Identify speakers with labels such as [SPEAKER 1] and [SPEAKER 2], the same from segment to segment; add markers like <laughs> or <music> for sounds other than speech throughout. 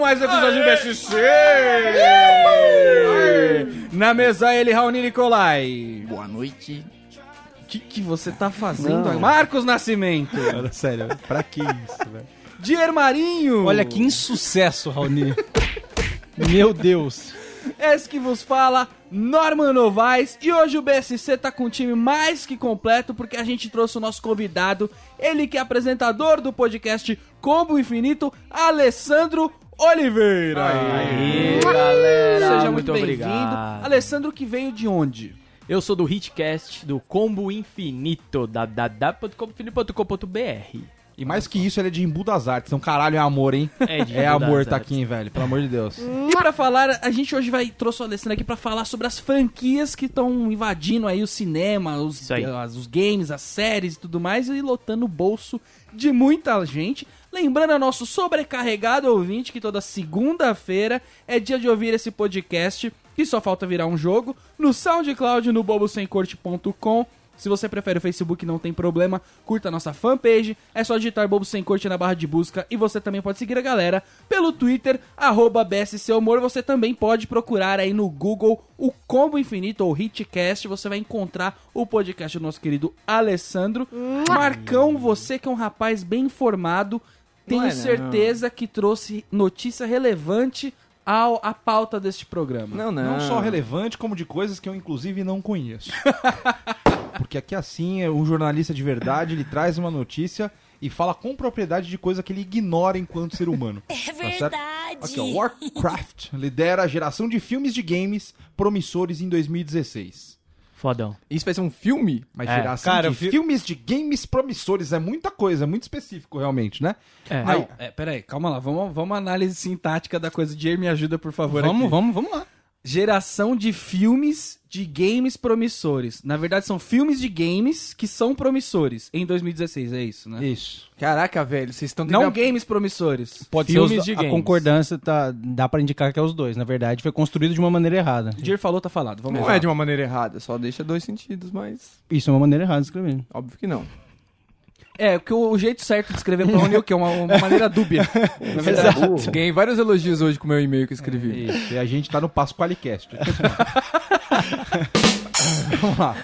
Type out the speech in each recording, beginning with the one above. [SPEAKER 1] mais um episódio do BSC! Na mesa ele, Raoni Nicolai.
[SPEAKER 2] Boa noite.
[SPEAKER 1] O que, que você tá fazendo? aí? Marcos Nascimento.
[SPEAKER 3] <laughs> Cara, sério, pra que isso, velho?
[SPEAKER 1] Dier Marinho.
[SPEAKER 3] Olha que insucesso, Raoni. Meu Deus.
[SPEAKER 1] Esse que vos fala, Norman Novaes. E hoje o BSC tá com um time mais que completo, porque a gente trouxe o nosso convidado, ele que é apresentador do podcast Combo Infinito, Alessandro Oliveira.
[SPEAKER 2] Aí, galera.
[SPEAKER 1] Seja muito,
[SPEAKER 2] muito
[SPEAKER 1] bem-vindo.
[SPEAKER 2] obrigado.
[SPEAKER 1] Alessandro que veio de onde?
[SPEAKER 2] Eu sou do Hitcast, do Combo Infinito, da www.comboinfinito.com.br.
[SPEAKER 3] E mais que isso, ele é de Embu das Artes. Então, caralho, é amor, hein?
[SPEAKER 2] É de
[SPEAKER 3] É
[SPEAKER 2] Embu das
[SPEAKER 3] amor, tá
[SPEAKER 2] Artes.
[SPEAKER 3] aqui, velho. Pelo amor de Deus.
[SPEAKER 1] E pra falar, a gente hoje vai trouxe o Alessandro aqui pra falar sobre as franquias que estão invadindo aí o cinema, os,
[SPEAKER 2] Isso aí.
[SPEAKER 1] as- os games, as séries e tudo mais, e lotando o bolso de muita gente. Lembrando ao nosso sobrecarregado ouvinte que toda segunda-feira é dia de ouvir esse podcast, que só falta virar um jogo, no SoundCloud, no bobosemcorte.com. Se você prefere o Facebook, não tem problema, curta a nossa fanpage. É só digitar Bobo Sem Corte na barra de busca. E você também pode seguir a galera pelo Twitter, arroba BSC Humor. Você também pode procurar aí no Google o Combo Infinito ou Hitcast. Você vai encontrar o podcast do nosso querido Alessandro. Marcão, você que é um rapaz bem informado, tenho
[SPEAKER 2] é, não.
[SPEAKER 1] certeza que trouxe notícia relevante ao, à pauta deste programa.
[SPEAKER 3] Não só relevante, como de coisas que eu, inclusive, não conheço. Porque aqui, assim, é um jornalista de verdade, ele traz uma notícia e fala com propriedade de coisa que ele ignora enquanto ser humano.
[SPEAKER 4] É
[SPEAKER 3] Tá certo?
[SPEAKER 4] verdade.
[SPEAKER 3] Aqui, ó, Warcraft lidera a geração de filmes de games promissores em 2016.
[SPEAKER 2] Fodão.
[SPEAKER 5] Isso vai ser um filme?
[SPEAKER 3] Mas
[SPEAKER 2] É,
[SPEAKER 3] geração de
[SPEAKER 5] cara, eu fi-
[SPEAKER 3] filmes de games promissores é muita coisa, é muito específico realmente, né?
[SPEAKER 2] É.
[SPEAKER 3] Aí,
[SPEAKER 1] É, peraí, calma lá, vamos, vamos à análise sintática da coisa. Jair, me ajuda, por favor.
[SPEAKER 5] Vamos,
[SPEAKER 1] aqui.
[SPEAKER 5] vamos, vamos lá.
[SPEAKER 1] Geração de filmes de games promissores. Na verdade, são filmes de games que são promissores em 2016, é isso, né?
[SPEAKER 3] Isso.
[SPEAKER 5] Caraca, velho, vocês estão
[SPEAKER 1] Não games promissores.
[SPEAKER 3] Pode
[SPEAKER 2] Filmes
[SPEAKER 3] ser os-
[SPEAKER 2] de
[SPEAKER 3] a
[SPEAKER 2] games.
[SPEAKER 3] con-
[SPEAKER 6] concordância tá, dá pra indicar que é os dois. Na verdade, foi construído de uma maneira errada.
[SPEAKER 1] O Jair falou, tá falado. Vamos
[SPEAKER 5] Não
[SPEAKER 1] lá.
[SPEAKER 5] é de uma maneira errada, só deixa dois sentidos, mas
[SPEAKER 6] Isso é uma maneira errada de escrever.
[SPEAKER 5] óbvio que não.
[SPEAKER 1] É, porque o jeito certo de escrever pra Ronil, que <laughs> é uma, uma maneira dúbia. Na verdade.
[SPEAKER 5] Ganhei vários elogios hoje com o meu e-mail que eu escrevi.
[SPEAKER 3] Isso. E a gente tá no Pasqualicast. Vamos lá.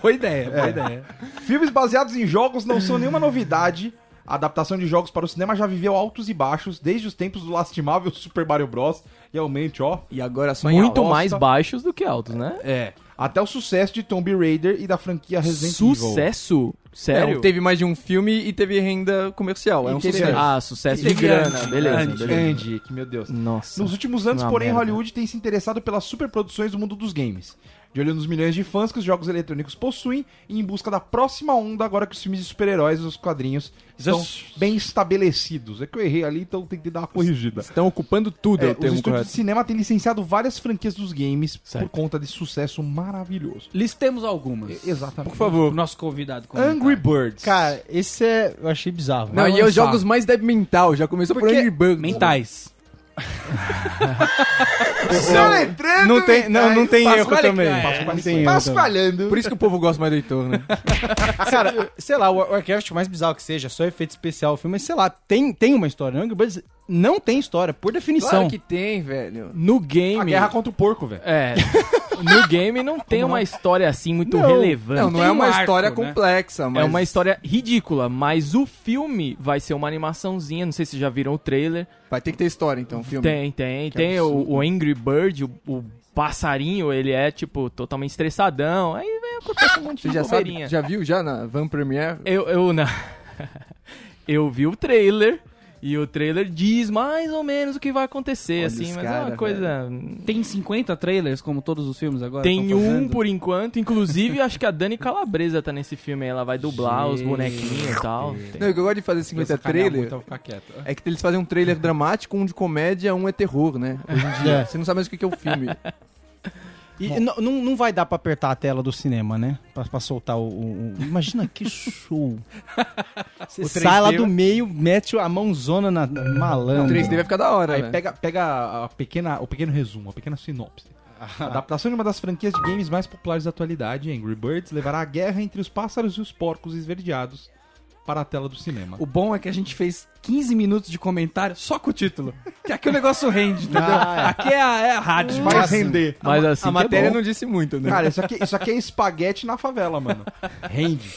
[SPEAKER 1] boa ideia, boa ideia.
[SPEAKER 3] Filmes baseados em jogos não são nenhuma novidade. A adaptação de jogos para o cinema já viveu altos e baixos desde os tempos do lastimável <laughs> Super Mario Bros. Realmente, ó.
[SPEAKER 5] E agora só em
[SPEAKER 2] Muito
[SPEAKER 5] Aosta.
[SPEAKER 2] mais baixos do que altos, né?
[SPEAKER 3] É. Até o sucesso de Tomb Raider e da franquia É Resident Evil.
[SPEAKER 2] Sucesso? Sério?
[SPEAKER 5] Não, teve mais de um filme e teve renda comercial. É um
[SPEAKER 3] E teve-
[SPEAKER 5] sucesso.
[SPEAKER 2] Ah, sucesso
[SPEAKER 5] Teve
[SPEAKER 2] de grana.
[SPEAKER 5] grana,
[SPEAKER 2] Beleza,
[SPEAKER 3] Andy,
[SPEAKER 2] beleza.
[SPEAKER 3] Andy, que meu Deus.
[SPEAKER 2] Nossa.
[SPEAKER 3] Nos últimos anos,
[SPEAKER 2] Uma
[SPEAKER 3] porém,
[SPEAKER 2] merda.
[SPEAKER 3] Hollywood tem se interessado pelas superproduções do mundo dos games. De olho nos milhões de fãs que os jogos eletrônicos possuem e em busca da próxima onda agora que os filmes de super-heróis e os quadrinhos estão bem estabelecidos. É que eu errei ali, então tentei dar uma corrigida.
[SPEAKER 5] Estão ocupando tudo,
[SPEAKER 3] É,
[SPEAKER 5] é, o
[SPEAKER 3] os
[SPEAKER 5] termo
[SPEAKER 3] estúdios
[SPEAKER 5] correto.
[SPEAKER 3] de cinema têm licenciado várias franquias dos games
[SPEAKER 2] Certo.
[SPEAKER 3] por conta desse sucesso maravilhoso.
[SPEAKER 1] Listemos algumas.
[SPEAKER 3] Exatamente.
[SPEAKER 5] Por
[SPEAKER 1] O
[SPEAKER 5] favor.
[SPEAKER 1] nosso convidado. comentar.
[SPEAKER 3] Angry Birds.
[SPEAKER 6] Cara, esse é. Eu achei bizarro.
[SPEAKER 5] Não,
[SPEAKER 1] vai
[SPEAKER 5] e é
[SPEAKER 1] lançar.
[SPEAKER 5] os jogos mais deve mental, já começou por Angry Birds.
[SPEAKER 1] Mentais.
[SPEAKER 6] não tem, não, não tem erro
[SPEAKER 1] Pasquale-
[SPEAKER 6] também.
[SPEAKER 1] é,
[SPEAKER 6] não tem
[SPEAKER 3] tá um,
[SPEAKER 6] erro também.
[SPEAKER 3] Pascoalhando.
[SPEAKER 5] Por isso que o povo gosta mais do Heitor, né?
[SPEAKER 6] Ah, Cara, sei lá, o War- Warcraft, mais bizarro que seja, só efeito especial o filme, mas sei lá, tem, tem uma história. Angry Birds não tem história, por definição.
[SPEAKER 5] Claro que tem, velho.
[SPEAKER 2] No
[SPEAKER 3] A
[SPEAKER 2] game.
[SPEAKER 3] guerra contra o porco, velho.
[SPEAKER 2] É. No game não tem uma história assim muito relevante.
[SPEAKER 5] Não, não
[SPEAKER 1] Tem
[SPEAKER 5] é
[SPEAKER 1] um
[SPEAKER 5] uma
[SPEAKER 1] arco,
[SPEAKER 5] história
[SPEAKER 1] né?
[SPEAKER 5] complexa, mas...
[SPEAKER 2] É uma história ridícula, mas o filme vai ser uma animaçãozinha. Não sei se já viram o trailer.
[SPEAKER 5] Vai ter que ter história, então, o filme.
[SPEAKER 2] Tem, tem.
[SPEAKER 5] Que
[SPEAKER 2] tem o,
[SPEAKER 5] absurdo.
[SPEAKER 2] o Angry Bird, o, o passarinho, ele é, tipo, totalmente estressadão. Aí vem acontece um monte
[SPEAKER 5] Você
[SPEAKER 2] de
[SPEAKER 5] já
[SPEAKER 2] bobeirinha.
[SPEAKER 5] sabe? Já viu já na Van Premiere?
[SPEAKER 2] Eu, eu não. <laughs> eu vi o trailer. E o trailer diz mais ou menos o que vai acontecer,
[SPEAKER 5] Olha
[SPEAKER 2] assim,
[SPEAKER 5] os
[SPEAKER 2] mas é
[SPEAKER 5] cara,
[SPEAKER 2] uma coisa.
[SPEAKER 1] Tem 50 trailers, como todos os filmes
[SPEAKER 5] Tá
[SPEAKER 1] agora?
[SPEAKER 2] Tem
[SPEAKER 1] estão
[SPEAKER 2] um
[SPEAKER 1] fazendo?
[SPEAKER 2] por enquanto, inclusive acho que a Dani Calabresa tá nesse filme, aí, ela vai dublar os bonequinhos e tal. Tem-
[SPEAKER 5] Não, o que eu gosto de fazer 50 trailer é que eles fazem um trailer dramático, um de comédia, um é terror, né? Hoje em dia.
[SPEAKER 6] É.
[SPEAKER 5] Você não sabe mais o que que é o
[SPEAKER 2] <laughs>
[SPEAKER 5] filme.
[SPEAKER 6] E n- não, não vai dar pra apertar a tela do cinema, né? Pra, pra soltar o, o- o- Imagina que show. Você
[SPEAKER 5] O
[SPEAKER 6] sai lá
[SPEAKER 5] 3D
[SPEAKER 1] é-
[SPEAKER 6] do meio, mete a mãozona na na-
[SPEAKER 5] O
[SPEAKER 6] malandro.
[SPEAKER 5] 3D vai ficar da hora,
[SPEAKER 3] Aí
[SPEAKER 5] né?
[SPEAKER 3] pega, pega a- a pequena, o pequeno resumo, a pequena sinopse. A adaptação de uma das franquias de games mais populares da atualidade, Angry Birds, levará a guerra entre os pássaros e os porcos esverdeados para a tela do cinema.
[SPEAKER 1] O bom é que a gente fez 15 minutos de comentário só com o título. Que aqui o negócio <laughs> rende, entendeu? Aqui é a, é a rádio.
[SPEAKER 3] Vai render.
[SPEAKER 2] Mas assim
[SPEAKER 5] a
[SPEAKER 2] que é
[SPEAKER 5] matéria
[SPEAKER 2] bom.
[SPEAKER 5] não disse muito, né?
[SPEAKER 3] Cara, isso aqui, isso aqui é espaguete na favela, mano. Rende.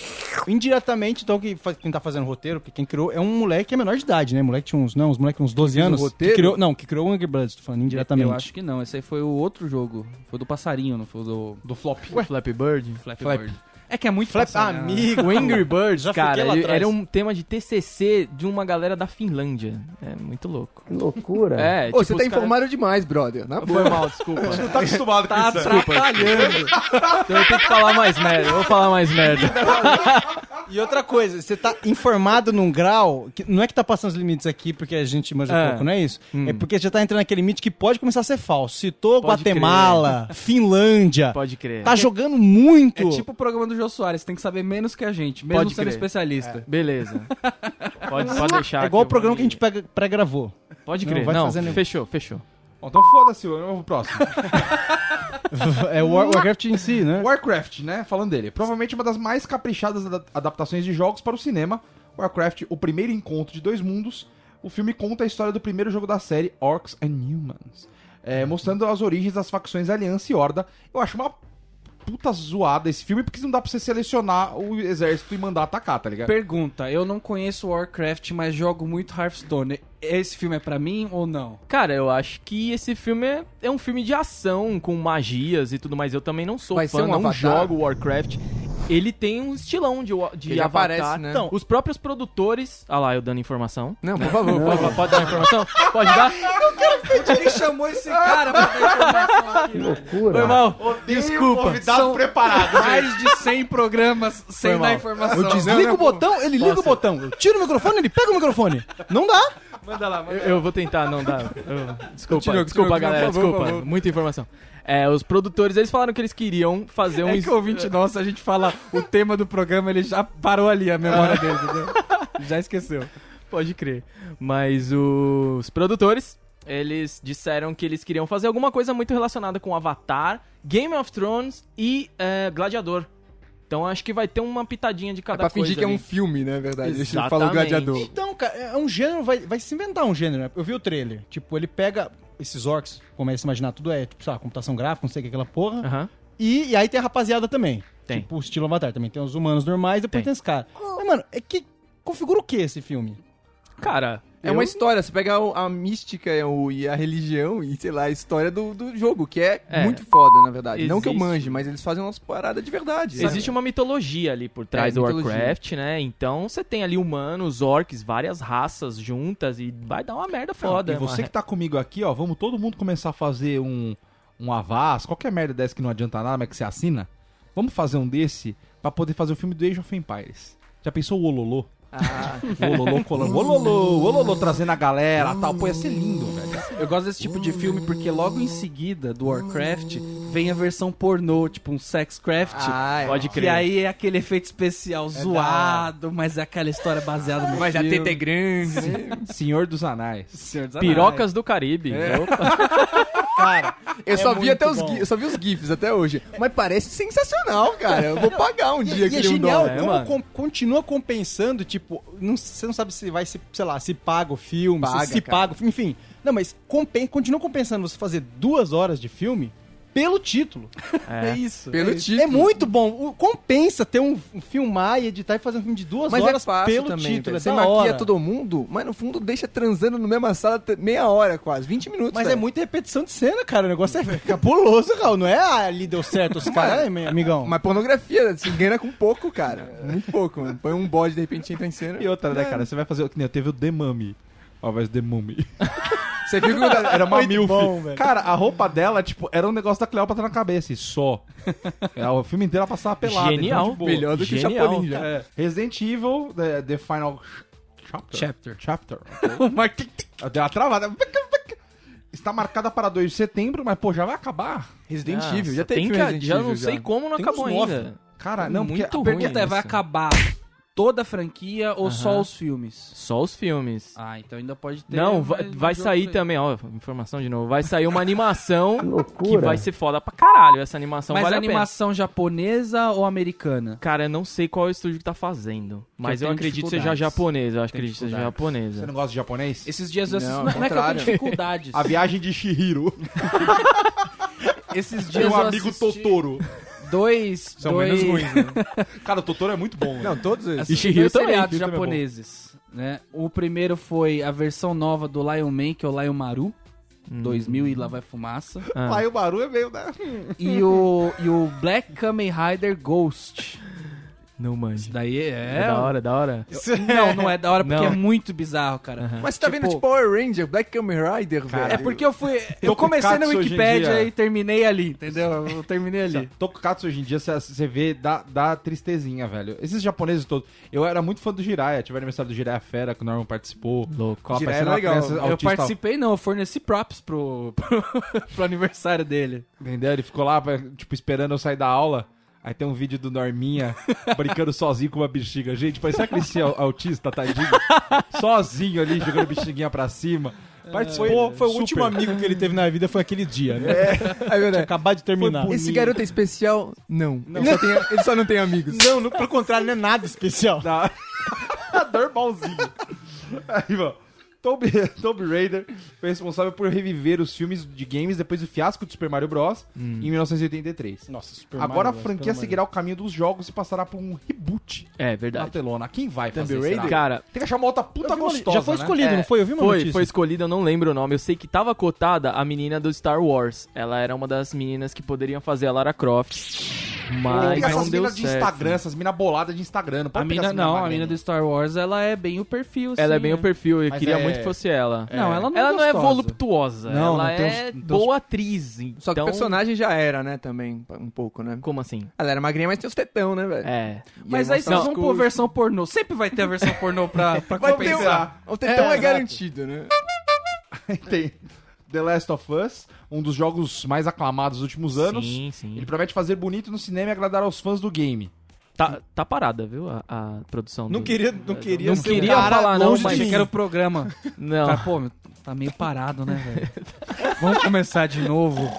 [SPEAKER 6] Indiretamente, então, que fa- quem tá fazendo roteiro, porque quem criou é um moleque que é menor de idade, né? Moleque tinha uns, não, uns moleque uns 12
[SPEAKER 5] fez o
[SPEAKER 6] anos.
[SPEAKER 5] roteiro?
[SPEAKER 6] Que criou, não, que criou o Angry Birds, tô falando indiretamente.
[SPEAKER 1] Eu acho que não. Esse aí foi o outro jogo. Foi do passarinho, não foi do
[SPEAKER 3] Do flop.
[SPEAKER 2] Flappy Bird.
[SPEAKER 1] Flappy
[SPEAKER 2] Flap-
[SPEAKER 1] Bird. É que é muito
[SPEAKER 6] Flap-
[SPEAKER 1] passarinho, né?
[SPEAKER 2] O Angry Birds,
[SPEAKER 6] Já fiquei
[SPEAKER 2] cara,
[SPEAKER 6] lá
[SPEAKER 2] ele-
[SPEAKER 6] atrás.
[SPEAKER 2] era um tema de TCC de uma galera da Finlândia. É muito louco.
[SPEAKER 4] Que loucura.
[SPEAKER 2] É,
[SPEAKER 5] Ô, você
[SPEAKER 2] os
[SPEAKER 5] tá
[SPEAKER 2] cara-
[SPEAKER 5] informado demais, brother. Na boa.
[SPEAKER 2] Foi mal, desculpa.
[SPEAKER 3] Não tá acostumado com
[SPEAKER 1] Tá
[SPEAKER 3] isso.
[SPEAKER 1] atrapalhando.
[SPEAKER 2] Então eu tenho que falar mais merda, eu vou falar mais merda.
[SPEAKER 6] E outra coisa, você tá informado num grau, que não é que tá passando os limites aqui porque a gente manja
[SPEAKER 2] É.
[SPEAKER 6] pouco, não é isso? É porque já tá entrando naquele limite que pode começar a ser falso. Citou
[SPEAKER 2] Pode
[SPEAKER 6] <laughs> Guatemala, Finlândia,
[SPEAKER 2] Pode crer.
[SPEAKER 6] tá jogando muito.
[SPEAKER 1] É tipo o programa do Jô Soares, tem que saber menos que a gente, mesmo
[SPEAKER 2] Pode
[SPEAKER 1] sendo
[SPEAKER 2] crer.
[SPEAKER 1] especialista.
[SPEAKER 2] Beleza. Pode, pode deixar.
[SPEAKER 6] É igual o
[SPEAKER 2] aqui, eu
[SPEAKER 6] programa
[SPEAKER 2] vou-
[SPEAKER 6] que a gente pega- pré-gravou.
[SPEAKER 2] Pode
[SPEAKER 6] Não,
[SPEAKER 2] crer.
[SPEAKER 6] vai
[SPEAKER 2] Não,
[SPEAKER 6] fazer nenhum.
[SPEAKER 2] fechou, fechou.
[SPEAKER 3] Bom, então foda-se, vamos pro próximo.
[SPEAKER 6] <laughs> É o War- Warcraft em si, né?
[SPEAKER 3] Warcraft, né? Falando dele. Provavelmente uma das mais caprichadas ada- adaptações de jogos para o cinema. Warcraft, o primeiro encontro de dois mundos. O filme conta a história do primeiro jogo da série, Orcs and Humans. é, mostrando as origens das facções Aliança e Horda. Eu acho uma puta zoada esse filme, porque não dá pra você selecionar o exército e mandar atacar,
[SPEAKER 1] É.
[SPEAKER 3] tá ligado?
[SPEAKER 1] Pergunta, eu não conheço Warcraft, mas jogo muito Hearthstone. Esse filme é pra mim ou não?
[SPEAKER 2] Cara, eu acho que esse filme é, é um filme de ação, com magias e tudo mais. Eu também não sou
[SPEAKER 5] Vai
[SPEAKER 2] fã,
[SPEAKER 5] ser um
[SPEAKER 2] não
[SPEAKER 5] Avatar?
[SPEAKER 2] jogo Warcraft. Ele tem um estilão de, wa- de
[SPEAKER 5] Ele
[SPEAKER 2] Avatar.
[SPEAKER 5] aparece, né?
[SPEAKER 2] Então, os próprios produtores... Ah lá, eu dando informação.
[SPEAKER 5] Não, por favor. É
[SPEAKER 2] Pode, pode dar informação? Pode dar?
[SPEAKER 1] Ele chamou
[SPEAKER 3] Ah,
[SPEAKER 1] esse cara pra dar informação aqui,
[SPEAKER 4] Que
[SPEAKER 1] velho.
[SPEAKER 4] loucura.
[SPEAKER 2] Foi mal.
[SPEAKER 3] Desculpa, convidado
[SPEAKER 1] são-
[SPEAKER 3] preparado.
[SPEAKER 1] Mais de 100 programas sem
[SPEAKER 2] mal.
[SPEAKER 1] dar informação.
[SPEAKER 6] Eu desligo o botão, ele liga o
[SPEAKER 2] Posso?
[SPEAKER 6] botão. Eu tiro o microfone, ele pega o microfone. Não dá.
[SPEAKER 1] Manda lá,
[SPEAKER 2] Eu,
[SPEAKER 1] manda
[SPEAKER 2] eu vou tentar, não dá. Eu- desculpa,
[SPEAKER 5] Continua,
[SPEAKER 2] desculpa,
[SPEAKER 5] continua,
[SPEAKER 2] galera,
[SPEAKER 5] por favor,
[SPEAKER 2] desculpa.
[SPEAKER 5] por favor.
[SPEAKER 2] Muita informação. É, os produtores, eles falaram que eles queriam fazer um...
[SPEAKER 1] É que o ouvinte nosso, a gente fala o tema do programa, ele já parou ali a memória dele, entendeu? Já esqueceu.
[SPEAKER 2] Pode crer. Mas os produtores, eles disseram que eles queriam fazer alguma coisa muito relacionada com Avatar, Game of Thrones e é, Gladiador. Então acho que vai ter uma pitadinha de
[SPEAKER 5] É
[SPEAKER 2] cada
[SPEAKER 5] pra
[SPEAKER 2] coisa.
[SPEAKER 5] fingir que é um
[SPEAKER 2] ali.
[SPEAKER 5] filme, né, verdade? Deixa eu falar o
[SPEAKER 2] Exatamente.
[SPEAKER 5] gladiador.
[SPEAKER 6] <laughs> Então, cara, é um gênero, vai, vai se inventar um gênero, né? Eu vi o trailer. Tipo, ele pega esses orcs, começa a imaginar, tudo é, tipo, sei lá, computação gráfica, não sei o que, aquela porra.
[SPEAKER 2] Aham.
[SPEAKER 6] E, e aí tem a rapaziada também.
[SPEAKER 2] Tem.
[SPEAKER 6] Tipo, o estilo Avatar também. Tem os humanos normais, depois
[SPEAKER 2] Tem.
[SPEAKER 6] tem, os caras. Mas, mano, é que configura o que esse filme?
[SPEAKER 2] Cara,
[SPEAKER 5] É uma história, você pega o- a mística e o- e a religião e, sei lá, a história do, do jogo, que é,
[SPEAKER 2] É.
[SPEAKER 5] muito foda, na verdade. Não que eu
[SPEAKER 2] Existe.
[SPEAKER 5] manje, mas eles fazem umas paradas de verdade. sabe?
[SPEAKER 2] Existe um uma mitologia ali por trás
[SPEAKER 5] É,
[SPEAKER 2] do
[SPEAKER 5] mitologia.
[SPEAKER 2] Warcraft, né? Então você tem ali humanos, orcs, várias raças juntas e vai dar uma merda foda.
[SPEAKER 3] E você
[SPEAKER 2] uma-
[SPEAKER 3] que tá comigo aqui, ó, vamos todo mundo começar a fazer um, um Avaz, qualquer merda dessa que não adianta nada, mas que você assina. Vamos fazer um desse pra poder fazer o filme do Age of Empires. Já pensou o Ololô?
[SPEAKER 5] Ah,
[SPEAKER 3] <laughs> O Ololô colando. Ololô, Ololô trazendo a galera tal. Pô, ia ser lindo, velho.
[SPEAKER 1] Eu gosto desse tipo de filme porque logo em seguida do Warcraft vem a versão pornô, tipo um sexcraft.
[SPEAKER 5] ah, é.
[SPEAKER 2] Pode
[SPEAKER 1] E
[SPEAKER 2] crer.
[SPEAKER 1] aí é aquele efeito especial zoado, mas é aquela história baseada no
[SPEAKER 5] Mas a
[SPEAKER 1] filme.
[SPEAKER 5] teta é grande.
[SPEAKER 3] Senhor dos Anais.
[SPEAKER 1] Senhor dos Anéis.
[SPEAKER 2] Pirocas do Caribe.
[SPEAKER 5] É,
[SPEAKER 2] Opa.
[SPEAKER 6] Cara,
[SPEAKER 5] Eu só vi
[SPEAKER 6] É muito
[SPEAKER 5] até os
[SPEAKER 6] bom.
[SPEAKER 5] gifs, eu só vi os gifs até hoje. Mas parece sensacional, cara. Eu vou pagar um
[SPEAKER 6] e,
[SPEAKER 5] dia
[SPEAKER 6] e é
[SPEAKER 5] aquele um
[SPEAKER 6] genial
[SPEAKER 5] dólar.
[SPEAKER 2] né,
[SPEAKER 6] como
[SPEAKER 2] mano?
[SPEAKER 6] com- continua compensando, tipo, não- você não sabe se vai, se, sei lá, se paga o filme,
[SPEAKER 5] Paga,
[SPEAKER 6] se, se
[SPEAKER 5] cara.
[SPEAKER 6] paga, o filme, enfim. Não, mas compen- continua compensando você fazer duas horas de filme pelo título.
[SPEAKER 1] É isso.
[SPEAKER 5] Pelo
[SPEAKER 1] é isso.
[SPEAKER 5] título.
[SPEAKER 6] É muito bom. O- compensa ter um, um filmar e editar e fazer um filme de duas
[SPEAKER 5] Mas é
[SPEAKER 6] horas
[SPEAKER 5] fácil
[SPEAKER 6] pelo
[SPEAKER 5] também,
[SPEAKER 6] título.
[SPEAKER 5] velho.
[SPEAKER 6] É
[SPEAKER 5] Você
[SPEAKER 6] da
[SPEAKER 5] maquia
[SPEAKER 6] hora.
[SPEAKER 5] todo mundo, mas no fundo deixa transando na mesma sala te- meia hora quase, 20 minutos.
[SPEAKER 6] Mas é
[SPEAKER 5] velho.
[SPEAKER 6] muita repetição de cena, cara. O negócio é cabuloso, Raul. Não é ah, ali deu certo os caras, hein, amigão.
[SPEAKER 5] Mas pornografia se engana com pouco, cara. Muito pouco, mano. Põe um bode de repente entra em cena.
[SPEAKER 3] E outra, né, cara? Você vai fazer o que nem eu teve o The Mummy. Ó, mas The Mummy.
[SPEAKER 5] Você viu que o da-
[SPEAKER 3] Era
[SPEAKER 6] <laughs>
[SPEAKER 3] uma milf.
[SPEAKER 6] bom, velho.
[SPEAKER 3] Cara, a roupa dela, tipo, era um negócio da Cleópatra na cabeça e só. Era o filme inteiro ela passava pelada.
[SPEAKER 2] Genial.
[SPEAKER 3] então, tipo,
[SPEAKER 5] melhor do que o
[SPEAKER 2] Genial,
[SPEAKER 5] Chapolin já.
[SPEAKER 3] É, Resident Evil, é, The, the Final Chapter.
[SPEAKER 1] Chapter.
[SPEAKER 3] Chapter.
[SPEAKER 1] <laughs>
[SPEAKER 3] Eu dei uma travada. Está marcada para 2 de setembro, mas pô, já vai acabar.
[SPEAKER 5] Resident
[SPEAKER 2] Nossa,
[SPEAKER 5] Evil, já
[SPEAKER 2] Ah, tem
[SPEAKER 5] teve
[SPEAKER 2] que-
[SPEAKER 5] Resident
[SPEAKER 2] Já
[SPEAKER 5] Evil
[SPEAKER 2] não sei como não
[SPEAKER 3] Tem
[SPEAKER 2] acabou
[SPEAKER 3] uns nove.
[SPEAKER 2] ainda.
[SPEAKER 3] Cara, não, porque
[SPEAKER 2] Muito
[SPEAKER 3] a
[SPEAKER 1] Pergunta
[SPEAKER 2] ruim
[SPEAKER 1] é, vai
[SPEAKER 2] isso.
[SPEAKER 1] acabar toda a franquia ou só os filmes?
[SPEAKER 2] Só os filmes.
[SPEAKER 1] Ah, então ainda pode ter.
[SPEAKER 2] Não,
[SPEAKER 1] mais
[SPEAKER 2] vai,
[SPEAKER 1] um
[SPEAKER 2] vai
[SPEAKER 1] jogo
[SPEAKER 2] sair
[SPEAKER 1] aí.
[SPEAKER 2] também, ó, informação de novo. Vai sair uma animação que
[SPEAKER 4] loucura.
[SPEAKER 2] vai ser foda pra caralho. Essa animação
[SPEAKER 1] Mas
[SPEAKER 2] então vale a pena.
[SPEAKER 1] animação japonesa ou americana?
[SPEAKER 2] Cara, eu não sei qual é o estúdio que tá fazendo. Mas eu,
[SPEAKER 1] tenho
[SPEAKER 2] acredito que seja
[SPEAKER 1] dificuldades.
[SPEAKER 2] japonesa. Eu acho que
[SPEAKER 1] Tenho
[SPEAKER 2] acredito que seja
[SPEAKER 3] Você
[SPEAKER 2] japonesa.
[SPEAKER 3] não gosta de japonês?
[SPEAKER 1] Esses dias eu assisti.
[SPEAKER 5] Não,
[SPEAKER 1] Não,
[SPEAKER 5] ao
[SPEAKER 1] é que eu tenho
[SPEAKER 5] contrário.
[SPEAKER 1] dificuldades.
[SPEAKER 3] A viagem
[SPEAKER 1] <laughs>
[SPEAKER 3] de Shihiro.
[SPEAKER 1] Esses
[SPEAKER 3] Meu
[SPEAKER 1] dias eu
[SPEAKER 3] amigo
[SPEAKER 1] assisti
[SPEAKER 3] Totoro.
[SPEAKER 1] Dois. dois...
[SPEAKER 3] Cara, o Totoro é muito bom. né?
[SPEAKER 5] Não, todos eles.
[SPEAKER 1] assisti
[SPEAKER 2] Shihiro
[SPEAKER 1] dois
[SPEAKER 2] também,
[SPEAKER 1] seriados
[SPEAKER 2] Shihiro também é bom.
[SPEAKER 1] japoneses. né? O primeiro foi a versão nova do Lion Man, que é o Lion Maru,
[SPEAKER 2] Uhum.
[SPEAKER 1] 2000 e lá vai fumaça.
[SPEAKER 2] Hum. Ah.
[SPEAKER 3] Aí o barulho é meio, né?
[SPEAKER 1] E o, e o Black Kamen Rider Ghost.
[SPEAKER 2] Não
[SPEAKER 1] Isso
[SPEAKER 2] manjo.
[SPEAKER 1] daí
[SPEAKER 2] É,
[SPEAKER 1] é...
[SPEAKER 2] da hora, da hora.
[SPEAKER 1] <laughs> Não, não é da hora, porque
[SPEAKER 2] Não.
[SPEAKER 1] é
[SPEAKER 2] Uhum.
[SPEAKER 1] muito bizarro, cara.
[SPEAKER 5] Mas você tá vendo
[SPEAKER 1] Tipo-
[SPEAKER 5] tipo Power Ranger, Black Kamen Rider, velho.
[SPEAKER 1] É porque eu fui... Eu comecei na
[SPEAKER 3] Tokusatsu hoje em
[SPEAKER 1] Wikipédia
[SPEAKER 3] dia.
[SPEAKER 1] e terminei ali, entendeu? Eu terminei ali.
[SPEAKER 3] Tokukatsu hoje em dia você- você vê dá, dá tristezinha, velho. Esses japoneses todos. Eu era muito fã do Jiraiya. Tive o aniversário do Jiraiya Fera, que o Norman participou.
[SPEAKER 2] Louco.
[SPEAKER 3] Ela
[SPEAKER 5] Jiraiya
[SPEAKER 3] parecendo
[SPEAKER 5] é
[SPEAKER 3] uma
[SPEAKER 5] legal.
[SPEAKER 3] criança
[SPEAKER 1] Eu
[SPEAKER 3] autista.
[SPEAKER 1] participei não, eu forneci props pro, <laughs> pro, pro aniversário dele.
[SPEAKER 3] Entendeu? Ele ficou lá, tipo, esperando eu sair da aula. Aí tem um vídeo do Norminha brincando sozinho com uma bexiga. Gente, parecia aquele ser au- autista, tadinho. sozinho ali, jogando bexiguinha pra cima. Participou.
[SPEAKER 6] É, Foi, foi o
[SPEAKER 3] super.
[SPEAKER 6] último amigo que ele teve na vida, foi aquele dia, né?
[SPEAKER 5] É verdade.
[SPEAKER 6] Acabar de terminar.
[SPEAKER 5] Esse garoto é especial? Não. Ele, só tem, ele só não tem amigos.
[SPEAKER 6] Não, não, pelo contrário, não é nada especial.
[SPEAKER 3] Tá. Normalzinho. <laughs> Aí, mano. Tomb, Tomb Raider foi responsável por reviver os filmes de games depois do fiasco de Super Mario Bros. em 1983.
[SPEAKER 6] Nossa, super
[SPEAKER 3] Agora
[SPEAKER 6] Mario,
[SPEAKER 3] a franquia
[SPEAKER 6] super
[SPEAKER 3] seguirá o caminho dos jogos e passará por um reboot
[SPEAKER 2] É
[SPEAKER 3] da
[SPEAKER 2] verdade.
[SPEAKER 3] telona. Quem vai
[SPEAKER 5] Tomb
[SPEAKER 3] fazer, será?
[SPEAKER 5] Raider?
[SPEAKER 2] Cara,
[SPEAKER 3] Tem que achar uma outra puta
[SPEAKER 6] Mario.
[SPEAKER 3] gostosa,
[SPEAKER 6] Já foi
[SPEAKER 3] né?
[SPEAKER 6] escolhido,
[SPEAKER 2] É,
[SPEAKER 6] não foi? Eu vi uma
[SPEAKER 2] Foi,
[SPEAKER 6] notícia.
[SPEAKER 2] foi escolhida, eu não lembro o nome. Eu sei que tava cotada a menina do Star Wars. Ela era uma das meninas que poderiam fazer a Lara Croft. Mas
[SPEAKER 3] Pega
[SPEAKER 2] não
[SPEAKER 3] essas
[SPEAKER 2] deu
[SPEAKER 3] minas de
[SPEAKER 2] certo.
[SPEAKER 3] Instagram, essas minas boladas de Instagram. Não
[SPEAKER 1] A
[SPEAKER 3] pode pegar
[SPEAKER 1] mina,
[SPEAKER 3] essas mina
[SPEAKER 1] não, a
[SPEAKER 3] magrinha.
[SPEAKER 1] mina
[SPEAKER 3] <laughs>
[SPEAKER 1] do Star Wars, ela é bem o perfil,
[SPEAKER 2] Ela é
[SPEAKER 1] assim,
[SPEAKER 2] bem
[SPEAKER 1] né?
[SPEAKER 2] o perfil, eu
[SPEAKER 3] Mas
[SPEAKER 2] queria
[SPEAKER 3] é-
[SPEAKER 2] muito que fosse ela.
[SPEAKER 1] Não, ela não
[SPEAKER 2] ela
[SPEAKER 1] é
[SPEAKER 2] não é
[SPEAKER 1] gostosa.
[SPEAKER 2] voluptuosa,
[SPEAKER 6] Não,
[SPEAKER 2] ela
[SPEAKER 6] não tem
[SPEAKER 2] é
[SPEAKER 6] os- não tem os-
[SPEAKER 2] boa atriz. Então...
[SPEAKER 5] Só que o personagem já era, né, também, um pouco, né?
[SPEAKER 2] Como assim?
[SPEAKER 5] Ela era magrinha, mas tem os tetão, né, velho?
[SPEAKER 2] É.
[SPEAKER 1] Mas aí
[SPEAKER 5] são
[SPEAKER 1] vocês vão pôr versão pornô. Sempre vai ter a versão pornô <laughs> pra, pra
[SPEAKER 5] Vai ter
[SPEAKER 1] compensar.
[SPEAKER 5] o... o tetão
[SPEAKER 1] É,
[SPEAKER 5] é,
[SPEAKER 1] exato.
[SPEAKER 5] garantido, né?
[SPEAKER 3] Tem The Last of Us, um dos jogos mais aclamados dos últimos anos.
[SPEAKER 2] Sim, sim.
[SPEAKER 3] Ele promete fazer bonito no cinema e agradar aos fãs do game.
[SPEAKER 2] Tá, tá parada, viu, a, a produção
[SPEAKER 6] Não
[SPEAKER 2] do-
[SPEAKER 6] queria, não queria,
[SPEAKER 2] Não
[SPEAKER 6] ser um
[SPEAKER 2] queria
[SPEAKER 6] cara
[SPEAKER 2] falar, não,
[SPEAKER 6] longe
[SPEAKER 2] mas
[SPEAKER 6] de
[SPEAKER 1] Achei
[SPEAKER 6] mim.
[SPEAKER 1] que era o programa. <laughs>
[SPEAKER 2] Não.
[SPEAKER 1] Cara, pô, meu, tá meio parado, né, <laughs> velho? Vamos começar de novo.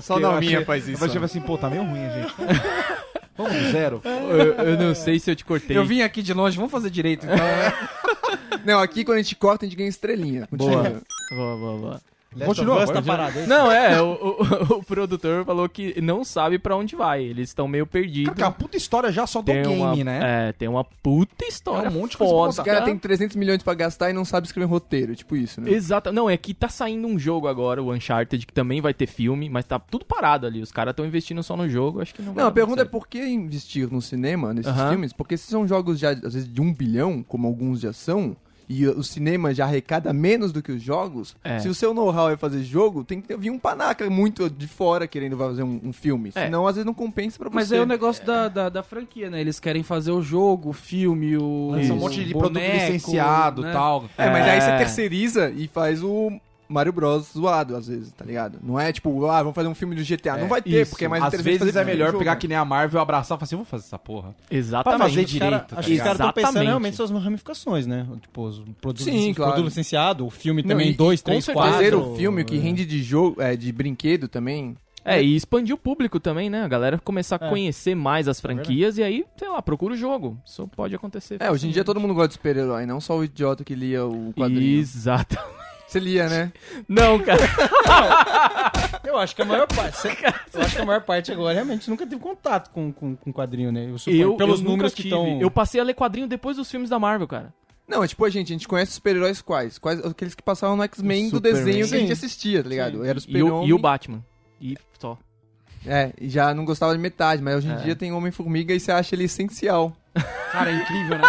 [SPEAKER 5] Só
[SPEAKER 3] Eu achei-
[SPEAKER 5] faz
[SPEAKER 3] Eu falei assim, pô, tá meio ruim, <laughs> gente. Vamos do zero.
[SPEAKER 2] eu, eu não sei se eu te cortei.
[SPEAKER 1] Eu vim aqui de longe, vamos fazer direito. Então.
[SPEAKER 5] Não, aqui quando a gente corta, a gente ganha estrelinha. Continua.
[SPEAKER 2] Boa. Boa, boa, boa.
[SPEAKER 3] Continua,
[SPEAKER 6] Tá parado, hein?
[SPEAKER 2] Não, é, o, o- <laughs> o produtor falou que não sabe pra onde vai. Eles estão meio perdidos.
[SPEAKER 3] Cara, que é uma puta história já só do
[SPEAKER 2] tem
[SPEAKER 3] game,
[SPEAKER 2] uma,
[SPEAKER 3] né?
[SPEAKER 2] É, tem uma puta história.
[SPEAKER 3] É um monte de coisa pra
[SPEAKER 2] foda.
[SPEAKER 5] Os
[SPEAKER 1] Tá.
[SPEAKER 5] caras têm 300 milhões pra gastar e não sabem escrever roteiro, tipo isso, né?
[SPEAKER 2] Exato. Não, é que tá saindo um jogo agora, o Uncharted, que também vai ter filme, mas tá tudo parado ali. Os caras estão investindo só no jogo, acho que não vai
[SPEAKER 5] Não, a
[SPEAKER 2] dar
[SPEAKER 5] pergunta é
[SPEAKER 2] certo.
[SPEAKER 5] por que investir no cinema, nesses
[SPEAKER 2] Aham.
[SPEAKER 5] filmes? Porque se são jogos já, às vezes, de um bilhão, como alguns já são, e o cinema já arrecada menos do que os jogos,
[SPEAKER 2] É.
[SPEAKER 5] se o seu know-how é fazer jogo, tem que vir um panaca muito de fora querendo fazer um, um filme.
[SPEAKER 2] É.
[SPEAKER 5] Senão, às vezes, não compensa pra você.
[SPEAKER 1] Mas aí é o negócio da, da, da franquia, né? Eles querem fazer o jogo, o filme, o.
[SPEAKER 3] Lança um
[SPEAKER 1] o
[SPEAKER 3] monte de produto
[SPEAKER 1] boneco,
[SPEAKER 3] licenciado e
[SPEAKER 1] né?
[SPEAKER 3] tal.
[SPEAKER 5] É, mas aí
[SPEAKER 2] É.
[SPEAKER 5] você terceiriza e faz o Mario Bros zoado, às vezes, tá ligado? Não é tipo, ah, vamos fazer um filme do GTA. não vai ter,
[SPEAKER 3] Isso.
[SPEAKER 5] porque é mais
[SPEAKER 3] Às
[SPEAKER 5] interessante
[SPEAKER 3] vezes
[SPEAKER 5] fazer
[SPEAKER 3] é
[SPEAKER 5] filme do
[SPEAKER 3] melhor
[SPEAKER 5] jogo.
[SPEAKER 3] pegar que nem a Marvel, abraçar e falar assim, vamos fazer essa porra.
[SPEAKER 2] Exatamente.
[SPEAKER 3] Pra fazer
[SPEAKER 2] Os
[SPEAKER 3] direito,
[SPEAKER 2] cara-
[SPEAKER 3] tá
[SPEAKER 6] Acho que os caras estão pensando
[SPEAKER 2] Exatamente.
[SPEAKER 6] realmente suas ramificações, né? Tipo, os produtos,
[SPEAKER 5] Sim,
[SPEAKER 6] os
[SPEAKER 5] claro.
[SPEAKER 6] produtos licenciados, o filme
[SPEAKER 5] Não,
[SPEAKER 6] também,
[SPEAKER 5] e-
[SPEAKER 6] dois,
[SPEAKER 2] com
[SPEAKER 6] três,
[SPEAKER 2] certeza.
[SPEAKER 6] quatro.
[SPEAKER 5] Fazer o filme que rende de jogo, é, de brinquedo também.
[SPEAKER 2] É, e expandir o público também, né? A galera começar a
[SPEAKER 6] É.
[SPEAKER 2] conhecer mais as franquias e aí, sei lá, procura o jogo. Isso pode acontecer.
[SPEAKER 5] É, hoje em dia todo mundo gosta de super-herói, não só o idiota que lia o quadrinho.
[SPEAKER 2] Exato.
[SPEAKER 5] Você lia, né?
[SPEAKER 2] <laughs> Não, cara.
[SPEAKER 6] Eu acho que a maior parte. <laughs> eu acho que a maior parte agora realmente nunca teve contato com, com, com quadrinho, né? Eu suponho,
[SPEAKER 2] Eu,
[SPEAKER 6] pelos
[SPEAKER 2] eu nunca
[SPEAKER 6] números que
[SPEAKER 2] tive.
[SPEAKER 6] estão.
[SPEAKER 2] Eu passei a ler quadrinho depois dos filmes da Marvel, cara.
[SPEAKER 5] Não, é tipo, a gente, a gente conhece super-heróis quais? Quais? Aqueles que passavam no X-Men do
[SPEAKER 6] Superman.
[SPEAKER 5] desenho que a
[SPEAKER 6] Sim.
[SPEAKER 5] gente assistia, tá ligado? Era
[SPEAKER 2] E o,
[SPEAKER 5] o super-homem.
[SPEAKER 2] e o Batman. E só.
[SPEAKER 5] É, e já não gostava de metade, mas hoje em
[SPEAKER 2] É.
[SPEAKER 5] dia tem Homem-Formiga e você acha ele essencial.
[SPEAKER 3] Cara, é incrível, né?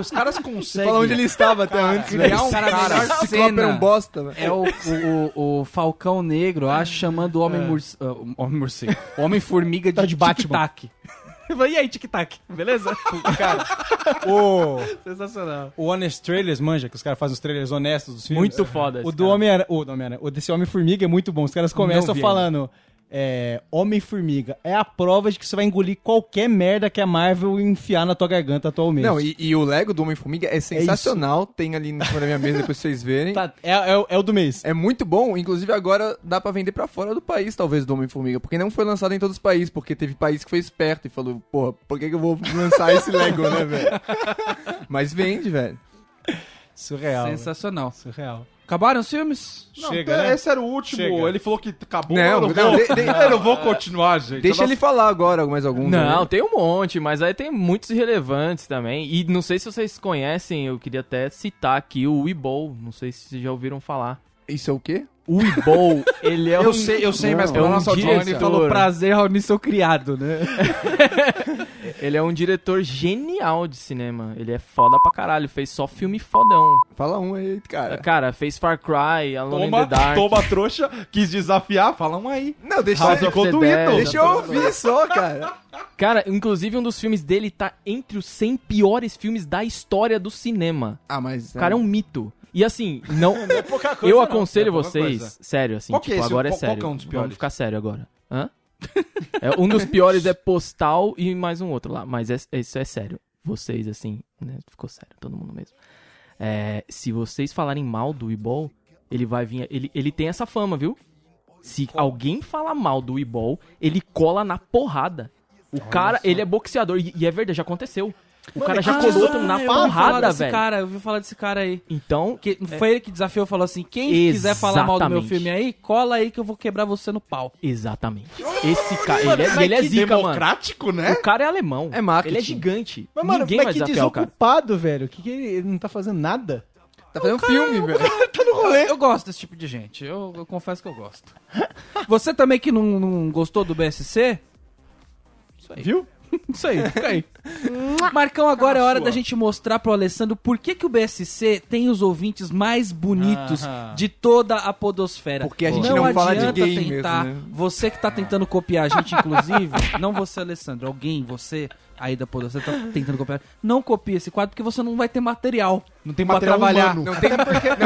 [SPEAKER 3] Os caras conseguem...
[SPEAKER 5] Fala onde ele estava até antes, né?
[SPEAKER 3] criar um
[SPEAKER 1] Cara, a melhor
[SPEAKER 5] Ciclope
[SPEAKER 1] cena
[SPEAKER 5] era um bosta, velho.
[SPEAKER 1] É o, o, o, o Falcão Negro, eu acho, chamando o Homem Morcego. homem Morcego. O Homem Formiga
[SPEAKER 6] Tá
[SPEAKER 1] É. de,
[SPEAKER 6] de Batman.
[SPEAKER 1] tic-tac. Eu falei, <laughs> E aí, tic-tac? Beleza? <laughs>
[SPEAKER 6] O,
[SPEAKER 1] Sensacional.
[SPEAKER 6] o Honest Trailers, manja, que os caras fazem os trailers honestos dos filmes.
[SPEAKER 2] <laughs> Muito foda.
[SPEAKER 6] O
[SPEAKER 2] esse
[SPEAKER 6] do
[SPEAKER 2] cara.
[SPEAKER 6] Homem-Aranha. O do Homem-Aranha. O desse Homem-Formiga é muito bom. Os caras começam
[SPEAKER 2] vi
[SPEAKER 6] falando. é, Homem-Formiga é a prova de que você vai engolir qualquer merda que a Marvel enfiar na tua garganta atualmente.
[SPEAKER 5] Não, e, e o Lego do Homem-Formiga é sensacional. Tem ali na na minha mesa, depois vocês verem.
[SPEAKER 6] Tá, é, é, é o do mês.
[SPEAKER 5] É muito bom, inclusive agora dá pra vender pra fora do país, talvez, do Homem-Formiga, porque não foi lançado em todos os países, porque teve país que foi esperto e falou, porra, por que, que eu vou lançar esse Lego, né, velho? Mas vende, velho.
[SPEAKER 6] Surreal. velho.
[SPEAKER 1] Sensacional.
[SPEAKER 6] Surreal.
[SPEAKER 1] Acabaram os filmes?
[SPEAKER 3] Não,
[SPEAKER 6] Chega,
[SPEAKER 3] tá-
[SPEAKER 6] né?
[SPEAKER 3] Esse era o último.
[SPEAKER 6] Chega.
[SPEAKER 3] Ele falou que acabou.
[SPEAKER 5] Não,
[SPEAKER 3] eu, não
[SPEAKER 5] não,
[SPEAKER 3] vou,
[SPEAKER 5] de- de-
[SPEAKER 3] eu não vou continuar, gente.
[SPEAKER 5] Deixa
[SPEAKER 3] Eu
[SPEAKER 5] ele falar agora mais alguns.
[SPEAKER 2] Não,
[SPEAKER 5] né?
[SPEAKER 2] tem um monte, mas aí tem muitos relevantes também. E não sei se vocês conhecem, eu queria até citar aqui o Weeble, não sei se vocês já ouviram falar.
[SPEAKER 5] Isso é o quê?
[SPEAKER 2] O Weeble, <laughs> ele é
[SPEAKER 3] Eu
[SPEAKER 2] um...
[SPEAKER 3] sei, eu sei,
[SPEAKER 5] Não,
[SPEAKER 3] mas
[SPEAKER 5] é
[SPEAKER 3] pra
[SPEAKER 2] um
[SPEAKER 3] nossa
[SPEAKER 2] diretor.
[SPEAKER 3] audiência.
[SPEAKER 2] Falou
[SPEAKER 1] Pelo prazer, Raoni, seu criado, né?
[SPEAKER 2] Ele é um diretor genial de cinema. Ele é foda pra caralho, fez só filme fodão.
[SPEAKER 5] Fala um aí, cara.
[SPEAKER 2] Cara, fez Far Cry, Alone in
[SPEAKER 3] Toma,
[SPEAKER 2] the Dark.
[SPEAKER 3] toma trouxa, quis desafiar, fala um aí.
[SPEAKER 5] Não, deixa,
[SPEAKER 2] House
[SPEAKER 5] eu-
[SPEAKER 2] of the
[SPEAKER 3] doído.
[SPEAKER 2] Dead.
[SPEAKER 5] deixa eu ouvir só, cara.
[SPEAKER 2] Cara, inclusive um dos filmes dele tá entre os 100 piores filmes da história do cinema.
[SPEAKER 5] Ah, mas...
[SPEAKER 2] O cara é um mito. E assim,
[SPEAKER 3] <laughs>
[SPEAKER 2] não,
[SPEAKER 3] É
[SPEAKER 2] eu aconselho vocês, sério, assim,
[SPEAKER 3] Qual que
[SPEAKER 2] tipo,
[SPEAKER 3] é esse?
[SPEAKER 2] agora
[SPEAKER 3] Qual-
[SPEAKER 2] é
[SPEAKER 3] qual
[SPEAKER 2] sério.
[SPEAKER 3] que é um dos piores?
[SPEAKER 2] Vamos ficar sério agora. Hã? <laughs> É, um dos piores é Postal e mais um outro lá, mas é- isso é sério. Vocês, assim, né, ficou sério, todo mundo mesmo. É, se vocês falarem mal do Ibol, ele vai vir, ele, ele tem essa fama, viu? Se alguém falar mal do Ibol, ele cola na porrada. O cara, ele é boxeador, e, e é verdade, já aconteceu. O cara já
[SPEAKER 1] Ah,
[SPEAKER 2] colou na
[SPEAKER 1] eu ouvi falar
[SPEAKER 2] porrada,
[SPEAKER 1] desse
[SPEAKER 2] velho.
[SPEAKER 1] Cara, eu ouvi falar desse cara aí.
[SPEAKER 2] Então,
[SPEAKER 1] Que, Foi ele que desafiou e falou assim: quem quiser falar mal do meu
[SPEAKER 2] Exatamente.
[SPEAKER 1] filme aí, cola aí que eu vou quebrar você no pau.
[SPEAKER 2] Exatamente. Esse cara, ele é, ele é
[SPEAKER 3] Que
[SPEAKER 2] zica, mano.
[SPEAKER 3] democrático, né?
[SPEAKER 2] O cara é alemão.
[SPEAKER 5] É marketing.
[SPEAKER 2] Ele é gigante.
[SPEAKER 6] Mas, mano,
[SPEAKER 2] Ninguém
[SPEAKER 6] mas
[SPEAKER 2] vai
[SPEAKER 6] que
[SPEAKER 2] desafiar o cara.
[SPEAKER 6] desocupado, velho. Que, que ele, ele não tá fazendo nada?
[SPEAKER 5] Tá fazendo filme, velho.
[SPEAKER 1] Eu gosto desse tipo de gente. Eu, eu confesso que eu gosto. Você também que não, não gostou do BSC? Isso aí.
[SPEAKER 6] Viu?
[SPEAKER 1] <laughs> Isso aí, fica aí. Marcão, agora é hora da gente mostrar pro Alessandro por que, que o BSC tem os ouvintes mais bonitos
[SPEAKER 6] Aham.
[SPEAKER 1] de toda a podosfera.
[SPEAKER 5] Porque a gente não fala de
[SPEAKER 1] adianta
[SPEAKER 5] game mesmo,
[SPEAKER 1] tentar.
[SPEAKER 5] né?
[SPEAKER 1] Você que tá tentando copiar a gente, inclusive, não você, Alessandro, alguém, você aí da podosfera tá tentando copiar. Não copie esse quadro porque você não vai ter material.
[SPEAKER 3] Não tem
[SPEAKER 1] Pra
[SPEAKER 3] material
[SPEAKER 1] trabalhar.
[SPEAKER 3] humano.
[SPEAKER 5] Não tem,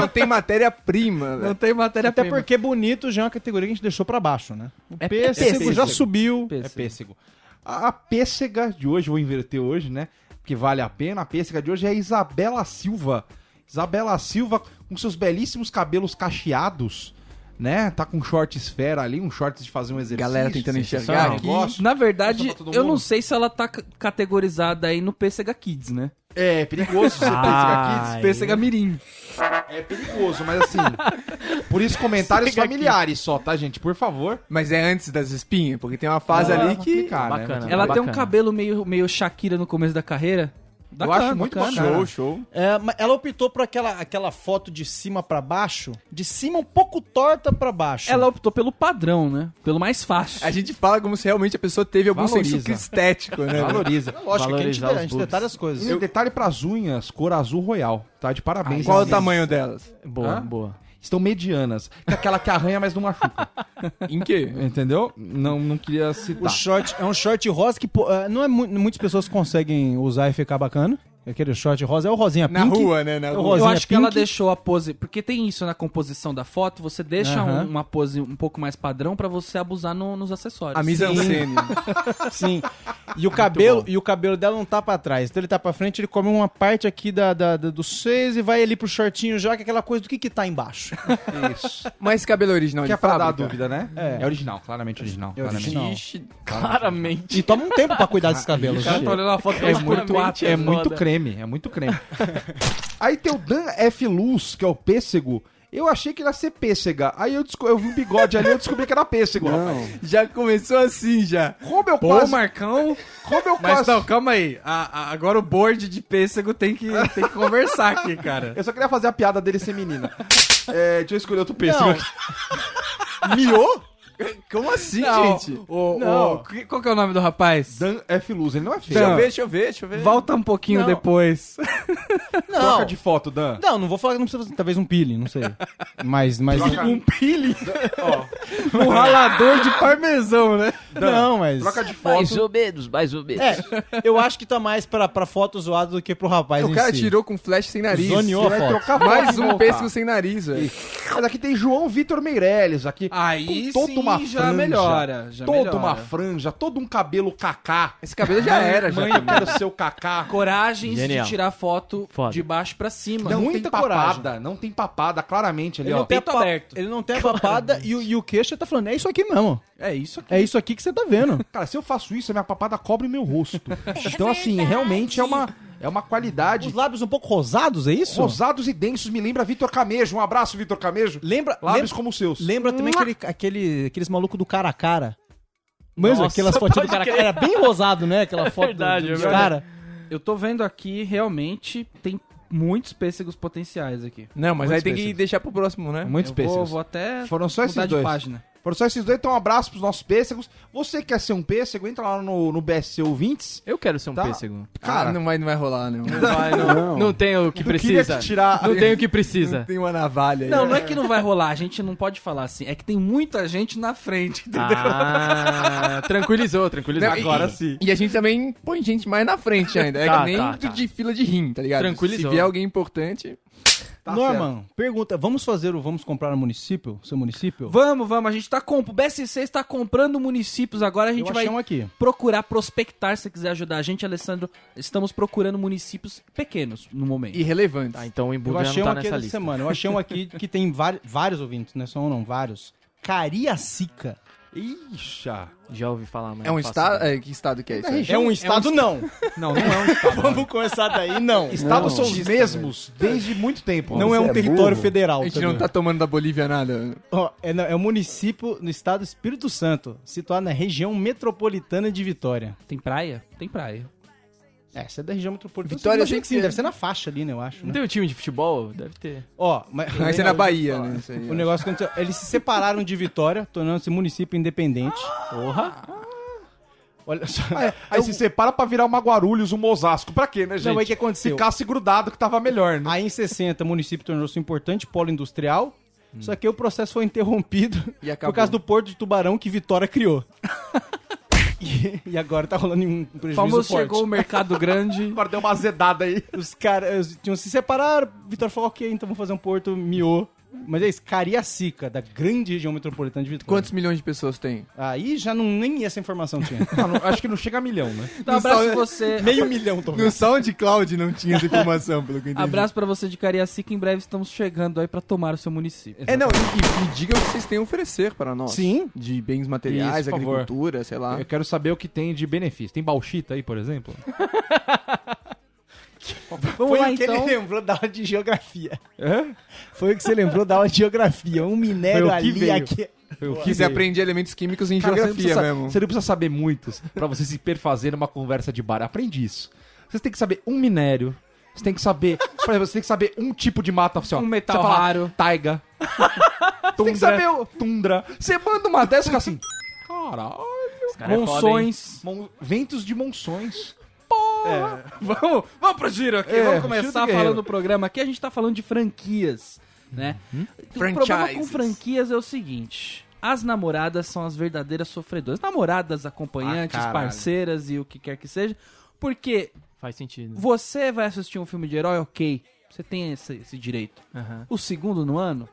[SPEAKER 5] não tem matéria-prima, velho.
[SPEAKER 1] tem matéria
[SPEAKER 6] Até porque bonito já é uma categoria que a gente deixou pra baixo, né? O
[SPEAKER 1] É
[SPEAKER 6] pêssego
[SPEAKER 1] pêssego.
[SPEAKER 6] já subiu.
[SPEAKER 1] Pêssego.
[SPEAKER 3] É pêssego. A a pêssega de hoje, vou inverter hoje, né? Porque vale a pena. A pêssega de hoje é a Isabela Silva. Isabela Silva com seus belíssimos cabelos cacheados, né? Tá com short esfera ali, um short de fazer um exercício.
[SPEAKER 5] Galera tentando
[SPEAKER 3] sensação,
[SPEAKER 5] enxergar
[SPEAKER 3] um
[SPEAKER 5] aqui.
[SPEAKER 3] negócio.
[SPEAKER 1] Na verdade,
[SPEAKER 3] Só pra todo
[SPEAKER 1] eu
[SPEAKER 3] mundo.
[SPEAKER 1] não sei se ela tá c- categorizada aí no Pêssega Kids, né?
[SPEAKER 3] É
[SPEAKER 5] <laughs>
[SPEAKER 3] perigoso você
[SPEAKER 5] Ah,
[SPEAKER 3] pêssega aqui.
[SPEAKER 2] Ai.
[SPEAKER 1] Pêssega Mirim.
[SPEAKER 3] É perigoso, mas assim. por isso,
[SPEAKER 2] <laughs>
[SPEAKER 3] comentários familiares só, tá, gente? Por favor.
[SPEAKER 5] Mas é antes das espinhas, porque tem uma fase ali que...
[SPEAKER 3] Complicar, né?
[SPEAKER 2] Bacana.
[SPEAKER 1] Ela tem um
[SPEAKER 2] bacana.
[SPEAKER 1] cabelo meio, meio Shakira no começo da carreira. Bacana,
[SPEAKER 3] acho muito
[SPEAKER 1] bacana.
[SPEAKER 3] bacana.
[SPEAKER 5] show.
[SPEAKER 6] É, mas ela optou por aquela, aquela foto de cima pra baixo. De cima um pouco torta pra baixo.
[SPEAKER 1] Ela optou pelo padrão, né? Pelo mais fácil.
[SPEAKER 5] A gente fala como se realmente a pessoa teve algum senso
[SPEAKER 3] Valoriza.
[SPEAKER 5] estético, né? velho?
[SPEAKER 3] Valoriza.
[SPEAKER 6] Lógico que a gente,
[SPEAKER 2] Valorizar os
[SPEAKER 6] a gente
[SPEAKER 2] boobs.
[SPEAKER 6] detalha as coisas.
[SPEAKER 3] E um detalhe pras unhas, cor azul royal, tá? De parabéns.
[SPEAKER 5] Qual é o
[SPEAKER 3] Sim.
[SPEAKER 5] tamanho delas?
[SPEAKER 2] Boa,
[SPEAKER 3] Hã?
[SPEAKER 2] boa.
[SPEAKER 3] Estão medianas. Que é aquela que arranha, mas não machuca.
[SPEAKER 5] Em quê?
[SPEAKER 3] Entendeu? Não, não queria citar.
[SPEAKER 6] O short é um short rosa que pô, ah, não é mu- muitas pessoas conseguem usar e ficar bacana. Aquele short rosa é o rosinha
[SPEAKER 5] Na
[SPEAKER 6] pink.
[SPEAKER 5] rua, né? Na
[SPEAKER 6] Eu
[SPEAKER 5] rua.
[SPEAKER 6] gosto.
[SPEAKER 1] Eu
[SPEAKER 6] Rosinha
[SPEAKER 1] acho que ela
[SPEAKER 6] Pink.
[SPEAKER 1] deixou a pose. Porque tem isso na composição da foto, você deixa
[SPEAKER 6] Aham.
[SPEAKER 1] um- uma pose um pouco mais padrão pra você abusar no- nos acessórios.
[SPEAKER 5] A mise en scène.
[SPEAKER 6] Sim. tá E o cabelo, e o cabelo dela não tá pra trás. Então ele tá pra frente, ele come uma parte aqui da, da- da- do seis e vai ali pro shortinho já, que é aquela coisa do que que tá embaixo.
[SPEAKER 3] Isso.
[SPEAKER 5] Mas cabelo original
[SPEAKER 3] Que é
[SPEAKER 5] de
[SPEAKER 3] pra dar
[SPEAKER 5] fábrica?
[SPEAKER 3] dúvida, né?
[SPEAKER 6] É.
[SPEAKER 3] É, original, claramente original.
[SPEAKER 6] É original.
[SPEAKER 3] claramente.
[SPEAKER 6] Não.
[SPEAKER 5] Ixi,
[SPEAKER 2] Claramente.
[SPEAKER 6] E toma um tempo pra cuidar desses cabelos.
[SPEAKER 1] O cara tá olhando a foto
[SPEAKER 2] É
[SPEAKER 1] mas
[SPEAKER 2] muito
[SPEAKER 1] curto ato.
[SPEAKER 3] É
[SPEAKER 2] É
[SPEAKER 3] muito
[SPEAKER 2] foda.
[SPEAKER 3] creme, é muito creme. <laughs> Aí tem o Dan F. Luz, que é o pêssego. Eu achei que ele ia ser pêssega. Aí eu, desco- eu vi um bigode ali eu descobri que era pêssego, rapaz.
[SPEAKER 5] Já começou assim, já.
[SPEAKER 3] Como eu
[SPEAKER 1] Pô,
[SPEAKER 3] quase...
[SPEAKER 1] Marcão.
[SPEAKER 3] Como eu
[SPEAKER 1] Mas
[SPEAKER 3] quase...
[SPEAKER 1] não, calma aí. A- a- agora o board de pêssego tem que, tem que conversar aqui,
[SPEAKER 3] <laughs>
[SPEAKER 1] cara.
[SPEAKER 3] Eu só queria fazer a piada dele ser menina. É, deixa eu escolher outro pêssego
[SPEAKER 6] Não.
[SPEAKER 3] aqui.
[SPEAKER 5] Miou? Como assim, gente?
[SPEAKER 1] O,
[SPEAKER 3] Não.
[SPEAKER 1] o- que- qual que é o nome do rapaz?
[SPEAKER 3] Dan F. Luz, ele não é feio.
[SPEAKER 5] Deixa eu ver, deixa eu ver, deixa eu ver.
[SPEAKER 1] Volta um pouquinho <laughs>
[SPEAKER 6] Não.
[SPEAKER 1] depois.
[SPEAKER 3] Troca
[SPEAKER 6] Não,
[SPEAKER 3] de foto, Dan.
[SPEAKER 6] não, não vou falar que não precisa. Talvez um peeling, não sei. Mas. mas
[SPEAKER 3] Troca-
[SPEAKER 1] Pile.
[SPEAKER 3] Ó,
[SPEAKER 1] Um ralador de parmesão, né?
[SPEAKER 6] não, mas.
[SPEAKER 3] troca de foto.
[SPEAKER 2] ou menos, mais ou menos.
[SPEAKER 6] É, eu acho que tá mais pra, pra foto zoada do que pro rapaz.
[SPEAKER 5] O
[SPEAKER 6] em
[SPEAKER 5] cara
[SPEAKER 6] si.
[SPEAKER 5] tirou com flash sem nariz.
[SPEAKER 6] Zoneou a
[SPEAKER 3] Vai
[SPEAKER 6] foto.
[SPEAKER 3] trocar
[SPEAKER 5] Mais
[SPEAKER 3] foto e
[SPEAKER 5] um
[SPEAKER 3] voltar.
[SPEAKER 5] pêssego sem nariz, velho.
[SPEAKER 3] Mas aqui tem João Vitor Meirelles aqui.
[SPEAKER 1] Aí
[SPEAKER 3] com toda
[SPEAKER 1] sim,
[SPEAKER 3] uma uma
[SPEAKER 1] já
[SPEAKER 3] franja,
[SPEAKER 1] melhora, já
[SPEAKER 3] toda
[SPEAKER 1] melhora.
[SPEAKER 3] uma franja, todo um cabelo cacá.
[SPEAKER 5] Esse cabelo já era, já.
[SPEAKER 3] Mãe, eu quero ser o cacá.
[SPEAKER 1] Coragem
[SPEAKER 2] Genial.
[SPEAKER 1] de tirar foto
[SPEAKER 2] Foda.
[SPEAKER 1] de baixo pra cima.
[SPEAKER 3] Não
[SPEAKER 6] muita
[SPEAKER 3] tem papada,
[SPEAKER 6] coragem.
[SPEAKER 3] não tem papada, claramente ali,
[SPEAKER 6] Ele
[SPEAKER 3] ó.
[SPEAKER 6] não, tem a
[SPEAKER 1] peito
[SPEAKER 6] pa-
[SPEAKER 1] aberto.
[SPEAKER 6] ele não tem a papada e o, e o queixo tá falando, é isso aqui mesmo.
[SPEAKER 1] É isso aqui.
[SPEAKER 6] É isso aqui que você tá
[SPEAKER 3] <laughs>
[SPEAKER 6] vendo.
[SPEAKER 3] Cara, se eu faço isso, a minha papada cobre meu rosto.
[SPEAKER 5] <laughs> É
[SPEAKER 3] então, assim, realmente é uma, é uma qualidade.
[SPEAKER 6] Os lábios um pouco rosados, é isso?
[SPEAKER 3] Rosados e densos me lembra Vitor Camejo. Um abraço, Vitor Camejo.
[SPEAKER 6] Lembra,
[SPEAKER 3] Lábios como os seus.
[SPEAKER 6] lembra, lembra também aquele, aquele- aqueles malucos do cara a cara. Mesmo
[SPEAKER 2] Nossa,
[SPEAKER 6] aquelas
[SPEAKER 2] pode
[SPEAKER 6] fotinhas do cara a
[SPEAKER 2] crer.
[SPEAKER 6] cara. Era bem rosado, né? Aquela foto
[SPEAKER 2] verdade,
[SPEAKER 6] do,
[SPEAKER 2] é
[SPEAKER 6] dos
[SPEAKER 2] verdade.
[SPEAKER 6] cara.
[SPEAKER 1] Eu tô vendo aqui, realmente, tem muitos pêssegos potenciais aqui.
[SPEAKER 5] Não, mas
[SPEAKER 3] Muito
[SPEAKER 5] aí tem que
[SPEAKER 3] específico.
[SPEAKER 5] deixar pro próximo, né?
[SPEAKER 3] Muitos
[SPEAKER 1] Eu vou,
[SPEAKER 3] pêssegos.
[SPEAKER 1] vou até
[SPEAKER 3] Foram só esses
[SPEAKER 1] mudar de
[SPEAKER 3] dois.
[SPEAKER 1] página.
[SPEAKER 3] Foram só esses dois, então um abraço pros nossos pêssegos. Você que quer ser um pêssego, entra lá no, no BSC Ouvintes.
[SPEAKER 2] Eu quero ser um
[SPEAKER 3] Tá.
[SPEAKER 2] pêssego.
[SPEAKER 5] Cara,
[SPEAKER 3] Cara,
[SPEAKER 5] Ah, não vai, não vai rolar, né? não.
[SPEAKER 2] Não, vai, não, não. tem o que
[SPEAKER 3] eu queria
[SPEAKER 2] precisa.
[SPEAKER 3] te tirar.
[SPEAKER 2] Não tem o que precisa.
[SPEAKER 5] Não tem uma navalha aí.
[SPEAKER 1] Não, não é que não vai rolar, a gente não pode falar assim. É que tem muita gente na frente, entendeu?
[SPEAKER 2] Ah, tranquilizou, tranquilizou.
[SPEAKER 5] Não, e- e- E a gente também põe gente mais na frente ainda. É
[SPEAKER 2] Tá,
[SPEAKER 5] que nem
[SPEAKER 2] tá, tá.
[SPEAKER 5] de fila de rim, tá ligado?
[SPEAKER 2] Tranquilizou.
[SPEAKER 5] Se vier alguém importante,
[SPEAKER 3] Tá
[SPEAKER 6] Norman, pergunta, vamos fazer o Vamos Comprar no Município? Seu município?
[SPEAKER 1] Vamos, vamos, a gente tá comprando. O BSC está comprando municípios agora, a gente
[SPEAKER 6] Eu
[SPEAKER 1] vai
[SPEAKER 6] achei um aqui.
[SPEAKER 1] procurar, prospectar, se você quiser ajudar a gente, Alessandro. Estamos procurando municípios pequenos no momento.
[SPEAKER 5] irrelevante.
[SPEAKER 2] Ah, então o
[SPEAKER 6] Eu
[SPEAKER 2] Imbu já
[SPEAKER 6] achei
[SPEAKER 2] não tá
[SPEAKER 6] um aqui
[SPEAKER 2] nessa
[SPEAKER 6] essa
[SPEAKER 2] lista.
[SPEAKER 6] semana. Eu achei um aqui que tem vari- vários ouvintes, né? Só um não, vários. Cariacica.
[SPEAKER 3] Ixa.
[SPEAKER 2] Já ouvi falar, mas
[SPEAKER 5] É um
[SPEAKER 2] não faço
[SPEAKER 5] estado.
[SPEAKER 2] ideia.
[SPEAKER 5] É, que estado que é isso? aí?
[SPEAKER 6] É um estado não.
[SPEAKER 3] Não, não é <laughs> um estado.
[SPEAKER 6] <laughs> Vamos começar daí,
[SPEAKER 5] <laughs>
[SPEAKER 6] não.
[SPEAKER 3] Estados são os mesmos desde muito tempo.
[SPEAKER 6] Não é um
[SPEAKER 5] Você é
[SPEAKER 6] território
[SPEAKER 5] burro.
[SPEAKER 6] federal.
[SPEAKER 5] A gente
[SPEAKER 6] também.
[SPEAKER 5] não tá tomando da Bolívia nada.
[SPEAKER 6] Ó, é, né? não, é um município no estado do Espírito Santo, situado na região metropolitana de Vitória.
[SPEAKER 1] Tem praia? Tem praia.
[SPEAKER 6] É, você é da região metropolitana.
[SPEAKER 5] Vitória é-
[SPEAKER 6] eu imagino
[SPEAKER 5] tem que
[SPEAKER 6] que sim,
[SPEAKER 5] ter.
[SPEAKER 6] deve ser na faixa ali, né? Eu acho.
[SPEAKER 2] Não
[SPEAKER 6] Né?
[SPEAKER 2] tem um time de futebol? Deve ter.
[SPEAKER 6] Ó, mas, <laughs>
[SPEAKER 5] Vai ser na Bahia, né? Isso aí,
[SPEAKER 6] O negócio aconteceu. Eles se separaram de Vitória, tornando-se município independente.
[SPEAKER 2] Porra!
[SPEAKER 6] Olha só.
[SPEAKER 3] Aí, aí se separa pra virar uma Guarulhos, um Mosasco. Pra quê, né, gente?
[SPEAKER 6] Não, aí o que aconteceu?
[SPEAKER 3] Ficasse grudado que tava melhor, né?
[SPEAKER 6] Aí em 60, o município tornou-se um importante polo industrial. Só que o processo foi interrompido
[SPEAKER 5] E acabou.
[SPEAKER 6] por causa do porto de Tubarão que Vitória criou. <laughs> e, e agora tá rolando um prejuízo
[SPEAKER 1] Famoso
[SPEAKER 6] forte.
[SPEAKER 1] chegou o mercado
[SPEAKER 6] <laughs>
[SPEAKER 1] grande.
[SPEAKER 3] Agora deu uma azedada aí.
[SPEAKER 6] Os caras tinham se separado, Vitória falou, ok, então vamos fazer um porto miô. Mas é isso, Cariacica, da grande região metropolitana de Vitória.
[SPEAKER 5] Quantos milhões de pessoas tem?
[SPEAKER 6] Aí já não, nem essa informação tinha.
[SPEAKER 3] acho que <laughs> não chega a milhão, né?
[SPEAKER 1] Então, abraço pra você.
[SPEAKER 6] Meio milhão, talvez.
[SPEAKER 5] No SoundCloud não tinha essa informação, pelo que eu entendi.
[SPEAKER 1] Abraço pra você de Cariacica. Em breve estamos chegando aí pra tomar o seu município.
[SPEAKER 5] É, não, e, e- e diga o que vocês têm a oferecer para nós.
[SPEAKER 6] Sim.
[SPEAKER 5] De bens materiais,
[SPEAKER 3] Isso, por favor.
[SPEAKER 5] agricultura, sei lá.
[SPEAKER 3] Eu quero saber o que tem de benefício. Tem bauxita aí, por exemplo?
[SPEAKER 1] Vamos lá
[SPEAKER 6] que
[SPEAKER 1] então.
[SPEAKER 6] ele lembrou da aula de geografia.
[SPEAKER 3] É?
[SPEAKER 6] Foi o que você lembrou da aula de geografia. Um
[SPEAKER 3] Foi
[SPEAKER 6] minério
[SPEAKER 3] o que
[SPEAKER 6] ali,
[SPEAKER 3] veio.
[SPEAKER 6] aqui.
[SPEAKER 3] Eu
[SPEAKER 5] Que você aprende elementos químicos em
[SPEAKER 3] Cara, você não,
[SPEAKER 5] geografia
[SPEAKER 3] precisa, sa-
[SPEAKER 5] mesmo.
[SPEAKER 3] você não precisa saber muitos pra você se perfazer numa conversa de bar. Aprende isso. Você tem que saber um minério. Você tem que saber. Por exemplo, você tem que saber um tipo de mata. Assim, ó.
[SPEAKER 1] Um metal
[SPEAKER 3] Você fala,
[SPEAKER 1] raro.
[SPEAKER 3] Taiga. você tem que saber o. Tundra. Você manda uma dessa e fica assim. Caralho.
[SPEAKER 2] Os cara é
[SPEAKER 1] Monções.
[SPEAKER 3] Mon- Ventos de monções.
[SPEAKER 1] Vamos, vamos pro giro aqui.
[SPEAKER 3] É,
[SPEAKER 1] vamos
[SPEAKER 3] Giro do
[SPEAKER 1] começar
[SPEAKER 3] Guerreiro.
[SPEAKER 1] falando do programa aqui. A gente tá falando de franquias, né?
[SPEAKER 3] Uhum.
[SPEAKER 1] O problema com
[SPEAKER 5] Franchises.
[SPEAKER 1] franquias é o seguinte. As namoradas são as verdadeiras sofredoras. Namoradas, acompanhantes,
[SPEAKER 3] Ah,
[SPEAKER 1] parceiras e o que quer que seja. Porque
[SPEAKER 2] foda, hein? Faz sentido.
[SPEAKER 1] você vai assistir um filme de herói, ok. Você tem esse, esse direito.
[SPEAKER 2] Aham.
[SPEAKER 1] O segundo no ano?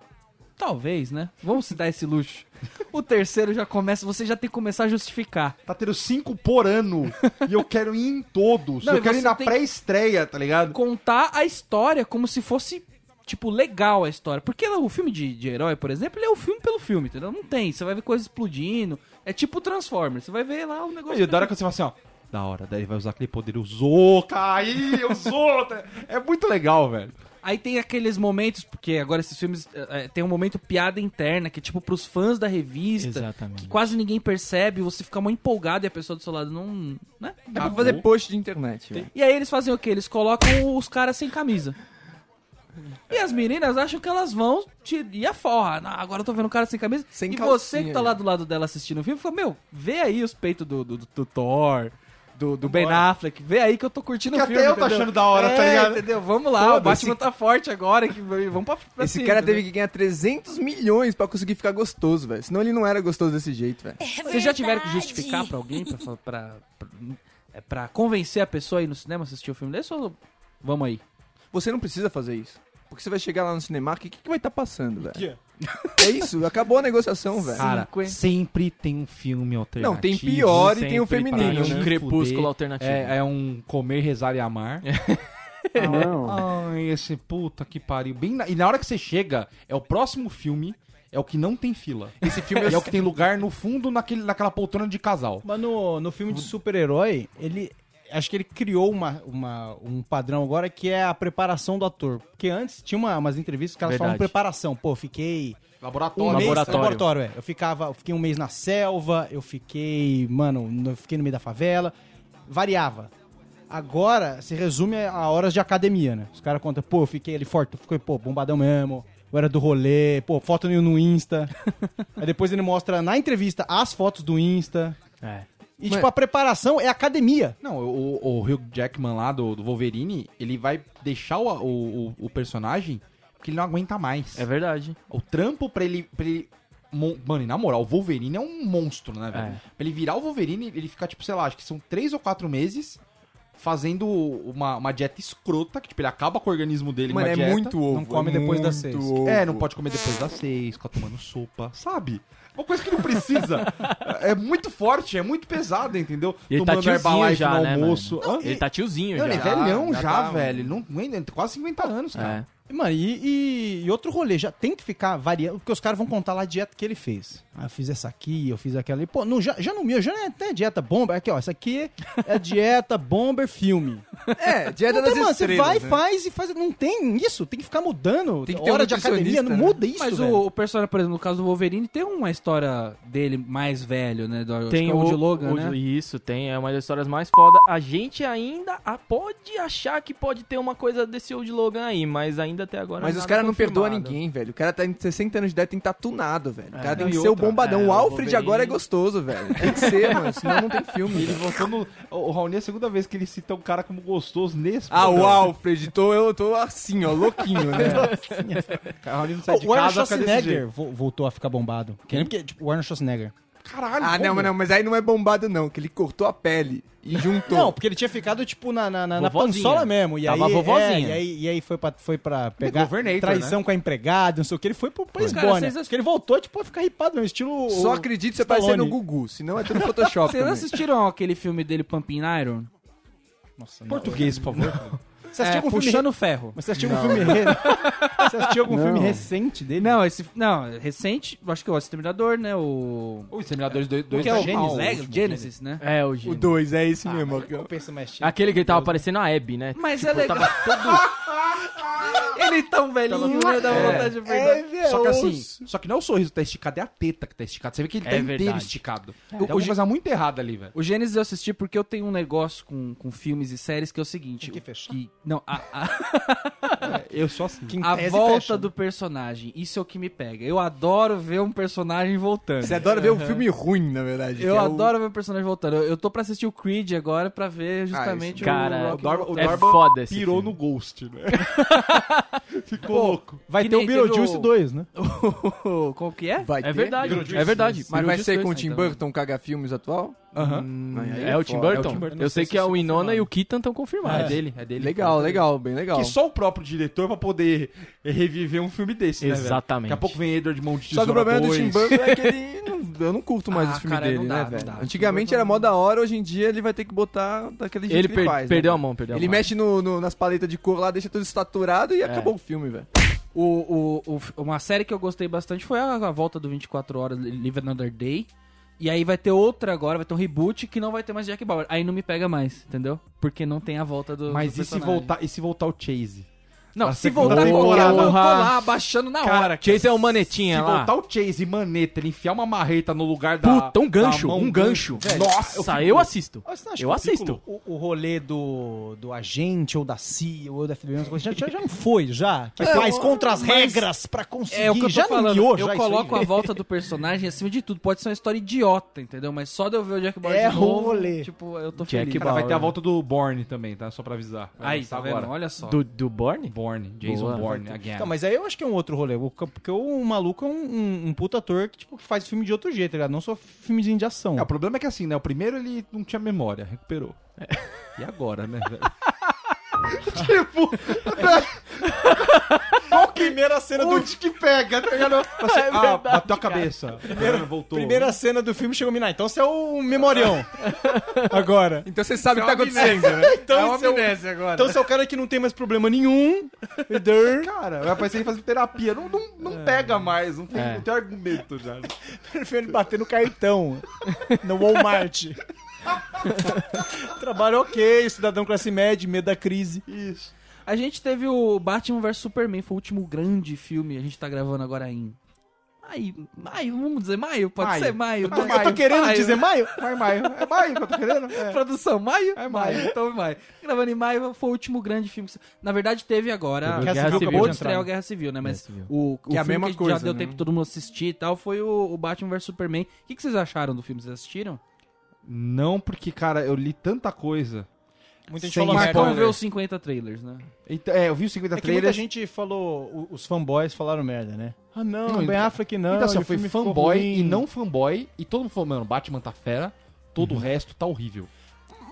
[SPEAKER 1] Talvez, né? Vamos se dar esse
[SPEAKER 3] <laughs>
[SPEAKER 1] luxo. O terceiro já começa, você já tem que começar a justificar.
[SPEAKER 3] Tá tendo cinco por ano. e eu quero ir em todos.
[SPEAKER 1] Não, e
[SPEAKER 3] eu quero ir
[SPEAKER 1] você
[SPEAKER 3] na
[SPEAKER 1] tem-
[SPEAKER 3] pré-estreia, tá ligado?
[SPEAKER 1] contar a história como se fosse, tipo, legal a história. Porque o filme de, de herói, por exemplo, ele é o filme pelo filme, entendeu? Não tem. Você vai ver coisas explodindo. É tipo Transformers. Você vai ver lá o negócio.
[SPEAKER 3] E da hora que você fala assim, ó. Da hora, daí vai usar aquele poder. Usou, caiu, usou. tá- É muito legal, velho.
[SPEAKER 1] Aí tem aqueles momentos, porque agora esses filmes eh, eh, tem um momento piada interna, que é tipo pros fãs da revista.
[SPEAKER 2] Exatamente.
[SPEAKER 1] Que quase ninguém percebe, você fica mó empolgado e a pessoa do seu lado não. né?
[SPEAKER 5] É pra fazer post de internet. velho.
[SPEAKER 1] E aí eles fazem o quê? Eles colocam os caras sem camisa. E as meninas acham que elas vão te ir a forra. Não, agora eu tô vendo o cara sem camisa.
[SPEAKER 5] Sem
[SPEAKER 1] e você
[SPEAKER 5] calcinha,
[SPEAKER 1] que tá
[SPEAKER 5] já.
[SPEAKER 3] né?
[SPEAKER 1] lá do lado dela assistindo o filme, fica, meu, vê aí os peitos do, do, do Thor, do, do Ben Affleck, vê aí que eu tô curtindo
[SPEAKER 3] Que
[SPEAKER 1] o
[SPEAKER 3] até
[SPEAKER 1] filme.
[SPEAKER 3] eu tô achando da hora,
[SPEAKER 1] é,
[SPEAKER 3] tá ligado?
[SPEAKER 1] entendeu? Vamos lá, o
[SPEAKER 5] Foda-se.
[SPEAKER 1] Batman tá forte agora, que vamos pra, pra
[SPEAKER 5] Esse
[SPEAKER 1] cima,
[SPEAKER 5] cara
[SPEAKER 1] entendeu?
[SPEAKER 5] teve que ganhar 300 milhões pra conseguir ficar gostoso, velho. Senão ele não era gostoso desse jeito,
[SPEAKER 7] É.
[SPEAKER 5] velho.
[SPEAKER 1] Vocês já tiveram que justificar pra alguém, pra, fa- pra, pra, é, pra convencer a pessoa a ir no cinema assistir o filme desse ou... Vamos aí.
[SPEAKER 5] Você não precisa fazer isso. Porque você vai chegar lá no Cinemark e o que, que vai estar tá passando, velho? É isso, acabou a negociação, velho.
[SPEAKER 2] Ah,
[SPEAKER 5] Ah,
[SPEAKER 2] Cara,
[SPEAKER 1] Cara,
[SPEAKER 3] sempre tem um filme alternativo.
[SPEAKER 5] Não, tem pior e tem o
[SPEAKER 3] sempre
[SPEAKER 5] feminino,
[SPEAKER 3] para
[SPEAKER 2] né?
[SPEAKER 3] te
[SPEAKER 2] Um crepúsculo
[SPEAKER 3] fuder.
[SPEAKER 2] alternativo.
[SPEAKER 3] É, é um comer, rezar e amar. Ai, esse puta que pariu. Bem na- E na hora que você chega, é o próximo filme, é o que não tem fila. Esse filme é, o que tem lugar no fundo naquele, naquela poltrona de casal.
[SPEAKER 6] Mas no, no filme de super-herói, ele. Acho que ele criou uma, uma- um padrão agora que é a preparação do ator. Porque antes tinha uma- umas entrevistas que elas
[SPEAKER 2] Verdade.
[SPEAKER 6] falavam preparação. Pô, fiquei. Um
[SPEAKER 3] Laboratório. né?
[SPEAKER 6] mês
[SPEAKER 2] laboratório.
[SPEAKER 6] laboratório, é. Eu ficava, eu fiquei um mês na selva, eu fiquei, mano, no- eu fiquei no meio da favela, variava. Agora se resume a a horas de academia, né? Os caras contam, pô, eu fiquei ali forte, eu fiquei, pô, bombadão mesmo. Eu era do rolê, pô, foto no no Insta. Aí depois ele mostra na entrevista as fotos do Insta.
[SPEAKER 2] É.
[SPEAKER 6] E, tipo, a preparação é academia.
[SPEAKER 3] Não, o, o Hugh Jackman lá do, do Wolverine, ele vai deixar o, o, o- o personagem porque ele não aguenta mais.
[SPEAKER 2] É verdade.
[SPEAKER 3] O trampo pra ele. Pra ele mon- Mano, e na moral, o Wolverine é um monstro, né, velho?
[SPEAKER 2] É.
[SPEAKER 3] Pra ele virar o Wolverine, ele fica, tipo, sei lá, acho que são três ou quatro meses fazendo uma, uma dieta escrota, que, tipo, ele acaba com o organismo dele
[SPEAKER 5] Mano,
[SPEAKER 3] numa
[SPEAKER 5] é
[SPEAKER 3] dieta.
[SPEAKER 5] muito ovo.
[SPEAKER 6] Não come depois das seis.
[SPEAKER 3] É, não pode comer depois das seis, fica tomando sopa, sabe? Uma coisa que não precisa. é muito forte, é muito pesada, entendeu?
[SPEAKER 2] E ele tá tiozinho já, né,
[SPEAKER 3] Hã?
[SPEAKER 2] Ele tá tiozinho
[SPEAKER 3] Não, ele
[SPEAKER 2] já.
[SPEAKER 3] é velhão já,
[SPEAKER 5] já tá-
[SPEAKER 3] velho. Ele não aguenta, ele tem quase 50 anos, cara.
[SPEAKER 2] É.
[SPEAKER 6] E, Mano, e, e- e outro rolê, já tem que ficar variando, porque os caras vão contar lá a dieta que ele fez. Ah, eu fiz essa aqui, eu fiz aquela ali. Pô, não, já, já no meu, já não é até dieta bomber. Aqui, ó, essa aqui é a <laughs> dieta bomber filme.
[SPEAKER 5] É, dieta
[SPEAKER 6] não tem,
[SPEAKER 5] das
[SPEAKER 6] Então, mano, você
[SPEAKER 5] estrelas.
[SPEAKER 6] vai,
[SPEAKER 5] né?
[SPEAKER 6] faz e faz. Não tem isso, tem que ficar mudando.
[SPEAKER 5] Tem que ter um
[SPEAKER 6] hora de academia, não
[SPEAKER 5] nutricionista, né?
[SPEAKER 6] muda isso,
[SPEAKER 1] Mas
[SPEAKER 6] velho.
[SPEAKER 1] o, o personagem, por exemplo, no caso do Wolverine, tem uma história dele mais velho, né? Do, acho que
[SPEAKER 2] Tem
[SPEAKER 1] é
[SPEAKER 2] Então o,
[SPEAKER 1] o de Logan,
[SPEAKER 2] o-
[SPEAKER 1] né?
[SPEAKER 2] Isso, tem. É uma das histórias mais foda. A gente ainda a- pode achar que pode ter uma coisa desse Old Logan aí, mas ainda até agora
[SPEAKER 5] Mas
[SPEAKER 2] nada
[SPEAKER 5] os caras não
[SPEAKER 2] tá confirmado.
[SPEAKER 5] perdoam ninguém, velho. O cara tá em 60 anos de idade, tem que tá tunado, velho. O cara tem
[SPEAKER 2] Não,
[SPEAKER 5] que
[SPEAKER 2] e
[SPEAKER 5] ser o
[SPEAKER 2] outra,
[SPEAKER 5] bombadão.
[SPEAKER 2] é,
[SPEAKER 5] o
[SPEAKER 2] o
[SPEAKER 5] Alfred agora é
[SPEAKER 2] Wolverine-
[SPEAKER 5] gostoso, velho. Tem que ser, mano. Senão não tem filme.
[SPEAKER 3] Ele
[SPEAKER 5] velho.
[SPEAKER 3] voltou no. O Raoni é a segunda vez que ele cita um cara como gostoso nesse.
[SPEAKER 5] Ah, o
[SPEAKER 3] programa.
[SPEAKER 5] Alfred, tô, eu tô assim, ó, louquinho, né?
[SPEAKER 3] O Raoni não sai de
[SPEAKER 6] o Arnold
[SPEAKER 3] casa, fica desse
[SPEAKER 6] Schwarzenegger
[SPEAKER 3] jeito.
[SPEAKER 6] vo- voltou a ficar bombado. Que nem Porque, tipo, o Arnold Schwarzenegger.
[SPEAKER 3] Caralho,
[SPEAKER 5] ah, não,
[SPEAKER 3] como?
[SPEAKER 5] mas não, mas aí não é bombado, não, que ele cortou a pele e juntou.
[SPEAKER 6] Não, porque ele tinha ficado, tipo, na, na, na, na
[SPEAKER 2] Vovozinha.
[SPEAKER 6] pançola mesmo. E
[SPEAKER 2] Tava
[SPEAKER 6] aí,
[SPEAKER 2] vovozinha.
[SPEAKER 6] é, e aí, e aí foi, pra, foi
[SPEAKER 1] é
[SPEAKER 6] pra pegar
[SPEAKER 3] Governator,
[SPEAKER 6] traição com a empregada, não sei o que. Ele foi pro pra
[SPEAKER 1] né? Cara,
[SPEAKER 6] Esbônia.
[SPEAKER 1] vocês acham-
[SPEAKER 6] Porque ele voltou, tipo, a ficar ripado mesmo, estilo...
[SPEAKER 5] Só
[SPEAKER 6] o-
[SPEAKER 5] acredite se
[SPEAKER 6] Stallone.
[SPEAKER 5] aparecer no Gugu, senão é
[SPEAKER 1] <laughs>
[SPEAKER 5] tudo Photoshop.
[SPEAKER 1] Vocês
[SPEAKER 5] também.
[SPEAKER 1] assistiram aquele filme dele, Pumping Iron? É,
[SPEAKER 6] Nossa, não.
[SPEAKER 3] Português, por favor.
[SPEAKER 6] Tá, Você assistiu algum filme...
[SPEAKER 1] Puxando Ferro.
[SPEAKER 6] Mas você assistiu algum filme...
[SPEAKER 1] <laughs>
[SPEAKER 6] re- Você assistiu algum filme recente dele?
[SPEAKER 1] Não, esse. Não, recente, acho que é o Exterminador, né? O.
[SPEAKER 3] o Exterminador 2
[SPEAKER 1] Porque
[SPEAKER 3] tá
[SPEAKER 1] é o
[SPEAKER 3] Gênesis,
[SPEAKER 1] o
[SPEAKER 3] né?
[SPEAKER 1] Leg- Genesis, né?
[SPEAKER 2] É, o Gino.
[SPEAKER 5] O 2, é
[SPEAKER 1] Ah,
[SPEAKER 5] esse mesmo.
[SPEAKER 6] Eu penso mais... tipo,
[SPEAKER 2] Aquele que ele tava parecendo a Abby, né?
[SPEAKER 1] Mas é legal. <laughs> Ele tão velhinho, né? Dá vontade de perguntar.
[SPEAKER 3] Só que assim, só que não é o sorriso que tá esticado, é a teta que tá esticada. Você vê que ele
[SPEAKER 2] É
[SPEAKER 3] tá inteiro
[SPEAKER 2] verdade.
[SPEAKER 3] esticado. É.
[SPEAKER 1] O-
[SPEAKER 3] Tem
[SPEAKER 1] o
[SPEAKER 3] alguma
[SPEAKER 1] Gê-
[SPEAKER 3] coisa muito errada ali, velho.
[SPEAKER 1] O Gênesis eu assisti porque eu tenho um negócio com, com filmes e séries que é o seguinte.
[SPEAKER 6] Tem que
[SPEAKER 1] o-
[SPEAKER 6] fechar.
[SPEAKER 1] que- não, a, a-
[SPEAKER 3] Eu sou assim.
[SPEAKER 6] que em
[SPEAKER 1] a
[SPEAKER 6] tese
[SPEAKER 1] volta
[SPEAKER 6] fecha.
[SPEAKER 1] do personagem. Isso é o que me pega. Eu adoro ver um personagem voltando.
[SPEAKER 5] Você adora ver um filme ruim, na
[SPEAKER 1] Eu
[SPEAKER 5] verdade. que é o-
[SPEAKER 1] adoro ver o personagem voltando. Eu, eu tô pra assistir o Creed agora pra
[SPEAKER 3] Ah,
[SPEAKER 1] ver justamente
[SPEAKER 5] isso-
[SPEAKER 1] o
[SPEAKER 2] Cara,
[SPEAKER 1] Rock
[SPEAKER 3] O Dorba, o
[SPEAKER 2] é
[SPEAKER 3] Dorba
[SPEAKER 2] foda esse
[SPEAKER 3] pirou
[SPEAKER 2] filme.
[SPEAKER 3] no Ghost, <laughs> né? Ficou louco.
[SPEAKER 6] Vai
[SPEAKER 1] que
[SPEAKER 6] ter o
[SPEAKER 1] nem teve
[SPEAKER 6] Beetlejuice
[SPEAKER 1] o-
[SPEAKER 6] 2, né?
[SPEAKER 1] Qual que
[SPEAKER 3] né,
[SPEAKER 1] é?
[SPEAKER 5] Vai
[SPEAKER 2] É
[SPEAKER 5] ter?
[SPEAKER 2] verdade,
[SPEAKER 3] Beetlejuice.
[SPEAKER 2] é verdade.
[SPEAKER 5] Mas vai
[SPEAKER 1] Beetlejuice
[SPEAKER 5] ser com o
[SPEAKER 1] dois,
[SPEAKER 5] Tim
[SPEAKER 1] então.
[SPEAKER 5] Burton caga filmes atual? Hum,
[SPEAKER 3] Aham.
[SPEAKER 2] né? É o Tim Burton? Eu sei que é o Inona e o Keaton estão confirmados.
[SPEAKER 3] É dele, é dele.
[SPEAKER 5] Legal, legal, bem legal.
[SPEAKER 3] Que só o próprio diretor pra poder reviver um filme desse, né, velho?
[SPEAKER 2] Exatamente.
[SPEAKER 3] Daqui a pouco vem Edward Mão de
[SPEAKER 5] Só que o
[SPEAKER 3] Tesoura
[SPEAKER 5] problema do
[SPEAKER 3] dois.
[SPEAKER 5] Tim Burton é
[SPEAKER 1] <laughs>
[SPEAKER 5] que ele. não- eu não curto mais
[SPEAKER 1] Ah,
[SPEAKER 5] os filmes
[SPEAKER 1] cara,
[SPEAKER 5] dele,
[SPEAKER 1] não dá,
[SPEAKER 5] né,
[SPEAKER 1] não
[SPEAKER 5] velho?
[SPEAKER 1] dá.
[SPEAKER 5] Antigamente era mó da hora, hoje em dia ele vai ter que botar daquele jeito
[SPEAKER 2] Ele
[SPEAKER 5] que
[SPEAKER 2] per-
[SPEAKER 5] ele faz. né,
[SPEAKER 2] perdeu
[SPEAKER 5] velho?
[SPEAKER 2] a mão, perdeu
[SPEAKER 5] Ele
[SPEAKER 2] a mão.
[SPEAKER 5] mexe no, no- nas paletas de cor lá, deixa tudo saturado e acabou o filme, velho.
[SPEAKER 1] O, o- o- uma série que eu gostei bastante foi a, a volta do 24 Horas Live Another Day. E aí vai ter outra agora, vai ter um reboot que não vai ter mais Jack Bauer. Aí não me pega mais, entendeu? Porque não tem a volta do.
[SPEAKER 3] Mas
[SPEAKER 1] do
[SPEAKER 3] e se,
[SPEAKER 1] personagem.
[SPEAKER 3] voltar, e se voltar o Chase?
[SPEAKER 1] Não,
[SPEAKER 3] a
[SPEAKER 1] se
[SPEAKER 3] segunda
[SPEAKER 1] voltar qualquer
[SPEAKER 3] temporada?
[SPEAKER 1] um, eu tô lá abaixando na hora.
[SPEAKER 2] Chase é o manetinha
[SPEAKER 3] se
[SPEAKER 2] lá.
[SPEAKER 3] voltar o Chase e maneta, ele enfiar uma marreta no lugar da.
[SPEAKER 2] Puta, um gancho,
[SPEAKER 3] da mão
[SPEAKER 2] um
[SPEAKER 3] do-
[SPEAKER 2] gancho.
[SPEAKER 3] Velho,
[SPEAKER 2] Nossa, eu, assisto.
[SPEAKER 6] Ah, você não acha
[SPEAKER 2] Eu
[SPEAKER 6] que
[SPEAKER 2] assisto.
[SPEAKER 6] O, o rolê do, do agente ou da CIA ou da FBI, essas coisas, assim. já, já não foi, já. Que faz contra as regras pra conseguir.
[SPEAKER 1] É o que eu tô
[SPEAKER 6] já não
[SPEAKER 1] falando.
[SPEAKER 6] miou, já
[SPEAKER 1] eu
[SPEAKER 6] isso aí,
[SPEAKER 1] coloco
[SPEAKER 6] velho.
[SPEAKER 1] a volta do personagem acima de tudo. Pode ser uma história idiota, entendeu? Mas só de eu ver o Jack Bauer
[SPEAKER 6] É
[SPEAKER 1] de novo,
[SPEAKER 6] rolê.
[SPEAKER 1] tipo, eu tô
[SPEAKER 2] Jack
[SPEAKER 1] feliz.
[SPEAKER 3] Cara, vai
[SPEAKER 2] Bauer.
[SPEAKER 3] ter a volta do Borne também, tá? Só pra avisar. Vai
[SPEAKER 1] Aí,
[SPEAKER 3] lançar
[SPEAKER 1] tá vendo? Olha só.
[SPEAKER 2] Do, do Borne?
[SPEAKER 3] Borne, Jason
[SPEAKER 2] Boa.
[SPEAKER 3] Borne, again.
[SPEAKER 6] Então, mas aí eu acho que é um outro rolê. o- Porque o maluco é um, um, um puta ator que, tipo, que faz filme de outro jeito, tá ligado? Não só filmezinho de ação.
[SPEAKER 3] É, o <laughs> problema é que assim, né? O primeiro ele não tinha memória, recuperou. E agora, né? velho? tipo,
[SPEAKER 4] Qual primeira cena do
[SPEAKER 3] onde que pega? Tá ligado? Você,
[SPEAKER 2] É
[SPEAKER 3] ah,
[SPEAKER 2] verdade,
[SPEAKER 3] bateu a
[SPEAKER 2] cara.
[SPEAKER 3] cabeça. Ah, voltou.
[SPEAKER 4] primeira cena do filme chegou Minar. Então você é o memorião. <laughs> Agora.
[SPEAKER 5] Então você sabe o que tá acontecendo,
[SPEAKER 4] Então, você é o-
[SPEAKER 1] agora.
[SPEAKER 4] então você é o cara que não tem mais problema nenhum.
[SPEAKER 3] Cara, vai aparecer fazendo terapia. Não, não, não pega mais, não tem,
[SPEAKER 2] É.
[SPEAKER 3] não tem argumento já.
[SPEAKER 4] Prefiro ele bater no cartão. No Walmart. Trabalho ok, cidadão classe média, medo da crise.
[SPEAKER 3] Isso.
[SPEAKER 1] A gente teve o Batman vs Superman, foi o último grande filme, a gente tá gravando agora em. Maio, maio, vamos dizer maio? Pode
[SPEAKER 3] Maio.
[SPEAKER 1] ser maio.
[SPEAKER 3] Eu tô-
[SPEAKER 4] Eu
[SPEAKER 1] maio.
[SPEAKER 4] tô querendo
[SPEAKER 1] Maio.
[SPEAKER 4] dizer maio?
[SPEAKER 3] Maio, maio. É maio que eu tô querendo? É.
[SPEAKER 1] Produção, maio?
[SPEAKER 3] É maio.
[SPEAKER 1] Então é maio. Gravando em maio foi o último grande filme. que- Na verdade, teve agora.
[SPEAKER 2] Guerra
[SPEAKER 1] acabou
[SPEAKER 2] Civil.
[SPEAKER 1] de estrear o Guerra Civil, né? Mas
[SPEAKER 2] Guerra Civil.
[SPEAKER 1] o, o
[SPEAKER 5] Que é a
[SPEAKER 1] filme
[SPEAKER 5] mesma
[SPEAKER 1] que
[SPEAKER 5] coisa,
[SPEAKER 1] já deu
[SPEAKER 5] né?
[SPEAKER 1] tempo de todo mundo assistir e tal foi o, o Batman vs Superman. O que, que vocês acharam do filme? Vocês assistiram?
[SPEAKER 3] Não, porque, cara, eu li tanta coisa.
[SPEAKER 4] Muita gente
[SPEAKER 3] Sem
[SPEAKER 4] falou
[SPEAKER 1] Mas
[SPEAKER 3] spoiler.
[SPEAKER 4] merda.
[SPEAKER 1] vamos ver os 50 trailers, né?
[SPEAKER 3] Então, é, eu vi os 50
[SPEAKER 6] É que muita
[SPEAKER 3] trailers.
[SPEAKER 6] gente falou, o- os fanboys falaram merda, né? Ah, não,
[SPEAKER 3] Não,
[SPEAKER 6] Ben
[SPEAKER 3] então-
[SPEAKER 6] Affleck não.
[SPEAKER 3] então, assim,
[SPEAKER 6] e
[SPEAKER 3] ó,
[SPEAKER 6] o
[SPEAKER 3] foi
[SPEAKER 6] filme ficou
[SPEAKER 3] fanboy
[SPEAKER 6] ruim.
[SPEAKER 3] e não fanboy. E todo mundo falou, mano, Batman tá fera. Todo o resto tá horrível.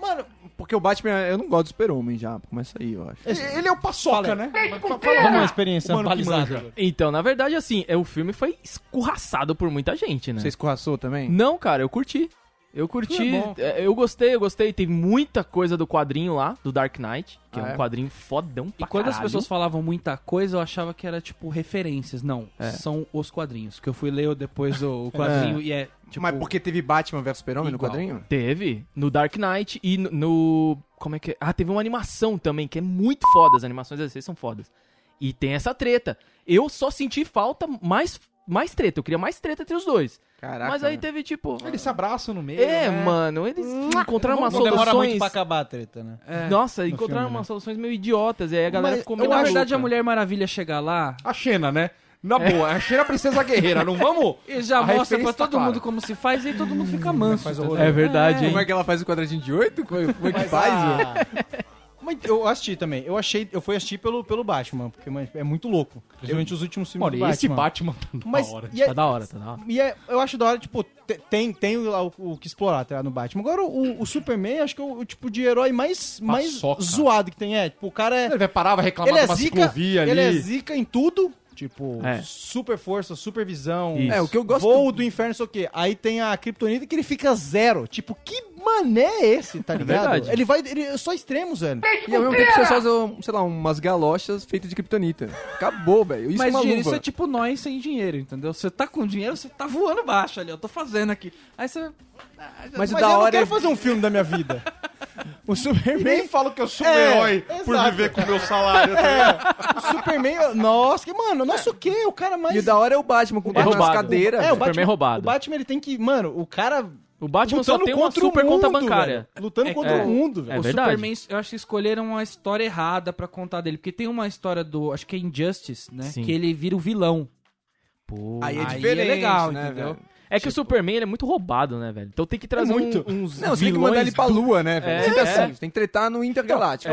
[SPEAKER 5] Mano, porque o Batman, eu não gosto do super-homem já. Começa aí, eu acho.
[SPEAKER 3] E- Ele é o paçoca, né?
[SPEAKER 6] Como uma experiência
[SPEAKER 3] Mano, que
[SPEAKER 6] balizada.
[SPEAKER 3] manja.
[SPEAKER 2] Então, na verdade, assim, é, o filme foi escorraçado por muita gente, né?
[SPEAKER 5] Você escorraçou também?
[SPEAKER 2] Não, cara, eu curti. Eu curti,
[SPEAKER 1] Foi bom.
[SPEAKER 2] é, eu gostei, eu gostei. Tem muita coisa do quadrinho lá, do Dark Knight, que
[SPEAKER 5] Ah,
[SPEAKER 2] é um
[SPEAKER 5] é?
[SPEAKER 2] quadrinho fodão pra
[SPEAKER 1] E quando as
[SPEAKER 2] caralho.
[SPEAKER 1] pessoas falavam muita coisa, eu achava que era tipo referências. Não, são os quadrinhos. Que eu fui ler depois o, o quadrinho e é tipo.
[SPEAKER 5] Mas porque teve Batman versus Super-Homem no
[SPEAKER 1] Igual.
[SPEAKER 5] quadrinho?
[SPEAKER 2] Teve, no Dark Knight e no, no- Como é que é? Ah, teve uma animação também, que é muito foda. As animações dessas são fodas. E tem essa treta. Eu só senti falta mais, mais treta. Eu queria mais treta entre os dois.
[SPEAKER 5] Caraca.
[SPEAKER 2] Mas aí
[SPEAKER 5] né?
[SPEAKER 2] teve, tipo...
[SPEAKER 3] Eles se abraçam no meio.
[SPEAKER 2] É,
[SPEAKER 3] né?
[SPEAKER 2] mano, eles encontraram
[SPEAKER 6] Não
[SPEAKER 2] umas
[SPEAKER 6] demora
[SPEAKER 2] soluções...
[SPEAKER 6] muito pra acabar a treta, né?
[SPEAKER 2] Nossa,
[SPEAKER 6] no
[SPEAKER 2] encontraram
[SPEAKER 6] filme,
[SPEAKER 2] umas soluções meio idiotas. E aí a galera
[SPEAKER 6] Mas
[SPEAKER 2] ficou
[SPEAKER 1] E
[SPEAKER 2] meio
[SPEAKER 1] na
[SPEAKER 2] maluca.
[SPEAKER 1] verdade a Mulher Maravilha chegar lá
[SPEAKER 3] A Xena, né? Na boa, a Xena é a princesa guerreira, não vamos? <laughs>
[SPEAKER 1] e já
[SPEAKER 3] A
[SPEAKER 1] mostra
[SPEAKER 3] referência
[SPEAKER 1] pra
[SPEAKER 3] tá
[SPEAKER 1] todo
[SPEAKER 3] clara.
[SPEAKER 1] mundo como se faz e aí todo mundo fica manso. tá
[SPEAKER 6] faz
[SPEAKER 1] entendeu?
[SPEAKER 6] horror.
[SPEAKER 2] É verdade, hein?
[SPEAKER 5] Como é que ela faz o quadradinho de oito? Como como é que faz? velho?
[SPEAKER 6] ah, Mas eu assisti também. Eu achei, eu fui assistir pelo, pelo Batman, porque mano, é muito louco. Principalmente os últimos filmes
[SPEAKER 3] Mano,
[SPEAKER 6] do
[SPEAKER 3] e
[SPEAKER 6] Batman.
[SPEAKER 3] esse Batman tá da
[SPEAKER 6] Mas,
[SPEAKER 3] hora.
[SPEAKER 6] e é-
[SPEAKER 2] Tá da hora, tá da hora.
[SPEAKER 6] E é- eu acho da hora, tipo, te- tem, tem lá o, o que explorar tá, ligado, no Batman. Agora, o, o Superman, acho que é o, o tipo de herói mais, mais
[SPEAKER 3] Paçoca.
[SPEAKER 6] zoado que tem. É, tipo, o cara é.
[SPEAKER 3] Ele vai parar, vai reclamar
[SPEAKER 6] Ele
[SPEAKER 3] de
[SPEAKER 6] é
[SPEAKER 3] uma
[SPEAKER 6] zica,
[SPEAKER 3] ciclovia ali.
[SPEAKER 6] ele é zica em tudo. Tipo,
[SPEAKER 2] É.
[SPEAKER 6] super força, super visão.
[SPEAKER 2] Isso.
[SPEAKER 5] É, o que eu gosto-
[SPEAKER 6] Voo do inferno, sei o quê. Aí tem a Kryptonita que ele fica zero. Tipo, que mané é esse, tá ligado?
[SPEAKER 2] verdade.
[SPEAKER 6] ele vai. Ele é só extremos, velho.
[SPEAKER 5] E ao mesmo tempo você só usa, sei lá, umas galochas feitas de kriptonita. Acabou, velho. Isso é
[SPEAKER 1] Mas
[SPEAKER 5] uma
[SPEAKER 1] Gil,
[SPEAKER 5] luva.
[SPEAKER 1] isso é tipo nós sem dinheiro, entendeu? Você tá com dinheiro, você tá voando baixo ali, eu tô fazendo aqui. Aí você.
[SPEAKER 5] Mas o
[SPEAKER 6] Mas
[SPEAKER 5] da
[SPEAKER 6] eu não
[SPEAKER 5] hora
[SPEAKER 6] quero
[SPEAKER 5] é...
[SPEAKER 6] fazer um filme da minha vida.
[SPEAKER 1] <laughs>
[SPEAKER 6] O Superman.
[SPEAKER 3] Nem falo que eu sou um herói
[SPEAKER 6] É,
[SPEAKER 3] por
[SPEAKER 6] exato.
[SPEAKER 3] viver com o meu salário. tá
[SPEAKER 6] o Superman. eu- Nossa, que, mano, nossa o quê? O cara mais.
[SPEAKER 5] E o da hora é o Batman com
[SPEAKER 2] É
[SPEAKER 5] nas
[SPEAKER 2] roubado.
[SPEAKER 5] cadeiras.
[SPEAKER 6] É,
[SPEAKER 5] velho.
[SPEAKER 6] o
[SPEAKER 2] Superman
[SPEAKER 6] Batman,
[SPEAKER 2] roubado.
[SPEAKER 6] O Batman ele tem que. Mano, o cara.
[SPEAKER 2] O Batman só
[SPEAKER 6] lutando
[SPEAKER 2] tem uma
[SPEAKER 6] contra o
[SPEAKER 2] super conta
[SPEAKER 6] mundo,
[SPEAKER 2] bancária.
[SPEAKER 6] velho. Lutando
[SPEAKER 1] É,
[SPEAKER 6] contra
[SPEAKER 1] é.
[SPEAKER 6] o mundo, velho.
[SPEAKER 2] É
[SPEAKER 1] o
[SPEAKER 2] verdade.
[SPEAKER 1] Superman, eu acho que escolheram uma história errada pra contar dele. Porque tem uma história do. Acho que é Injustice, né?
[SPEAKER 2] Sim.
[SPEAKER 1] Que ele vira o vilão.
[SPEAKER 2] Pô.
[SPEAKER 5] Aí é
[SPEAKER 1] Aí é
[SPEAKER 5] diferente,
[SPEAKER 1] legal,
[SPEAKER 5] né,
[SPEAKER 1] entendeu?
[SPEAKER 5] velho?
[SPEAKER 2] É que o Superman ele é muito roubado, né, velho? Então tem que trazer um-
[SPEAKER 6] É Muito.
[SPEAKER 2] uns
[SPEAKER 5] Não, você tem que
[SPEAKER 2] vilões...
[SPEAKER 5] mandar ele pra
[SPEAKER 2] do-
[SPEAKER 5] lua, né, velho?
[SPEAKER 2] É,
[SPEAKER 5] Sempre
[SPEAKER 2] é.
[SPEAKER 5] assim, você tem que tretar no Intergaláctico.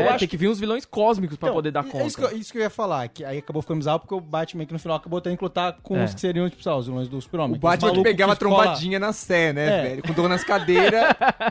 [SPEAKER 2] É,
[SPEAKER 5] Eu
[SPEAKER 2] tem
[SPEAKER 5] acho
[SPEAKER 2] que vir uns vilões cósmicos pra
[SPEAKER 6] Então,
[SPEAKER 2] poder dar
[SPEAKER 6] é
[SPEAKER 2] conta.
[SPEAKER 6] Isso que, eu- isso que eu ia falar, que aí acabou ficando bizarro porque o Batman que no final acabou tendo que lutar com
[SPEAKER 2] É.
[SPEAKER 6] os que seriam, tipo, sei lá, os vilões do
[SPEAKER 5] O
[SPEAKER 6] Super-Homem.
[SPEAKER 5] Batman que
[SPEAKER 6] Os malucos
[SPEAKER 5] pegava
[SPEAKER 6] que escola-
[SPEAKER 5] trombadinha na Sé, né,
[SPEAKER 6] É.
[SPEAKER 5] velho? Com dor nas cadeiras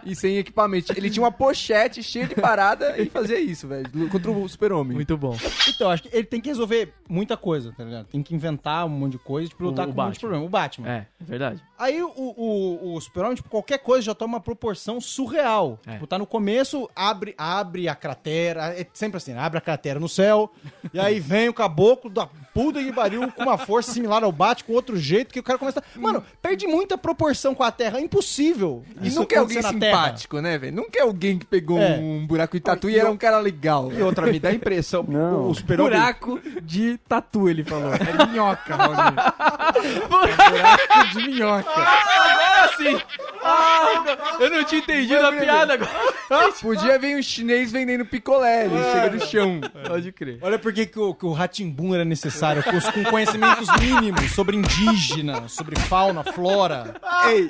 [SPEAKER 5] e sem equipamento. Ele tinha uma pochete cheia de parada e fazia isso, velho. Contra o super-homem.
[SPEAKER 2] Muito bom.
[SPEAKER 6] Então, acho que ele tem que resolver muita coisa, tá ligado? Tem que inventar um monte de coisa, tipo,
[SPEAKER 2] O-
[SPEAKER 6] lutar
[SPEAKER 2] o
[SPEAKER 6] com um monte de
[SPEAKER 2] Batman.
[SPEAKER 6] problema. O Batman.
[SPEAKER 2] É, é verdade.
[SPEAKER 6] Aí o, o, o Super-Homem, tipo, qualquer coisa já toma uma proporção surreal.
[SPEAKER 2] É.
[SPEAKER 6] Tipo, tá no começo, abre, abre a cratera, é sempre assim, né? abre a cratera no céu, e aí vem o caboclo da puta que baril com uma força similar ao Batman, com outro jeito, que o cara começa... a- Mano, perde muita proporção com a Terra, é impossível
[SPEAKER 5] E
[SPEAKER 6] isso
[SPEAKER 5] nunca é alguém
[SPEAKER 6] acontecer na Terra.
[SPEAKER 5] simpático, né, velho? Nunca é alguém que pegou
[SPEAKER 6] É.
[SPEAKER 5] um buraco de tatu e era um cara legal.
[SPEAKER 3] E outra, me dá a impressão. O super-homem.
[SPEAKER 1] Buraco de tatu, ele falou.
[SPEAKER 3] É
[SPEAKER 5] <laughs>
[SPEAKER 3] minhoca, Valdir. Buraco de minhoca.
[SPEAKER 2] Eu não tinha entendido a piada agora.
[SPEAKER 5] Podia vir um chinês vendendo picolé, ele chega do chão.
[SPEAKER 2] Pode crer.
[SPEAKER 6] Olha por que que o, que o Ratimbun era necessário, com, os- com conhecimentos mínimos sobre indígena, sobre fauna, flora.
[SPEAKER 5] Ei,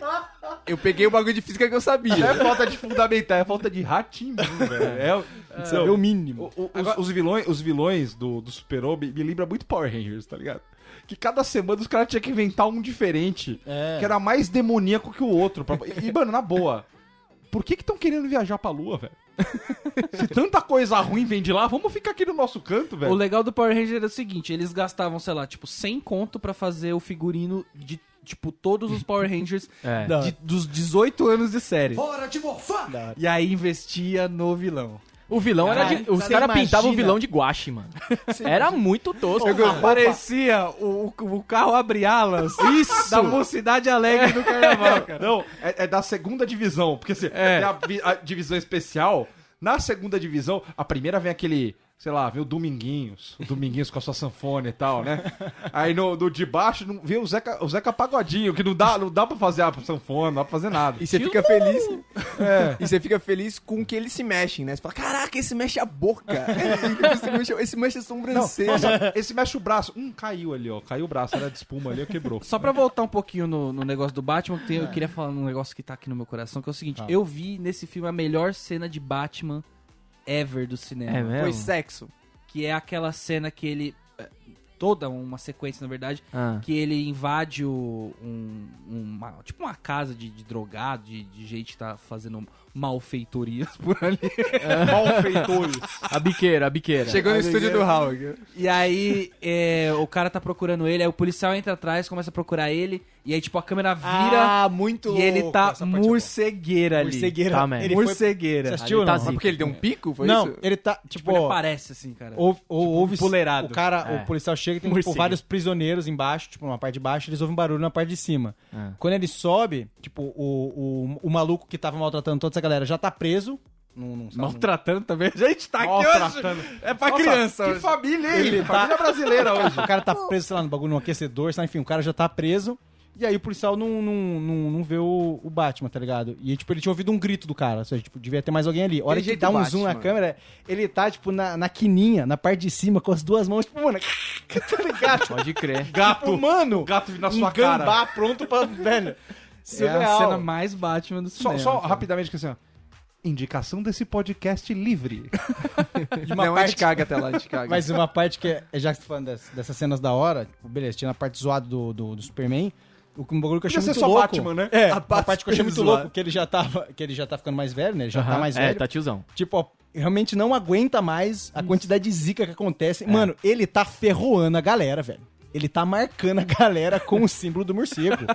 [SPEAKER 5] eu peguei o bagulho de física que
[SPEAKER 3] Não
[SPEAKER 5] eu
[SPEAKER 3] é
[SPEAKER 5] sabia.
[SPEAKER 3] falta de fundamentar, é falta de ratimbo, velho. É, o-
[SPEAKER 6] É o mínimo.
[SPEAKER 3] O- o- os- os, vilões, os vilões do, do Super-Homem me lembra muito Power Rangers, tá ligado? Que cada semana os caras tinham que inventar um diferente,
[SPEAKER 6] É.
[SPEAKER 3] que era mais demoníaco que o outro. pra- E, mano, na boa, por que que estão querendo viajar pra lua, velho? <laughs> Se tanta coisa ruim vem de lá, vamos ficar aqui no nosso canto,
[SPEAKER 1] O
[SPEAKER 3] velho.
[SPEAKER 1] legal do Power Ranger era o seguinte, eles gastavam, sei lá, tipo, 100 conto pra fazer o figurino de, tipo, todos os Power <laughs> Rangers
[SPEAKER 2] É.
[SPEAKER 1] de- dos 18 anos de série.
[SPEAKER 4] Hora de morfar!
[SPEAKER 1] E aí investia no vilão.
[SPEAKER 2] O vilão era
[SPEAKER 6] Caralho,
[SPEAKER 2] de. Os
[SPEAKER 6] você
[SPEAKER 2] caras pintavam o
[SPEAKER 6] imagina?
[SPEAKER 2] vilão de guache,
[SPEAKER 6] <laughs>
[SPEAKER 2] mano. Era muito tosco.
[SPEAKER 1] Parecia o, o carro abre alas <laughs> Isso. É. da mocidade alegre do carnaval, cara.
[SPEAKER 3] Não, é, é da segunda divisão, porque assim, Tá é. a, vi- a divisão especial. Na segunda divisão, a primeira vem aquele, sei lá, vem o Dominguinhos, o Dominguinhos com a sua sanfona e tal, né? Aí no, no de baixo não- vem o Zeca, o Zeca Pagodinho, que não dá, não dá pra fazer a sanfona, não dá pra fazer nada.
[SPEAKER 5] E você fica feliz. E você fica feliz com que eles se mexem, né? Você fala, caraca, esse mexe a boca. <laughs> esse, mexe, esse mexe a sobrancelha.
[SPEAKER 3] Nossa, esse mexe o braço. Hum, caiu ali, ó. Caiu o braço, era de espuma ali, ó, quebrou.
[SPEAKER 1] Só pra voltar um pouquinho no, no negócio do Batman, que tem- eu queria falar um negócio que tá aqui no meu coração, que é o seguinte, eu vi nesse filme a melhor cena de Batman ever do cinema.
[SPEAKER 2] É
[SPEAKER 5] Foi
[SPEAKER 2] mesmo?
[SPEAKER 5] sexo.
[SPEAKER 1] Que é aquela cena que ele... é, Toda uma sequência, na verdade,
[SPEAKER 2] Ah.
[SPEAKER 1] que ele invade o, um, uma, tipo uma casa de, de drogado, de, de gente que tá fazendo malfeitorias por ali.
[SPEAKER 3] Malfeitores.
[SPEAKER 2] A biqueira, a biqueira.
[SPEAKER 5] Chegou no estúdio do Hulk.
[SPEAKER 1] E aí é, o cara tá procurando ele, aí o policial entra atrás, começa a procurar ele, e aí tipo a câmera vira
[SPEAKER 6] Ah, muito
[SPEAKER 1] e ele
[SPEAKER 6] louco
[SPEAKER 1] tá
[SPEAKER 6] essa parte é boa.
[SPEAKER 1] morcegueira ali.
[SPEAKER 6] Morcegueira.
[SPEAKER 2] Tá, man.
[SPEAKER 6] ele foi... Você
[SPEAKER 1] Morcegueira.
[SPEAKER 6] assistiu ou
[SPEAKER 2] Ali tá
[SPEAKER 6] não?
[SPEAKER 2] zica.
[SPEAKER 5] Mas porque ele deu um pico? Foi
[SPEAKER 6] não,
[SPEAKER 5] isso?
[SPEAKER 6] ele tá, tipo,
[SPEAKER 1] Tipo, ele
[SPEAKER 6] ó,
[SPEAKER 1] aparece assim, cara.
[SPEAKER 6] Ou, ou ouve
[SPEAKER 1] empoleirado. Um
[SPEAKER 6] o cara,
[SPEAKER 2] É.
[SPEAKER 6] o policial chega e tem tipo,
[SPEAKER 2] Morcego.
[SPEAKER 6] vários prisioneiros embaixo, tipo, na parte de baixo, eles ouvem barulho na parte de cima.
[SPEAKER 2] É.
[SPEAKER 6] Quando ele sobe, tipo, o, o, o maluco que tava maltratando toda essa galera já tá preso. Não, não,
[SPEAKER 1] Maltratando também. A gente tá
[SPEAKER 3] Maltratando.
[SPEAKER 1] É pra
[SPEAKER 3] Nossa, Que família, hein? Família brasileira hoje.
[SPEAKER 6] O cara tá preso, sei lá, no bagulho, no aquecedor, sei lá, enfim, o cara já tá preso. E aí o policial não, não, não, não vê o, o Batman, tá ligado? E, tipo, ele tinha ouvido um grito do cara, ou seja, tipo, devia ter mais alguém ali. A hora que
[SPEAKER 5] jeito
[SPEAKER 6] dá um
[SPEAKER 5] Batman.
[SPEAKER 6] zoom na câmera, ele tá, tipo, na, na quininha, na parte de cima, com as duas mãos, tipo, mano, tá ligado?
[SPEAKER 2] Pode crer.
[SPEAKER 3] Gato.
[SPEAKER 6] mano,
[SPEAKER 3] Gato na
[SPEAKER 6] um
[SPEAKER 3] sua
[SPEAKER 6] gambá
[SPEAKER 3] cara.
[SPEAKER 6] pronto pra, velho,
[SPEAKER 1] É a
[SPEAKER 6] surreal.
[SPEAKER 1] cena mais Batman do
[SPEAKER 3] Só,
[SPEAKER 1] cinema.
[SPEAKER 3] só
[SPEAKER 1] cara.
[SPEAKER 3] rapidamente que assim, ó. Indicação desse podcast livre.
[SPEAKER 5] não,
[SPEAKER 1] é
[SPEAKER 5] a gente caga até lá, a gente
[SPEAKER 1] né?
[SPEAKER 5] caga.
[SPEAKER 6] Mas uma parte que é, já que você tá falando dessas, dessas cenas da hora, tipo, beleza, tinha na parte zoada do, do, do Superman, o que- um bagulho que eu achei
[SPEAKER 3] Podia ser
[SPEAKER 6] muito
[SPEAKER 3] só
[SPEAKER 6] louco.
[SPEAKER 3] Batman, né?
[SPEAKER 6] É,
[SPEAKER 5] A
[SPEAKER 6] a
[SPEAKER 5] parte
[SPEAKER 6] parte que eu achei muito
[SPEAKER 5] zoada.
[SPEAKER 6] louco, que ele já tava, que ele já tá ficando mais velho, né? Ele já tá mais
[SPEAKER 2] é,
[SPEAKER 6] velho.
[SPEAKER 2] tá tiozão.
[SPEAKER 6] Tipo, ó, realmente não aguenta mais a quantidade de zica que acontece. Mano, ele tá ferroando a galera, velho. Ele tá marcando a galera com o símbolo do morcego.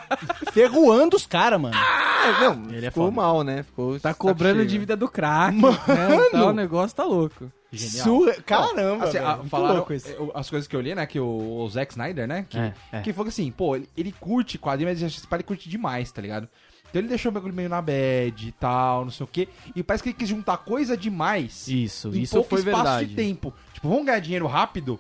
[SPEAKER 6] ferroando os caras, mano.
[SPEAKER 5] É, não,
[SPEAKER 2] Ele é
[SPEAKER 5] ficou
[SPEAKER 2] foda.
[SPEAKER 5] mal, né? Ficou
[SPEAKER 1] Tá cobrando dívida do crack, né? Então, o negócio tá louco.
[SPEAKER 6] Surra... Caramba,
[SPEAKER 3] Assim,
[SPEAKER 6] velho.
[SPEAKER 3] a-
[SPEAKER 6] Muito
[SPEAKER 3] falaram,
[SPEAKER 6] louco isso.
[SPEAKER 3] eh, As coisas que eu li, né? Que o, o Zack Snyder, né? Que,
[SPEAKER 2] É, é.
[SPEAKER 3] que foi assim, pô, ele, ele curte quadrinho, mas esse pá, ele curte demais, tá ligado? Então ele deixou o bagulho meio na bad e tal, não sei o quê. E parece que ele quis juntar coisa demais
[SPEAKER 2] Isso,
[SPEAKER 3] em
[SPEAKER 2] isso
[SPEAKER 3] pouco
[SPEAKER 2] foi
[SPEAKER 3] espaço
[SPEAKER 2] verdade.
[SPEAKER 3] de tempo. Tipo, vamos ganhar dinheiro rápido?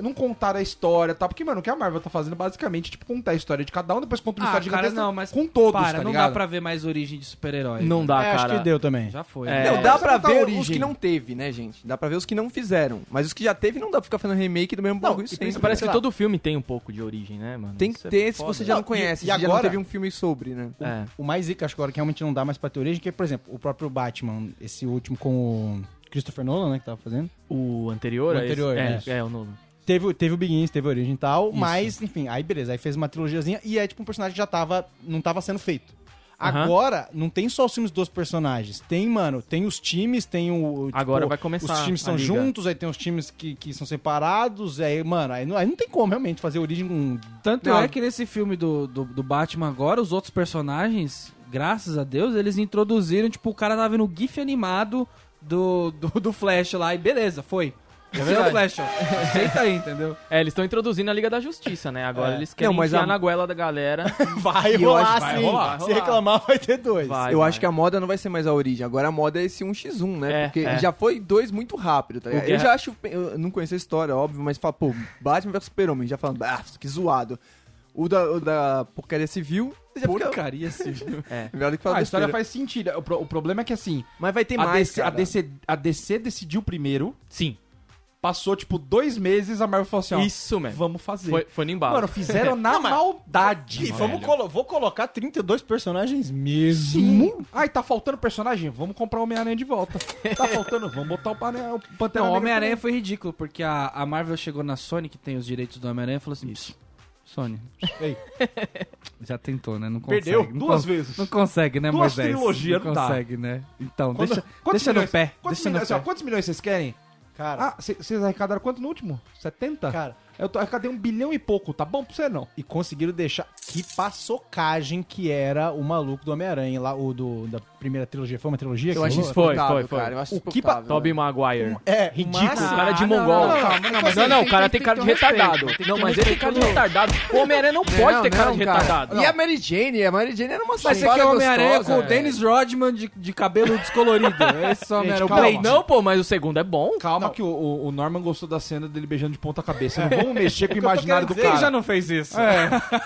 [SPEAKER 3] Não contar a história, tá? Porque, mano, o que a Marvel tá fazendo basicamente, tipo, contar a história de cada um, depois conta
[SPEAKER 1] Ah,
[SPEAKER 3] uma história
[SPEAKER 1] cara,
[SPEAKER 3] gigantesca
[SPEAKER 1] não, mas
[SPEAKER 3] com todos,
[SPEAKER 1] Para,
[SPEAKER 3] tá
[SPEAKER 1] não
[SPEAKER 3] ligado?
[SPEAKER 1] dá pra ver mais origem de super-herói.
[SPEAKER 2] Não dá,
[SPEAKER 6] É,
[SPEAKER 2] cara.
[SPEAKER 6] acho que deu também.
[SPEAKER 1] Já foi.
[SPEAKER 2] É.
[SPEAKER 1] né?
[SPEAKER 5] Não, dá pra
[SPEAKER 3] Mas conta a
[SPEAKER 5] ver os
[SPEAKER 3] origem.
[SPEAKER 5] que não teve, né, gente? Dá pra ver os que não fizeram. Mas os que já teve, não dá pra ficar fazendo remake do mesmo bagulho
[SPEAKER 2] Isso
[SPEAKER 5] sempre.
[SPEAKER 2] Parece
[SPEAKER 5] né?
[SPEAKER 2] que todo filme tem um pouco de origem, né, mano?
[SPEAKER 5] Tem
[SPEAKER 2] Isso
[SPEAKER 5] que
[SPEAKER 2] é
[SPEAKER 5] ter se
[SPEAKER 2] foda.
[SPEAKER 5] você já não
[SPEAKER 6] Não, e-
[SPEAKER 5] conhece. se
[SPEAKER 6] e
[SPEAKER 5] já não
[SPEAKER 6] agora?
[SPEAKER 5] teve um filme sobre, né?
[SPEAKER 2] É.
[SPEAKER 6] O mais zica, acho que agora que realmente não dá mais pra ter origem, que é, por exemplo, o próprio Batman, esse último com o Christopher Nolan, né, que tava fazendo.
[SPEAKER 2] O anterior?
[SPEAKER 6] O
[SPEAKER 2] é esse?
[SPEAKER 6] anterior,
[SPEAKER 2] é,
[SPEAKER 6] isso.
[SPEAKER 2] é, o novo.
[SPEAKER 6] Teve, o- teve o Begins, teve a origem e tal, mas, enfim, aí beleza, aí fez uma trilogiazinha e é tipo um personagem que já tava, não tava sendo feito.
[SPEAKER 2] Aham.
[SPEAKER 6] Agora, não tem só os filmes dos personagens, tem, mano, tem os times, tem o... tipo,
[SPEAKER 2] Agora vai começar
[SPEAKER 6] Os times
[SPEAKER 2] a
[SPEAKER 6] são
[SPEAKER 2] liga.
[SPEAKER 6] juntos, aí tem os times que, que são separados, aí, mano, aí não, aí não tem como realmente fazer origem com... um.
[SPEAKER 1] Tanto
[SPEAKER 5] Não.
[SPEAKER 1] é que nesse filme do, do, do Batman agora, os outros personagens, graças a Deus, eles introduziram, tipo, o cara tava vendo o GIF animado do, do, do Flash lá, e beleza, foi. Esse é o Flash, ó. Aceita aí,
[SPEAKER 3] <laughs>
[SPEAKER 1] entendeu?
[SPEAKER 2] É, eles estão introduzindo a Liga da Justiça, né? Agora eles querem
[SPEAKER 5] Não, mas
[SPEAKER 2] enfiar
[SPEAKER 5] a-
[SPEAKER 2] na goela da galera.
[SPEAKER 6] Vai
[SPEAKER 5] eu
[SPEAKER 6] rolar,
[SPEAKER 5] acho-
[SPEAKER 6] sim.
[SPEAKER 5] vai
[SPEAKER 2] rolar,
[SPEAKER 6] Se
[SPEAKER 1] Então,
[SPEAKER 2] vai rolar.
[SPEAKER 6] reclamar, vai
[SPEAKER 2] <laughs>
[SPEAKER 6] ter dois.
[SPEAKER 2] Vai,
[SPEAKER 5] eu
[SPEAKER 2] vai.
[SPEAKER 5] acho que a moda não vai ser mais a origem. Agora a moda é esse 1x1, né?
[SPEAKER 2] É,
[SPEAKER 5] Porque
[SPEAKER 2] é.
[SPEAKER 5] já foi dois muito rápido, tá ligado?
[SPEAKER 2] que
[SPEAKER 5] Eu
[SPEAKER 2] é-
[SPEAKER 5] já acho. Eu não conheço a história, óbvio, mas fala, pô, Batman vs Super-Homem. Já falando, ah, que zoado. O da, o da porcaria civil. você Já fica,
[SPEAKER 1] Porcaria,
[SPEAKER 3] <laughs>
[SPEAKER 1] sim.
[SPEAKER 5] é melhor do que falar
[SPEAKER 3] Ah, a história
[SPEAKER 5] besteira.
[SPEAKER 3] faz sentido. O, pro- o problema é que, assim,
[SPEAKER 5] Mas vai ter
[SPEAKER 3] a,
[SPEAKER 5] mais.
[SPEAKER 3] DC, a
[SPEAKER 5] cara.
[SPEAKER 3] DC a DC decidiu primeiro,
[SPEAKER 2] Sim,
[SPEAKER 3] passou, tipo, dois meses, a Marvel falou assim, ó,
[SPEAKER 2] isso mesmo.
[SPEAKER 3] vamos fazer. Ah.
[SPEAKER 2] Foi, foi no embalo.
[SPEAKER 3] Mano, <laughs> fizeram na maldade,
[SPEAKER 6] E
[SPEAKER 3] velho.
[SPEAKER 6] vamos colo- vou colocar 32 personagens mesmo.
[SPEAKER 3] Sim. Ai, tá faltando personagem? Vamos comprar o Homem-Aranha de volta. <laughs> Tá faltando? Vamos botar o, Pane- o Pantera
[SPEAKER 1] Não,
[SPEAKER 3] Negra
[SPEAKER 1] Homem-Aranha foi ridículo, porque a, a Marvel chegou na Sony, que tem os direitos do Homem-Aranha, e falou assim: "Pss, Sony.
[SPEAKER 3] <laughs> Ei.
[SPEAKER 1] <laughs> Já tentou, né? Não consegue.
[SPEAKER 3] Perdeu
[SPEAKER 1] Não
[SPEAKER 3] duas
[SPEAKER 1] con-
[SPEAKER 3] vezes.
[SPEAKER 1] Não consegue, né,
[SPEAKER 3] Duas
[SPEAKER 1] Moisés?
[SPEAKER 3] trilogias,
[SPEAKER 1] não
[SPEAKER 3] não dá.
[SPEAKER 1] consegue, né? Então,
[SPEAKER 3] Quando-
[SPEAKER 1] deixa,
[SPEAKER 3] quantos
[SPEAKER 1] deixa no
[SPEAKER 3] milhões-
[SPEAKER 1] pé.
[SPEAKER 3] Quantos,
[SPEAKER 1] deixa no
[SPEAKER 3] milhões,
[SPEAKER 1] pé.
[SPEAKER 3] assim, ó, quantos milhões vocês querem?
[SPEAKER 6] Cara,
[SPEAKER 3] Ah, vocês arrecadaram quanto no último? 70?
[SPEAKER 6] cara.
[SPEAKER 3] Eu tô- arrecadei um bilhão e pouco, tá bom pra você não?
[SPEAKER 6] E conseguiram deixar. Que paçocagem que era o maluco do Homem-Aranha lá, o do, da primeira trilogia. Foi uma trilogia?
[SPEAKER 5] Eu
[SPEAKER 6] que
[SPEAKER 5] acho
[SPEAKER 6] rolou?
[SPEAKER 2] Foi,
[SPEAKER 5] insuportável,
[SPEAKER 2] foi, foi.
[SPEAKER 5] cara. Eu acho
[SPEAKER 6] O que pa-
[SPEAKER 5] insuportável.
[SPEAKER 2] Tá. Tobey Maguire.
[SPEAKER 6] É, ridículo.
[SPEAKER 3] assim.
[SPEAKER 2] Esse cara de
[SPEAKER 1] não, não, não,
[SPEAKER 2] mongol. Não, não,
[SPEAKER 1] calma, não, mas
[SPEAKER 2] não,
[SPEAKER 1] tem-
[SPEAKER 2] o
[SPEAKER 1] tem-
[SPEAKER 2] cara tem
[SPEAKER 1] tem que
[SPEAKER 2] cara de
[SPEAKER 1] ter um respeito, tem
[SPEAKER 2] retardado.
[SPEAKER 1] que
[SPEAKER 2] Não,
[SPEAKER 1] ter um
[SPEAKER 2] mas ele tem
[SPEAKER 1] respeito
[SPEAKER 2] cara de
[SPEAKER 1] pelo-
[SPEAKER 2] retardado. O Homem-Aranha não pode ter cara de
[SPEAKER 5] cara.
[SPEAKER 2] retardado.
[SPEAKER 5] E é a Mary Jane? A Mary Jane era uma safada
[SPEAKER 1] Mas você quer o Homem-Aranha
[SPEAKER 5] gostosa,
[SPEAKER 1] com o
[SPEAKER 5] né?
[SPEAKER 1] Dennis Rodman de, de cabelo <laughs> descolorido. Esse Homem-Aranha. O
[SPEAKER 6] calma.
[SPEAKER 1] Blade.
[SPEAKER 2] Não, pô, mas o segundo é bom.
[SPEAKER 3] Calma que o, o- o Norman gostou da cena dele beijando de ponta cabeça. Não vamos mexer com o imaginário do
[SPEAKER 1] Quem
[SPEAKER 3] cara.
[SPEAKER 1] já não fez isso?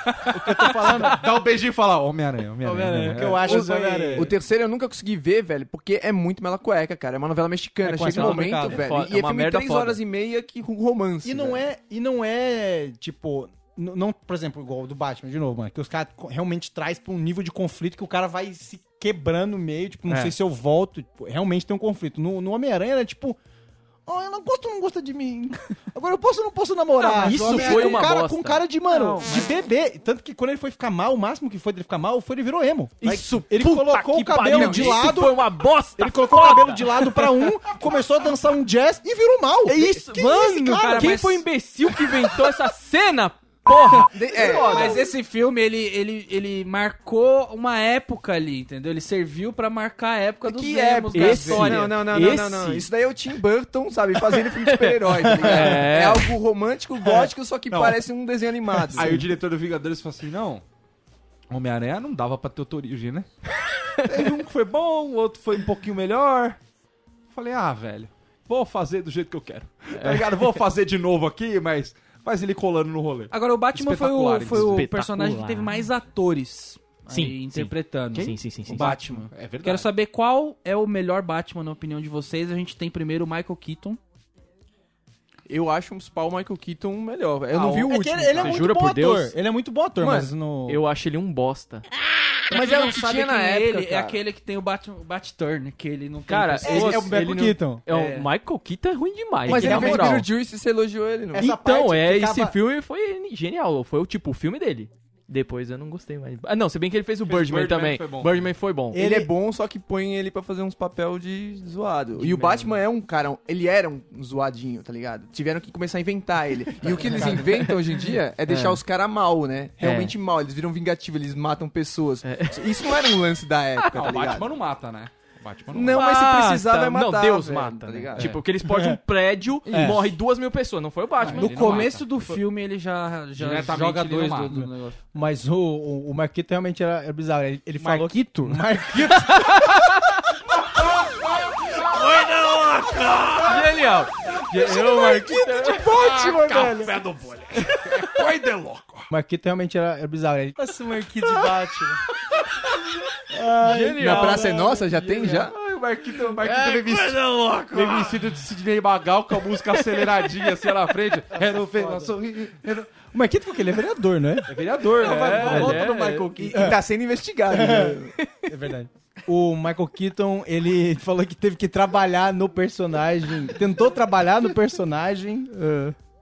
[SPEAKER 3] <laughs> Dá um beijinho e fala, Homem-Aranha, Homem-Aranha.
[SPEAKER 1] Homem-Aranha,
[SPEAKER 3] Homem-Aranha.
[SPEAKER 6] que eu acho
[SPEAKER 5] O- O, terceiro eu nunca consegui ver, velho, porque é muito mela cueca, cara. É uma novela mexicana.
[SPEAKER 6] É, com
[SPEAKER 5] Chega
[SPEAKER 6] essa
[SPEAKER 5] um
[SPEAKER 6] é
[SPEAKER 5] momento,
[SPEAKER 6] complicado.
[SPEAKER 5] velho.
[SPEAKER 2] É foda,
[SPEAKER 5] e
[SPEAKER 2] é
[SPEAKER 5] é
[SPEAKER 2] uma
[SPEAKER 5] filme de
[SPEAKER 2] merda
[SPEAKER 5] três
[SPEAKER 2] foda.
[SPEAKER 5] horas e meia que ro- romance.
[SPEAKER 6] E não
[SPEAKER 5] velho.
[SPEAKER 6] é, e não é, tipo, n- não, por exemplo, igual o do Batman de novo, mano, que os caras co- realmente traz pra um nível de conflito que o cara vai se quebrando no meio, tipo, não
[SPEAKER 1] É.
[SPEAKER 6] sei se eu volto, tipo, realmente tem um conflito. No, no Homem-Aranha era tipo, oh, eu não gosto, não gosta de mim. <laughs> Agora eu posso, ou não posso namorar.
[SPEAKER 2] mas
[SPEAKER 6] Isso
[SPEAKER 2] o Homem-Aranha-
[SPEAKER 6] foi um
[SPEAKER 2] uma
[SPEAKER 6] cara
[SPEAKER 2] bosta.
[SPEAKER 6] com cara de mano,
[SPEAKER 2] Não,
[SPEAKER 6] de bebê, tanto que quando ele foi ficar mal, o máximo que foi dele ficar mal, foi ele virou emo.
[SPEAKER 2] Isso,
[SPEAKER 6] ele
[SPEAKER 2] puta
[SPEAKER 6] colocou
[SPEAKER 2] que
[SPEAKER 6] o cabelo
[SPEAKER 2] pariu,
[SPEAKER 6] de
[SPEAKER 2] isso
[SPEAKER 6] lado,
[SPEAKER 2] Foi uma bosta.
[SPEAKER 6] ele colocou
[SPEAKER 2] foda.
[SPEAKER 6] o cabelo de lado pra um, começou a dançar um jazz e virou mal.
[SPEAKER 2] É isso,
[SPEAKER 6] Que
[SPEAKER 2] mano.
[SPEAKER 6] esse cara?
[SPEAKER 2] Quem
[SPEAKER 1] mas-
[SPEAKER 2] foi o imbecil que inventou essa cena? Porra!
[SPEAKER 5] De- é,
[SPEAKER 1] Mas esse filme, ele, ele, ele marcou uma época ali, entendeu? Ele serviu pra marcar a época dos
[SPEAKER 5] que é
[SPEAKER 1] emos da
[SPEAKER 5] esse?
[SPEAKER 1] história.
[SPEAKER 5] Não, não, não, não, não, não.
[SPEAKER 2] Esse-
[SPEAKER 5] Isso daí é o Tim Burton, sabe? Fazendo filme de super-herói.
[SPEAKER 2] <laughs>
[SPEAKER 5] tá ligado? é. algo romântico, gótico, só que parece um desenho animado.
[SPEAKER 3] Aí o diretor do Vingadores falou assim, não... Homem-Aranha não dava pra ter outra origem, né? Teve um que foi bom, o outro foi um pouquinho melhor. Falei, ah, velho, vou fazer do jeito que eu quero. Tá ligado? Vou fazer de novo aqui, mas faz ele colando no rolê.
[SPEAKER 1] Agora, o Batman foi o,
[SPEAKER 3] Espetacular,
[SPEAKER 1] foi o
[SPEAKER 2] espetacular.
[SPEAKER 1] personagem que teve mais atores
[SPEAKER 2] Sim,
[SPEAKER 1] aí
[SPEAKER 2] sim.
[SPEAKER 1] interpretando.
[SPEAKER 2] Sim, sim, sim,
[SPEAKER 1] O
[SPEAKER 2] sim.
[SPEAKER 1] Batman.
[SPEAKER 3] É verdade.
[SPEAKER 1] Quero saber qual é o melhor Batman, na opinião de vocês. A gente tem primeiro o Michael Keaton.
[SPEAKER 5] Eu acho um Spawn Michael Keaton melhor.
[SPEAKER 2] Ah,
[SPEAKER 5] velho. Eu não vi o
[SPEAKER 6] é que
[SPEAKER 5] último.
[SPEAKER 6] ele, ele é
[SPEAKER 5] cara.
[SPEAKER 6] muito
[SPEAKER 2] Jura
[SPEAKER 6] bom
[SPEAKER 2] por
[SPEAKER 6] ator.
[SPEAKER 2] Deus.
[SPEAKER 6] Ele é muito bom ator,
[SPEAKER 5] Mano,
[SPEAKER 6] mas no.
[SPEAKER 2] Eu acho ele um bosta.
[SPEAKER 5] Mas
[SPEAKER 1] Quem
[SPEAKER 5] era
[SPEAKER 1] não
[SPEAKER 5] o que
[SPEAKER 1] sabe
[SPEAKER 5] tinha na
[SPEAKER 1] quem é
[SPEAKER 5] época,
[SPEAKER 1] ele é
[SPEAKER 5] cara.
[SPEAKER 1] aquele que tem o Bat, o Bat-Turn, que ele não tem...
[SPEAKER 2] Cara,
[SPEAKER 1] pescoço.
[SPEAKER 2] ele-
[SPEAKER 6] é
[SPEAKER 2] ele
[SPEAKER 6] o Michael
[SPEAKER 2] não-
[SPEAKER 6] Keaton.
[SPEAKER 2] É, o
[SPEAKER 1] É.
[SPEAKER 2] Michael Keaton é ruim demais.
[SPEAKER 5] Mas
[SPEAKER 2] na
[SPEAKER 5] ele fez
[SPEAKER 2] moral.
[SPEAKER 5] Beetlejuice e você elogiou ele, não.
[SPEAKER 6] É, Essa
[SPEAKER 2] Então,
[SPEAKER 6] parte
[SPEAKER 2] é,
[SPEAKER 6] ficava-
[SPEAKER 2] esse filme foi genial. Foi o tipo o filme dele. Depois eu não gostei mais. Ah, não, se bem que ele fez o Birdman,
[SPEAKER 3] Birdman,
[SPEAKER 2] também.
[SPEAKER 3] foi bom.
[SPEAKER 2] Birdman foi bom.
[SPEAKER 5] Ele,
[SPEAKER 6] Ele-
[SPEAKER 5] é bom, só que põe ele pra fazer uns papel de zoado. e o Batman é um cara, ele era um zoadinho, tá ligado? Tiveram que começar a inventar ele. E o que <laughs> eles inventam hoje em dia é deixar os caras mal, né? Realmente mal. Eles viram vingativo, eles matam pessoas. Isso não era um lance da época, tá
[SPEAKER 3] Ah, O Batman
[SPEAKER 5] ligado?
[SPEAKER 3] não mata, né? O Batman não,
[SPEAKER 5] Não, mas se
[SPEAKER 2] Mata.
[SPEAKER 5] precisar, vai matar.
[SPEAKER 2] Não, Deus
[SPEAKER 5] velho,
[SPEAKER 2] mata.
[SPEAKER 5] tá
[SPEAKER 2] né?
[SPEAKER 5] ligado?
[SPEAKER 2] Tipo, que ele explode um prédio e morre duas mil pessoas. Não foi o Batman.
[SPEAKER 1] No
[SPEAKER 3] ele não
[SPEAKER 1] começo do filme ele já, já
[SPEAKER 3] Diretamente
[SPEAKER 1] joga
[SPEAKER 3] ele
[SPEAKER 1] dois
[SPEAKER 3] não
[SPEAKER 1] do,
[SPEAKER 3] mata.
[SPEAKER 1] do negócio.
[SPEAKER 6] Mas o, o, o Marquito realmente era, era bizarro. Ele, ele falou. que-
[SPEAKER 1] Marquito?
[SPEAKER 6] <laughs> Marquito.
[SPEAKER 2] Genial. Eu, Marquinhos.
[SPEAKER 5] Batman, velho.
[SPEAKER 3] Pé do bolha. Coi de louco.
[SPEAKER 6] Marquito realmente era, era bizarro. Ele,
[SPEAKER 1] Nossa, o Marquito de Batman.
[SPEAKER 5] Na Praça é Nossa, já tem, já?
[SPEAKER 3] Ai, o Marquito, o Marquito vem vestido, vem vestido de Sidney Magal com a música aceleradinha assim lá na frente. Era o Fernando Sorri- era-
[SPEAKER 6] o Marquito, porque ele é vereador, não é?
[SPEAKER 3] É vereador, né?
[SPEAKER 2] É,
[SPEAKER 3] volta
[SPEAKER 2] é,
[SPEAKER 3] do Michael
[SPEAKER 5] E, e
[SPEAKER 3] Keaton.
[SPEAKER 5] tá sendo <laughs> investigado. né?
[SPEAKER 6] É verdade. O Michael Keaton, ele falou que teve que trabalhar no personagem. Tentou trabalhar no personagem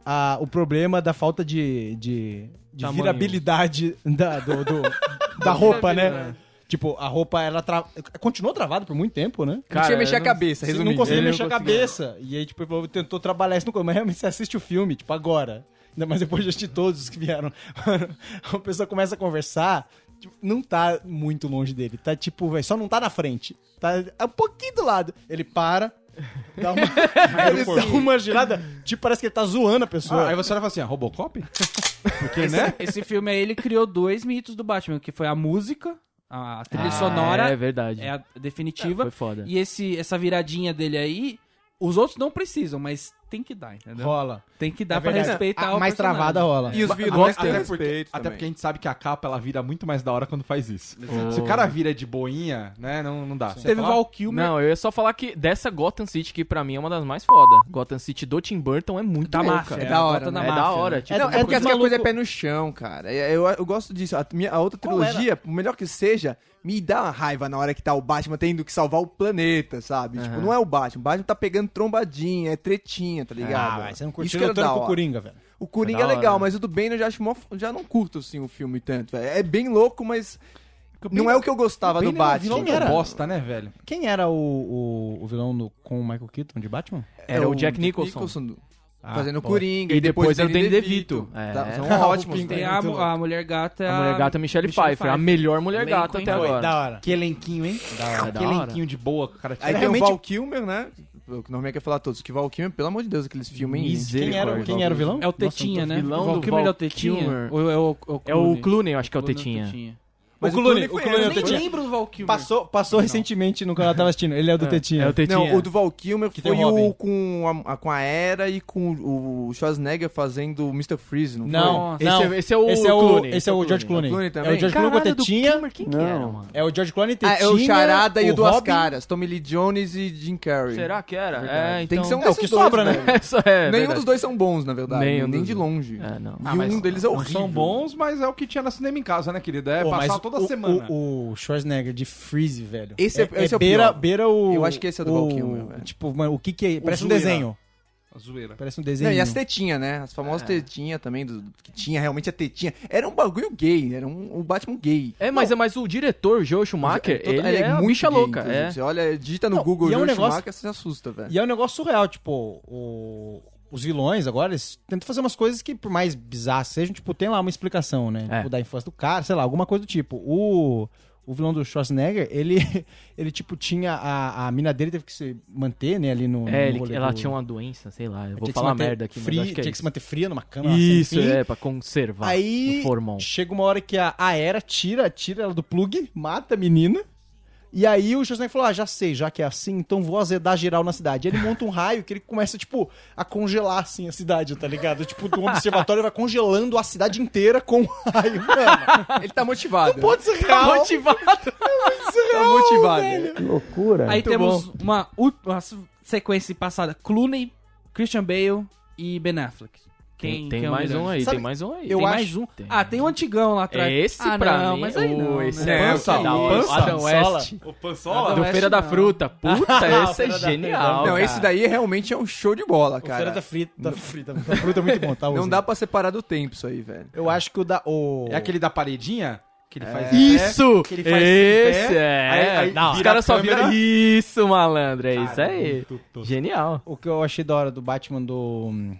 [SPEAKER 6] a- o problema da falta de, de, de
[SPEAKER 2] Tamanho.
[SPEAKER 6] virabilidade da, do- do- da roupa, né? Tipo, a roupa, ela tra- continuou travada por muito tempo, né?
[SPEAKER 5] Não tinha mexer a cabeça,
[SPEAKER 6] Você
[SPEAKER 5] resumindo.
[SPEAKER 6] não conseguia
[SPEAKER 2] Ele não
[SPEAKER 6] mexer a
[SPEAKER 2] conseguia.
[SPEAKER 6] cabeça. E aí, tipo, o povo tentou trabalhar isso no começo. Mas realmente você assiste o filme, tipo, agora. Ainda mais depois de assistir todos os que vieram. <laughs> Mano, a pessoa começa a conversar. tipo, não tá muito longe dele. Tá tipo, velho, só não tá na frente. Tá um pouquinho do lado. Ele para. Dá uma, <laughs> ele dá uma girada. Tipo, parece que ele tá zoando a pessoa.
[SPEAKER 3] Ah, aí você olha e fala assim, ah, Robocop? Porque,
[SPEAKER 1] Esse,
[SPEAKER 3] né?
[SPEAKER 1] esse filme aí, ele criou dois mitos do Batman, que foi a música, a trilha sonora,
[SPEAKER 2] É verdade.
[SPEAKER 1] é a definitiva.
[SPEAKER 2] Foi foda.
[SPEAKER 1] E esse, essa viradinha dele aí, os outros não precisam, mas tem que dar, entendeu?
[SPEAKER 6] rola.
[SPEAKER 1] Tem que dar
[SPEAKER 6] É
[SPEAKER 1] Né? pra
[SPEAKER 6] verdade.
[SPEAKER 1] respeitar
[SPEAKER 2] Ah,
[SPEAKER 6] A
[SPEAKER 1] o
[SPEAKER 6] mais
[SPEAKER 1] personagem.
[SPEAKER 6] travada rola.
[SPEAKER 5] E os
[SPEAKER 3] Ba-
[SPEAKER 5] vilões
[SPEAKER 3] até,
[SPEAKER 5] têm
[SPEAKER 3] até porque,
[SPEAKER 5] respeito
[SPEAKER 3] até
[SPEAKER 5] também.
[SPEAKER 3] porque a gente sabe que a capa ela vira muito mais da hora quando faz isso. Se o cara vira de boinha, né? Não, não dá. Você
[SPEAKER 1] Teve o
[SPEAKER 3] fala,
[SPEAKER 1] Val Kilmer,
[SPEAKER 2] Não, eu ia só falar que dessa Gotham City, que pra mim é uma das mais foda. Gotham City do Tim Burton é muito
[SPEAKER 1] da
[SPEAKER 2] louca.
[SPEAKER 1] máfia.
[SPEAKER 5] É da hora,
[SPEAKER 1] bota na
[SPEAKER 2] É
[SPEAKER 1] máfia,
[SPEAKER 2] da hora.
[SPEAKER 1] né?
[SPEAKER 2] Tipo,
[SPEAKER 5] é, porque
[SPEAKER 6] dos
[SPEAKER 5] essa coisa é
[SPEAKER 6] malucos-
[SPEAKER 5] pé no chão, cara. É, Eu, eu gosto disso. A, minha- a outra
[SPEAKER 6] Qual era?
[SPEAKER 5] trilogia, por melhor que seja, me dá uma raiva na hora que tá o Batman tendo que salvar o planeta, sabe? Tipo, não é o Batman. O Batman tá pegando trombadinha, é tretinha, Coringa, tá ligado?
[SPEAKER 6] Ah, mas você não
[SPEAKER 5] Isso
[SPEAKER 6] curtiu
[SPEAKER 5] que era
[SPEAKER 6] lutando
[SPEAKER 5] da
[SPEAKER 6] com o
[SPEAKER 5] hora.
[SPEAKER 6] Coringa, velho.
[SPEAKER 5] O Coringa
[SPEAKER 2] Da
[SPEAKER 5] é
[SPEAKER 2] hora,
[SPEAKER 5] legal,
[SPEAKER 2] né?
[SPEAKER 5] mas o do Bane eu já, acho mó- já não curto, assim, o filme tanto. velho. É bem louco, mas não é o que eu gostava do Batman.
[SPEAKER 6] vilão era.
[SPEAKER 3] bosta, né, velho?
[SPEAKER 6] Quem era o, o, o vilão no- com o Michael Keaton de Batman?
[SPEAKER 2] Era o Jack Nicholson.
[SPEAKER 5] É do-
[SPEAKER 6] Ah,
[SPEAKER 5] fazendo o
[SPEAKER 6] pô.
[SPEAKER 5] Coringa.
[SPEAKER 2] E depois
[SPEAKER 5] era
[SPEAKER 2] era o Danny DeVito. É.
[SPEAKER 5] Tá, são
[SPEAKER 6] <laughs> Ah, o
[SPEAKER 5] ótimos.
[SPEAKER 6] Pinguim.
[SPEAKER 5] né?
[SPEAKER 1] Tem a, mu- a mulher gata.
[SPEAKER 2] A mulher gata é Michelle, Pfeiffer, a melhor mulher
[SPEAKER 1] Elenco,
[SPEAKER 2] gata
[SPEAKER 1] hein,
[SPEAKER 2] até
[SPEAKER 1] foi?
[SPEAKER 2] agora.
[SPEAKER 6] Da hora.
[SPEAKER 3] Que elenquinho, hein?
[SPEAKER 2] É da
[SPEAKER 3] que
[SPEAKER 2] hora.
[SPEAKER 3] elenquinho de boa, cara.
[SPEAKER 5] Aí
[SPEAKER 6] Era
[SPEAKER 5] tem um
[SPEAKER 6] realmente-
[SPEAKER 5] o Val Kilmer, né? O que normalmente quer falar todos. Que Val Kilmer, pelo amor de Deus, aqueles filmes... hein?
[SPEAKER 6] Quem era,
[SPEAKER 2] Misericórdia.
[SPEAKER 6] quem era o vilão?
[SPEAKER 1] É o Tetinha, né?
[SPEAKER 2] um vilão
[SPEAKER 1] o Val
[SPEAKER 2] do
[SPEAKER 1] Kilmer é o
[SPEAKER 2] Val
[SPEAKER 1] Tetinha.
[SPEAKER 2] Kilmer.
[SPEAKER 1] Ou é o, o
[SPEAKER 2] É o Clooney, eu acho que é o Tetinha.
[SPEAKER 5] Mas
[SPEAKER 4] o Clooney,
[SPEAKER 5] foi
[SPEAKER 4] o Clooney
[SPEAKER 5] ele,
[SPEAKER 4] é
[SPEAKER 1] Eu
[SPEAKER 4] o
[SPEAKER 5] né?
[SPEAKER 1] nem
[SPEAKER 4] Tetinha.
[SPEAKER 1] lembro do Val Kilmer.
[SPEAKER 6] Passou, passou recentemente no canal tava assistindo. Ele é o do Tetinha.
[SPEAKER 2] É o Tetinha.
[SPEAKER 5] Não, o do Val Kilmer
[SPEAKER 6] Que tem
[SPEAKER 5] foi
[SPEAKER 6] o Robin.
[SPEAKER 5] o com a, a- com a Era e com o Schwarzenegger fazendo o Mr. Freeze, não,
[SPEAKER 6] Não,
[SPEAKER 1] Nossa.
[SPEAKER 2] Esse
[SPEAKER 6] não.
[SPEAKER 2] é- esse é o
[SPEAKER 6] Esse é o,
[SPEAKER 2] Clooney,
[SPEAKER 6] esse é o George Clooney.
[SPEAKER 5] É o Clooney também?
[SPEAKER 6] É o George Clooney com a
[SPEAKER 2] do
[SPEAKER 6] Tetinha.
[SPEAKER 2] Kilmer, quem que era, mano?
[SPEAKER 6] É o George Clooney,
[SPEAKER 5] foi? Ah, é
[SPEAKER 6] Tetinha.
[SPEAKER 5] o Charada e o Duas
[SPEAKER 6] Robin.
[SPEAKER 5] Caras. Tommy Lee Jones e Jim Carrey.
[SPEAKER 2] Será que era? É, então...
[SPEAKER 5] Tem
[SPEAKER 2] <laughs>
[SPEAKER 5] que ser um
[SPEAKER 6] É, o
[SPEAKER 5] desses
[SPEAKER 6] que
[SPEAKER 5] dois,
[SPEAKER 6] sobra, né?
[SPEAKER 5] velho.
[SPEAKER 2] Essa é,
[SPEAKER 5] Nenhum
[SPEAKER 2] verdade.
[SPEAKER 5] dos dois são bons, na verdade.
[SPEAKER 2] Nenhum
[SPEAKER 5] Nem,
[SPEAKER 6] um
[SPEAKER 2] dos
[SPEAKER 5] de
[SPEAKER 2] dois.
[SPEAKER 5] longe.
[SPEAKER 2] É, não.
[SPEAKER 6] Ah,
[SPEAKER 5] E um deles é
[SPEAKER 3] Não
[SPEAKER 5] horrível.
[SPEAKER 3] são bons, mas é o que tinha na cinema em casa, né, querido? É
[SPEAKER 6] Pô, mas
[SPEAKER 3] passar
[SPEAKER 6] o-
[SPEAKER 3] toda
[SPEAKER 6] o-
[SPEAKER 3] semana.
[SPEAKER 6] O, o Schwarzenegger de Freeze, velho.
[SPEAKER 5] Esse é- esse é o
[SPEAKER 6] beira,
[SPEAKER 5] pior.
[SPEAKER 6] beira o.
[SPEAKER 5] Eu acho que esse é do Val
[SPEAKER 6] o-
[SPEAKER 5] Kilmer, velho.
[SPEAKER 6] Tipo, mano, o que que é? Parece um
[SPEAKER 3] zoeira.
[SPEAKER 6] desenho.
[SPEAKER 3] A zoeira.
[SPEAKER 6] Parece um desenho.
[SPEAKER 5] Não, e as tetinhas, né? As famosas
[SPEAKER 6] É.
[SPEAKER 5] tetinhas também, do, que tinha realmente a tetinha. Era um bagulho gay, era um, um Batman gay.
[SPEAKER 2] É, mas, é, mas o diretor, Joe Schumacher,
[SPEAKER 5] Todo-
[SPEAKER 2] ele, é, muito bicha
[SPEAKER 5] gay,
[SPEAKER 2] louca.
[SPEAKER 5] inclusive.
[SPEAKER 2] É.
[SPEAKER 5] Você olha, digita no
[SPEAKER 6] Não,
[SPEAKER 5] Google
[SPEAKER 6] e é um
[SPEAKER 5] Joe
[SPEAKER 6] negócio-
[SPEAKER 5] Schumacher, você se assusta, velho.
[SPEAKER 6] E é um negócio surreal, tipo, o- os vilões agora, eles tentam fazer umas coisas que, por mais bizarras que sejam, tipo, tem lá uma explicação, né?
[SPEAKER 2] É.
[SPEAKER 6] Tipo, da infância do cara, sei lá, alguma coisa do tipo. O, o vilão do Schwarzenegger, <laughs> ele, ele tipo, tinha a, a mina dele teve que se manter, né, ali no,
[SPEAKER 2] É,
[SPEAKER 6] no
[SPEAKER 2] ele-
[SPEAKER 6] rolê
[SPEAKER 2] ela
[SPEAKER 6] do-
[SPEAKER 2] tinha uma doença, sei lá, eu
[SPEAKER 6] Tinha
[SPEAKER 2] vou
[SPEAKER 6] que se
[SPEAKER 2] falar
[SPEAKER 6] manter
[SPEAKER 2] merda aqui,
[SPEAKER 6] fria-
[SPEAKER 2] mas acho que é
[SPEAKER 6] Tinha que
[SPEAKER 2] isso.
[SPEAKER 6] se manter fria numa cama.
[SPEAKER 2] Isso,
[SPEAKER 6] sem fim.
[SPEAKER 2] é, pra conservar <laughs>
[SPEAKER 6] Aí
[SPEAKER 2] o formol.
[SPEAKER 6] chega uma hora que a, a Era tira, tira ela do plug, mata a menina. E aí o Schwarzenegger falou: Ah, já sei, já que é assim, então vou azedar geral na cidade. Ele monta um raio que ele começa, tipo, a congelar assim a cidade, tá ligado? Tipo, do observatório vai congelando a cidade inteira com um
[SPEAKER 2] é
[SPEAKER 6] raio. Mano,
[SPEAKER 5] Ele
[SPEAKER 2] <laughs>
[SPEAKER 5] tá motivado.
[SPEAKER 6] pode <laughs> ser real.
[SPEAKER 2] Motivado!
[SPEAKER 5] tá motivado.
[SPEAKER 1] Aí temos uma, ú- uma su- sequência passada: Clooney, Christian Bale e Ben Affleck. Quem,
[SPEAKER 2] Tem, tem
[SPEAKER 1] quem é o
[SPEAKER 2] mais
[SPEAKER 1] melhor?
[SPEAKER 2] um aí,
[SPEAKER 6] Sabe,
[SPEAKER 2] tem mais um aí.
[SPEAKER 6] eu
[SPEAKER 2] tem
[SPEAKER 6] acho-
[SPEAKER 2] mais um.
[SPEAKER 1] Ah, tem um antigão lá atrás.
[SPEAKER 2] é Esse
[SPEAKER 1] ah,
[SPEAKER 2] pra
[SPEAKER 1] não,
[SPEAKER 2] mim,
[SPEAKER 1] mas aí
[SPEAKER 2] o-
[SPEAKER 1] não, né?
[SPEAKER 2] esse
[SPEAKER 5] Não,
[SPEAKER 2] é
[SPEAKER 5] essa
[SPEAKER 2] da
[SPEAKER 5] aí,
[SPEAKER 2] hora.
[SPEAKER 5] essa
[SPEAKER 2] Adam West.
[SPEAKER 3] O
[SPEAKER 1] Adam
[SPEAKER 3] Pansola?
[SPEAKER 2] Do
[SPEAKER 1] West,
[SPEAKER 2] Feira da
[SPEAKER 1] não.
[SPEAKER 2] Fruta. <laughs> Puta, esse é
[SPEAKER 6] Feira da-
[SPEAKER 2] genial.
[SPEAKER 5] Não,
[SPEAKER 2] cara.
[SPEAKER 5] esse daí realmente é um show de bola,
[SPEAKER 6] O tá Feira da
[SPEAKER 5] cara.
[SPEAKER 6] frita, da frita, da fruta é muito bom, tá?
[SPEAKER 5] Não
[SPEAKER 6] Uzi?
[SPEAKER 5] dá pra separar do tempo isso aí, velho.
[SPEAKER 6] Eu acho que o da. O...
[SPEAKER 3] É aquele da paredinha? Que
[SPEAKER 5] É.
[SPEAKER 3] ele faz em pé?
[SPEAKER 2] Isso!
[SPEAKER 3] é que ele faz em
[SPEAKER 2] Esse
[SPEAKER 3] pé,
[SPEAKER 2] é!
[SPEAKER 3] aí- aí
[SPEAKER 2] Não, os
[SPEAKER 3] vira
[SPEAKER 2] caras
[SPEAKER 3] a
[SPEAKER 2] só viram.
[SPEAKER 3] câmera.
[SPEAKER 2] Isso, malandro, é isso
[SPEAKER 3] Cara,
[SPEAKER 2] aí.
[SPEAKER 3] muito tosco.
[SPEAKER 2] Genial.
[SPEAKER 6] O que eu achei da hora do Batman do. hum,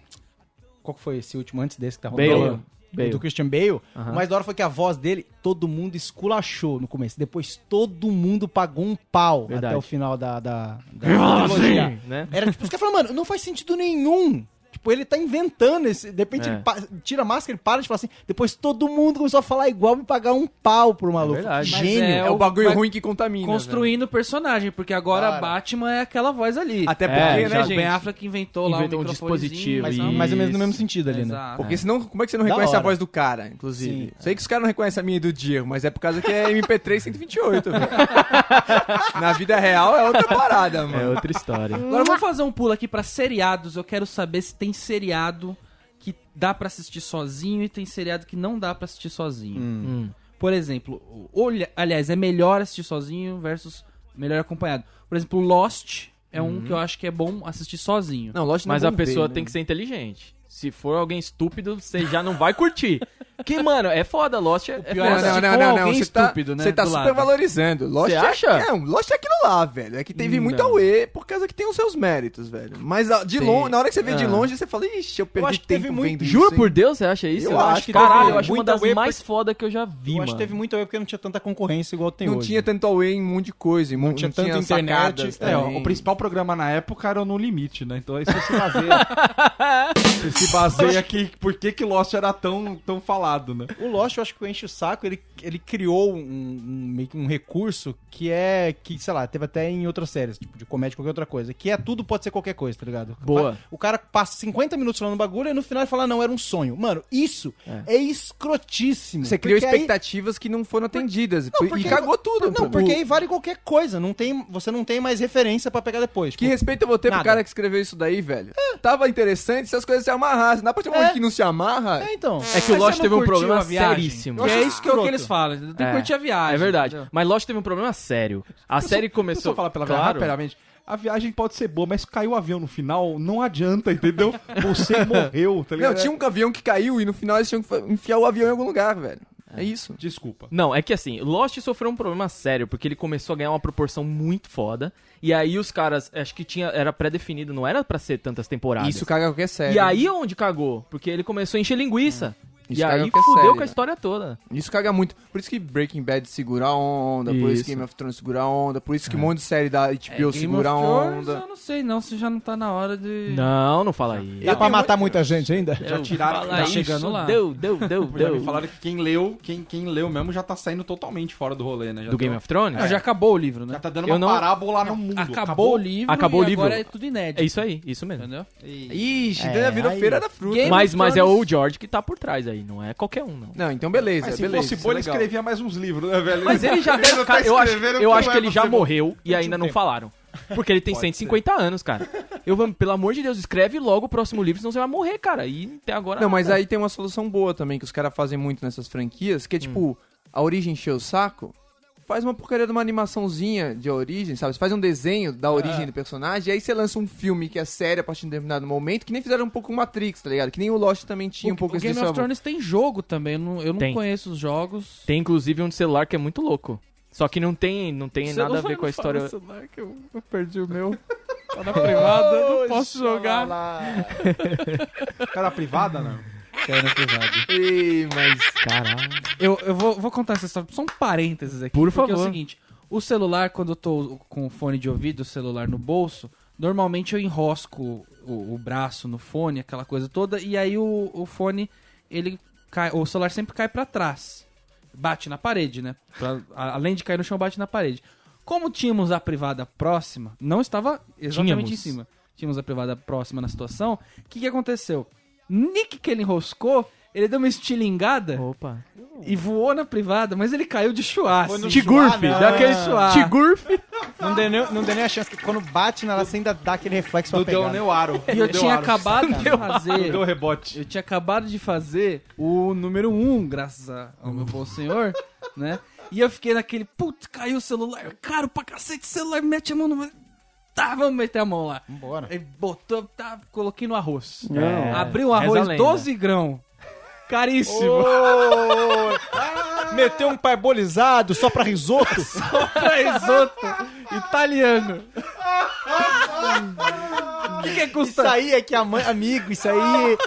[SPEAKER 6] Qual que foi esse último antes desse que tá
[SPEAKER 2] Bale.
[SPEAKER 6] rolando?
[SPEAKER 2] Bale.
[SPEAKER 6] Do Christian Bale.
[SPEAKER 2] Aham.
[SPEAKER 6] Mas da hora foi que a voz dele, todo mundo esculachou no começo. Depois todo mundo pagou um pau
[SPEAKER 2] Verdade.
[SPEAKER 6] até o final da, da, da trilogia.
[SPEAKER 2] né?
[SPEAKER 6] Era tipo, os caras falaram, mano, não faz sentido nenhum. Tipo, ele tá inventando esse. De repente
[SPEAKER 2] É.
[SPEAKER 6] ele pa- tira a máscara, ele para de falar assim. Depois todo mundo começou a falar igual e pagar um pau pro maluco.
[SPEAKER 2] verdade.
[SPEAKER 6] Que
[SPEAKER 1] Mas
[SPEAKER 6] gênio.
[SPEAKER 1] é
[SPEAKER 5] É o bagulho
[SPEAKER 1] vai
[SPEAKER 5] ruim que
[SPEAKER 2] né,
[SPEAKER 5] contamina. velho.
[SPEAKER 1] Construindo o personagem, porque agora Batman é aquela voz ali.
[SPEAKER 5] Até
[SPEAKER 2] É,
[SPEAKER 5] porque,
[SPEAKER 2] já
[SPEAKER 1] o
[SPEAKER 5] né, gente?
[SPEAKER 1] Ben Affleck inventou,
[SPEAKER 2] Inventou um
[SPEAKER 1] lá um
[SPEAKER 2] dispositivo,
[SPEAKER 6] Mas, é
[SPEAKER 1] Mas
[SPEAKER 2] isso.
[SPEAKER 6] mais ou menos no mesmo sentido ali, né?
[SPEAKER 1] Exato.
[SPEAKER 5] Porque senão, como é que você não
[SPEAKER 6] Da
[SPEAKER 5] reconhece a
[SPEAKER 6] hora.
[SPEAKER 5] voz do cara, inclusive?
[SPEAKER 6] Sim.
[SPEAKER 2] é.
[SPEAKER 5] Sei que os caras não reconhecem a minha e do Diego, mas é por causa que é
[SPEAKER 2] <laughs>
[SPEAKER 5] MP3 128, velho. Na vida real é outra parada,
[SPEAKER 2] É
[SPEAKER 5] mano.
[SPEAKER 2] outra história.
[SPEAKER 1] Agora vamos fazer um pulo aqui pra seriados. Eu quero saber se tem seriado que dá pra assistir sozinho e tem seriado que não dá pra assistir sozinho.
[SPEAKER 2] Hum.
[SPEAKER 1] Por exemplo, olha, aliás, é melhor assistir sozinho versus melhor acompanhado. Por exemplo, Lost é um que eu acho que é bom assistir sozinho.
[SPEAKER 5] Não, lógico que
[SPEAKER 2] Mas
[SPEAKER 5] não
[SPEAKER 2] a
[SPEAKER 5] vão ver,
[SPEAKER 2] pessoa
[SPEAKER 5] né?
[SPEAKER 2] tem que ser inteligente. Se for alguém estúpido, você já não
[SPEAKER 1] <laughs>
[SPEAKER 2] vai curtir. Porque, mano, é foda. Lost é, é
[SPEAKER 1] pior
[SPEAKER 5] Não,
[SPEAKER 1] é assistir
[SPEAKER 2] foda.
[SPEAKER 5] não, não,
[SPEAKER 1] com
[SPEAKER 5] não, não.
[SPEAKER 1] alguém
[SPEAKER 5] Você tá,
[SPEAKER 1] estúpido, né,
[SPEAKER 5] você tá
[SPEAKER 1] do lado.
[SPEAKER 5] supervalorizando. Lost
[SPEAKER 2] Você
[SPEAKER 5] é-
[SPEAKER 2] acha?
[SPEAKER 5] não, Lost é aquilo lá, velho. É que
[SPEAKER 1] Hum,
[SPEAKER 5] teve muito
[SPEAKER 2] Não.
[SPEAKER 5] auê por causa que tem os seus méritos, velho. Mas ah, de
[SPEAKER 2] Tem.
[SPEAKER 5] longe, na hora que você vê de
[SPEAKER 2] Ah.
[SPEAKER 5] longe, você fala, ixi, eu perdi
[SPEAKER 6] acho que
[SPEAKER 5] tempo
[SPEAKER 6] teve muito-
[SPEAKER 5] vendo
[SPEAKER 2] Juro
[SPEAKER 5] isso, hein?"
[SPEAKER 2] por Deus, você acha isso?
[SPEAKER 5] Eu acho que
[SPEAKER 2] Caralho,
[SPEAKER 5] teve
[SPEAKER 2] eu acho uma
[SPEAKER 6] muita
[SPEAKER 2] das
[SPEAKER 6] web-
[SPEAKER 2] mais foda que eu já vi,
[SPEAKER 6] Eu
[SPEAKER 2] mano. É
[SPEAKER 6] acho que teve muito erro porque não tinha tanta concorrência igual tem
[SPEAKER 5] não
[SPEAKER 6] hoje.
[SPEAKER 5] tinha tanto away em um monte de coisa, em mon- não
[SPEAKER 6] tinha
[SPEAKER 5] tinha,
[SPEAKER 6] tanto internet,
[SPEAKER 5] sacadas
[SPEAKER 3] É, ó,
[SPEAKER 5] também.
[SPEAKER 3] o principal programa na época era o No Limite, né? Então aí você se
[SPEAKER 2] <laughs>
[SPEAKER 3] baseia. você se baseia aqui por que, que Lost era tão, tão falado, né?
[SPEAKER 6] O Lost, eu acho que o Enche o Saco, ele, ele criou um, um- meio que um recurso que é, que, sei lá, teve até em outras séries, tipo, de comédia, qualquer outra coisa, que é tudo pode ser qualquer coisa, tá ligado?
[SPEAKER 2] Boa.
[SPEAKER 6] O cara passa 50 minutos falando bagulho e no final ele fala, não, era um sonho. Mano, isso é, escrotíssimo.
[SPEAKER 5] Você criou
[SPEAKER 6] Porque aí-
[SPEAKER 5] expectativas que não foram atendidas.
[SPEAKER 6] Não,
[SPEAKER 5] e
[SPEAKER 6] porque-
[SPEAKER 5] cagou tudo.
[SPEAKER 6] Não,
[SPEAKER 5] pô.
[SPEAKER 6] porque aí vale qualquer coisa, não tem, você não tem mais referência pra pegar depois.
[SPEAKER 5] Que
[SPEAKER 6] Tipo,
[SPEAKER 5] respeito eu vou ter
[SPEAKER 6] Nada.
[SPEAKER 5] pro cara que escreveu isso daí, velho? Tava interessante se as coisas se amarrassem. Dá pra ter um monte que não se amarra?
[SPEAKER 6] É, então.
[SPEAKER 2] É que o
[SPEAKER 1] Mas
[SPEAKER 2] Lost
[SPEAKER 1] você não
[SPEAKER 2] teve um
[SPEAKER 1] curtiu
[SPEAKER 2] problema
[SPEAKER 1] a viagem?
[SPEAKER 2] seríssimo.
[SPEAKER 1] Que é isso que, é o que
[SPEAKER 6] escroto.
[SPEAKER 1] eles falam. Tem que
[SPEAKER 2] É.
[SPEAKER 1] curtir a viagem.
[SPEAKER 2] É verdade.
[SPEAKER 1] entendeu?
[SPEAKER 2] Mas Lost teve um problema sério. A série
[SPEAKER 3] Deixa eu
[SPEAKER 2] começou.
[SPEAKER 3] falar pela verdade,
[SPEAKER 2] claro,
[SPEAKER 3] rapidamente. a viagem pode ser boa, mas caiu o avião no final, não adianta, entendeu?
[SPEAKER 2] <laughs>
[SPEAKER 3] Você morreu, tá ligado?
[SPEAKER 5] Não, tinha um avião que caiu e no final eles tinham que fa- enfiar o avião em algum lugar, velho. É isso.
[SPEAKER 3] Desculpa.
[SPEAKER 2] Não, é que assim, Lost sofreu um problema sério, porque ele começou a ganhar uma proporção muito foda. E aí os caras, acho que tinha, era pré-definido, não era pra ser tantas temporadas.
[SPEAKER 5] Isso caga qualquer série.
[SPEAKER 2] E aí é onde cagou, porque ele começou a encher linguiça.
[SPEAKER 5] né? Isso
[SPEAKER 2] e
[SPEAKER 5] caga
[SPEAKER 2] aí
[SPEAKER 5] qualquer
[SPEAKER 2] fudeu
[SPEAKER 5] série,
[SPEAKER 2] com a
[SPEAKER 5] né?
[SPEAKER 2] história toda.
[SPEAKER 5] Isso caga muito. Por isso que Breaking Bad segura a onda, por isso que
[SPEAKER 2] Isso.
[SPEAKER 5] Game of Thrones segura a onda, por isso que um monte de série da HBO segura a
[SPEAKER 1] Thrones,
[SPEAKER 5] onda.
[SPEAKER 1] eu não sei não, se já não tá na hora de...
[SPEAKER 2] Não, não fala isso.
[SPEAKER 6] Dá pra matar muita gente ainda?
[SPEAKER 2] Já
[SPEAKER 3] tiraram-
[SPEAKER 2] fala
[SPEAKER 1] tá
[SPEAKER 2] isso,
[SPEAKER 1] chegando lá.
[SPEAKER 2] Deu, deu, deu,
[SPEAKER 3] Já me
[SPEAKER 2] deu.
[SPEAKER 3] falaram que quem leu, quem, quem leu mesmo já tá saindo totalmente fora do rolê, né? Já
[SPEAKER 2] Do
[SPEAKER 3] tá-
[SPEAKER 2] Game of Thrones?
[SPEAKER 1] Ah, já acabou o livro,
[SPEAKER 3] Já
[SPEAKER 1] né?
[SPEAKER 3] tá dando
[SPEAKER 2] Eu
[SPEAKER 3] uma
[SPEAKER 2] não-
[SPEAKER 3] parábola no mundo.
[SPEAKER 1] Acabou, o livro
[SPEAKER 2] Acabou
[SPEAKER 1] e
[SPEAKER 2] o livro.
[SPEAKER 1] agora é tudo inédito.
[SPEAKER 2] É isso aí, isso mesmo.
[SPEAKER 1] Entendeu?
[SPEAKER 5] Ixi,
[SPEAKER 6] É,
[SPEAKER 5] então já virou
[SPEAKER 6] aí-
[SPEAKER 5] feira da fruta.
[SPEAKER 1] Game
[SPEAKER 2] Mas,
[SPEAKER 1] of
[SPEAKER 2] mas é
[SPEAKER 1] Thrones-
[SPEAKER 2] o George que tá por trás aí, não é qualquer um, não.
[SPEAKER 5] Não, então beleza,
[SPEAKER 3] Mas se
[SPEAKER 5] beleza.
[SPEAKER 3] fosse
[SPEAKER 5] isso
[SPEAKER 3] bom,
[SPEAKER 5] é
[SPEAKER 3] ele
[SPEAKER 5] legal.
[SPEAKER 3] escrevia mais uns livros, né, velho?
[SPEAKER 2] Mas ele já deve.
[SPEAKER 3] não tá
[SPEAKER 2] Cara, eu acho,
[SPEAKER 3] escrevendo,
[SPEAKER 2] eu
[SPEAKER 3] não
[SPEAKER 2] acho
[SPEAKER 3] é
[SPEAKER 2] que ele
[SPEAKER 3] pra
[SPEAKER 2] já
[SPEAKER 3] ser bom.
[SPEAKER 2] morreu e ainda não falaram. Porque ele tem 150 anos, cara. Eu vou, pelo amor de Deus, escreve logo o próximo livro, senão você vai morrer, cara. E até agora.
[SPEAKER 5] Não, mas é- aí tem uma solução boa também que os caras fazem muito nessas franquias,
[SPEAKER 1] Hum.
[SPEAKER 5] que é tipo, a origem encheu o saco, faz uma porcaria de uma animaçãozinha de origem, sabe? Você faz um desenho da origem
[SPEAKER 1] É.
[SPEAKER 5] do personagem, e aí você lança um filme que é sério a partir de um determinado momento, que nem fizeram um pouco com Matrix, tá ligado? Que nem o Lost também tinha um
[SPEAKER 1] o,
[SPEAKER 5] pouco
[SPEAKER 1] o Game
[SPEAKER 5] desse
[SPEAKER 1] of
[SPEAKER 5] sabor.
[SPEAKER 1] Thrones tem jogo também, eu não, eu não
[SPEAKER 2] Tem.
[SPEAKER 1] conheço os jogos.
[SPEAKER 2] Tem inclusive um de celular que é muito louco. Só que não tem, não tem
[SPEAKER 1] Você
[SPEAKER 2] nada a
[SPEAKER 1] não
[SPEAKER 2] ver com
[SPEAKER 1] vai
[SPEAKER 2] a
[SPEAKER 1] falar
[SPEAKER 2] história. Oh,
[SPEAKER 1] do celular que eu, eu perdi o meu. Tá
[SPEAKER 2] <laughs>
[SPEAKER 1] na privada, eu não posso jogar.
[SPEAKER 3] Cara, privada, né? não.
[SPEAKER 5] Ei, mas...
[SPEAKER 2] Caralho.
[SPEAKER 1] Eu, eu vou, vou contar essa história, só um parênteses aqui.
[SPEAKER 2] Por
[SPEAKER 1] porque é o
[SPEAKER 2] favor.
[SPEAKER 1] seguinte, o celular, quando eu tô com o fone de ouvido, o celular no bolso, normalmente eu enrosco o, o braço no fone, aquela coisa toda, e aí o, o fone, ele cai, o celular sempre cai pra trás. Bate na parede, né? Pra- a- além de cair no chão, bate na parede. Como tínhamos a privada próxima, não estava exatamente
[SPEAKER 2] Tínhamos.
[SPEAKER 1] em cima. Tínhamos a privada próxima na situação. O que, que aconteceu? Nick que ele enroscou, ele deu uma estilingada
[SPEAKER 2] Opa.
[SPEAKER 1] e voou na privada, mas ele caiu de É. chuaço.
[SPEAKER 2] Tigurf,
[SPEAKER 4] Ah, não.
[SPEAKER 2] daquele Tigurf.
[SPEAKER 6] Não deu, nem, não deu nem a chance. que Quando bate na laça, ainda dá aquele reflexo pra
[SPEAKER 3] Não
[SPEAKER 6] pegar.
[SPEAKER 3] deu
[SPEAKER 6] né?
[SPEAKER 3] nem o aro.
[SPEAKER 1] E eu tinha acabado de fazer.
[SPEAKER 3] um Deu um rebote.
[SPEAKER 1] Eu tinha acabado de fazer o número 1, um, graças a- ao meu bom senhor, né? E eu fiquei naquele, putz, caiu o celular, caro pra cacete, o celular, mete a mão no. Tá, vamos meter a mão lá.
[SPEAKER 6] Vambora.
[SPEAKER 1] Aí botou, tá, coloquei no arroz.
[SPEAKER 2] É.
[SPEAKER 1] Abriu o
[SPEAKER 2] Reza a
[SPEAKER 1] arroz
[SPEAKER 2] lenda.
[SPEAKER 1] 12 grão. Caríssimo.
[SPEAKER 4] Meteu um parbolizado só pra risoto.
[SPEAKER 1] <laughs> Risoto <laughs> italiano. O que, que é
[SPEAKER 6] <laughs> Isso
[SPEAKER 1] custa?
[SPEAKER 6] aí é que a mãe, amigo, isso aí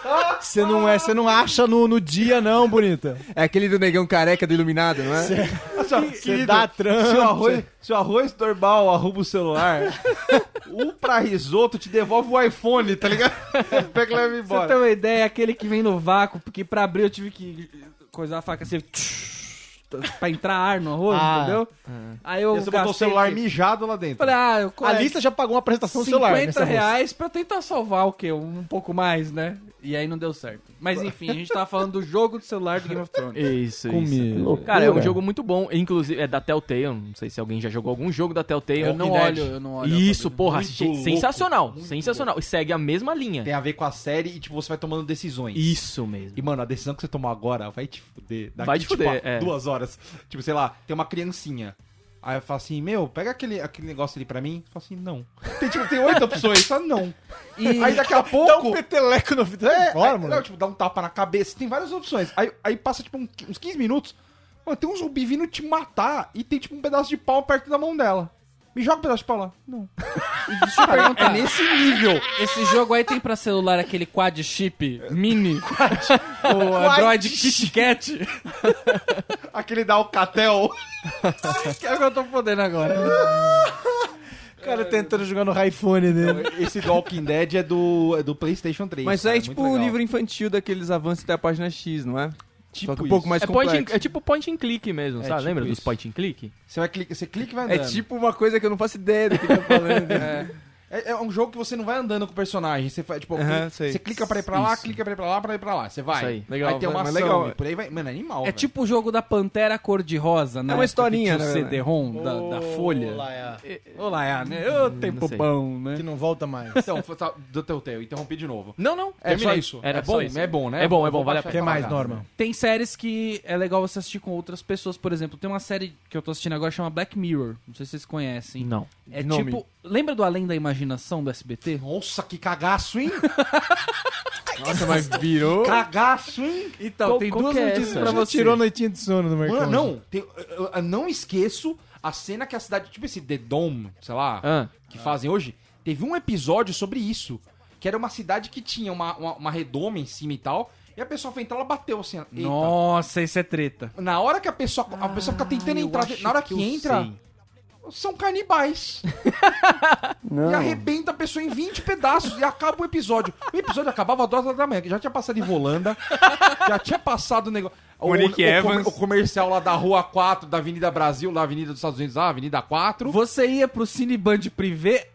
[SPEAKER 6] você não é, você não acha no, no dia não, bonita.
[SPEAKER 5] É aquele do negão careca do Iluminado, não é?
[SPEAKER 6] Você dá
[SPEAKER 3] Se o,
[SPEAKER 6] trampo.
[SPEAKER 3] arroz, se o arroz normal arruba o celular, <laughs> o pra risoto te devolve o iPhone, tá ligado? <laughs> Pega e
[SPEAKER 1] Pra
[SPEAKER 3] leva
[SPEAKER 1] você
[SPEAKER 3] embora.
[SPEAKER 1] ter uma ideia, é aquele que vem no vácuo, porque pra abrir eu tive que coisar a faca assim, pra entrar ar no arroz,
[SPEAKER 6] Ah.
[SPEAKER 1] entendeu? Aí eu
[SPEAKER 3] E Você botou o
[SPEAKER 1] um gastei-
[SPEAKER 3] celular mijado lá dentro.
[SPEAKER 1] Falei, ah, eu
[SPEAKER 6] A
[SPEAKER 1] colete
[SPEAKER 6] lista já pagou uma apresentação do
[SPEAKER 1] 50
[SPEAKER 6] celular. né, nesse arroz.
[SPEAKER 1] reais pra tentar salvar o quê? Um pouco mais, né? E aí não deu certo. Mas enfim, a gente tava falando do jogo do celular do Game of
[SPEAKER 2] <laughs>
[SPEAKER 1] Thrones.
[SPEAKER 2] Isso,
[SPEAKER 6] Comigo.
[SPEAKER 2] isso. Cara, é um jogo muito bom. Inclusive, é da Telltale. Não sei se alguém já jogou algum jogo da Telltale.
[SPEAKER 3] É um
[SPEAKER 1] Eu não
[SPEAKER 2] Walking Dead.
[SPEAKER 1] olho, eu não olho.
[SPEAKER 2] Isso,
[SPEAKER 1] Fabrício.
[SPEAKER 2] porra.
[SPEAKER 3] Muito
[SPEAKER 2] gente,
[SPEAKER 3] louco, É
[SPEAKER 2] sensacional. Sensacional. E segue a mesma linha.
[SPEAKER 3] Tem a ver com a série e, tipo, você vai tomando decisões.
[SPEAKER 2] Isso mesmo.
[SPEAKER 3] E, mano, a decisão que você tomou agora vai te fuder. Daqui,
[SPEAKER 2] Vai te
[SPEAKER 3] tipo,
[SPEAKER 2] fuder,
[SPEAKER 3] a
[SPEAKER 2] é.
[SPEAKER 3] duas horas. Tipo, sei lá, tem uma criancinha. Aí eu falo assim, meu, pega aquele, aquele negócio ali pra mim. Eu falo assim, não. <laughs> Tem, tipo, tem oito opções, só não. Aí daqui a
[SPEAKER 6] Dá um
[SPEAKER 3] pouco...
[SPEAKER 6] peteleco no vidro. É,
[SPEAKER 3] É,
[SPEAKER 6] bora,
[SPEAKER 3] não,
[SPEAKER 6] moleque.
[SPEAKER 3] tipo, dá um tapa na cabeça. Tem várias opções. Aí, aí passa, tipo, um- uns 15 minutos. Mano, tem um zumbi vindo te matar e tem, tipo, um pedaço de pau perto da mão dela. Me joga um pedaço de pau lá. Não.
[SPEAKER 1] Deixa eu perguntar,
[SPEAKER 3] Nesse nível.
[SPEAKER 1] esse jogo aí tem pra celular aquele quad chip mini? o Android Kit Kat?
[SPEAKER 3] Aquele da Alcatel.
[SPEAKER 1] que é o que eu tô podendo agora.
[SPEAKER 6] O cara tentando jogar no iPhone dele.
[SPEAKER 3] Esse do Walking Dead é do, é do PlayStation 3.
[SPEAKER 5] Mas isso
[SPEAKER 3] cara,
[SPEAKER 5] aí é
[SPEAKER 3] muito
[SPEAKER 5] tipo um
[SPEAKER 3] legal.
[SPEAKER 5] livro infantil daqueles avanços até a página X, não é?
[SPEAKER 3] Tipo
[SPEAKER 5] Só que um
[SPEAKER 3] isso.
[SPEAKER 5] pouco mais
[SPEAKER 2] É, point and-
[SPEAKER 5] complexo.
[SPEAKER 2] é tipo point and click mesmo,
[SPEAKER 3] É
[SPEAKER 2] sabe?
[SPEAKER 3] tipo
[SPEAKER 2] Lembra dos
[SPEAKER 3] isso.
[SPEAKER 2] point and click?
[SPEAKER 3] Você, vai clica, você clica e vai
[SPEAKER 5] É
[SPEAKER 1] <laughs>
[SPEAKER 3] andando.
[SPEAKER 5] tipo uma coisa que eu não faço ideia do que tá falando.
[SPEAKER 3] É, é um jogo que você não vai andando com o personagem. Você faz, tipo,
[SPEAKER 5] Aham, sei.
[SPEAKER 3] você clica pra ir pra lá,
[SPEAKER 5] Isso.
[SPEAKER 3] clica pra ir pra lá, pra ir pra lá. Você vai.
[SPEAKER 2] Isso aí.
[SPEAKER 5] Legal,
[SPEAKER 3] aí tem uma
[SPEAKER 5] mas
[SPEAKER 3] ação.
[SPEAKER 5] legal.
[SPEAKER 3] e por aí vai. Mano, é animal.
[SPEAKER 1] É
[SPEAKER 3] velho.
[SPEAKER 1] tipo o jogo da Pantera Cor-de-Rosa, né?
[SPEAKER 5] uma historinha,
[SPEAKER 1] né?
[SPEAKER 5] né,
[SPEAKER 1] CD-ROM, da, da Folha.
[SPEAKER 4] Lá é a-
[SPEAKER 1] Olá, é, né? Ô, tempo
[SPEAKER 2] Hum, sei.
[SPEAKER 1] bom, né?
[SPEAKER 4] Que não volta mais.
[SPEAKER 3] <laughs> Então, tá, do Telltale, interrompi de novo.
[SPEAKER 2] Não, não.
[SPEAKER 3] É
[SPEAKER 2] terminei.
[SPEAKER 3] isso.
[SPEAKER 2] Era
[SPEAKER 3] é
[SPEAKER 2] só
[SPEAKER 3] bom,
[SPEAKER 2] isso.
[SPEAKER 3] é bom, né?
[SPEAKER 2] É bom, é
[SPEAKER 3] Eu vou
[SPEAKER 2] bom, vale a
[SPEAKER 3] baixar
[SPEAKER 2] pena.
[SPEAKER 4] O que mais,
[SPEAKER 3] pra casa.
[SPEAKER 4] Norman?
[SPEAKER 1] Tem séries que é legal você assistir com outras pessoas. Por exemplo, tem uma série que eu tô assistindo agora chama Black Mirror. Não sei se vocês conhecem.
[SPEAKER 2] Não.
[SPEAKER 1] É
[SPEAKER 5] Nome.
[SPEAKER 1] tipo. Lembra do Além da Imaginação do SBT?
[SPEAKER 3] Nossa, que cagaço, hein?
[SPEAKER 5] Nossa, mas virou.
[SPEAKER 3] Cagaço, hein?
[SPEAKER 1] Então,
[SPEAKER 2] Qual-
[SPEAKER 1] tem
[SPEAKER 2] qual
[SPEAKER 1] duas
[SPEAKER 2] que é
[SPEAKER 1] notícias
[SPEAKER 2] essa?
[SPEAKER 1] pra
[SPEAKER 2] Já
[SPEAKER 1] você.
[SPEAKER 6] Tirou a noitinha de sono do mercado.
[SPEAKER 3] Mano, não. tem- eu- eu- eu não esqueço a cena que a cidade. Tipo esse The Dome, sei lá.
[SPEAKER 2] Ah,
[SPEAKER 3] que fazem hoje, teve um episódio sobre isso. Que era uma cidade que tinha uma, uma, uma redoma em cima e tal. E a pessoa foi entrar, ela bateu assim. eita.
[SPEAKER 1] Nossa, isso é treta.
[SPEAKER 3] Na hora que a pessoa. A pessoa fica tentando entrar. Na hora que, entra, são canibais. E arrebenta a pessoa em 20 pedaços e acaba o episódio. O episódio acabava às 2 horas da manhã, que já tinha passado em Volanda, já tinha passado o negócio. O,
[SPEAKER 5] Monique
[SPEAKER 3] o- o
[SPEAKER 5] Evans.
[SPEAKER 3] com- o comercial lá da Rua 4, da Avenida Brasil, lá Avenida dos Estados Unidos, lá, Avenida 4.
[SPEAKER 1] Você ia pro Cineband Privé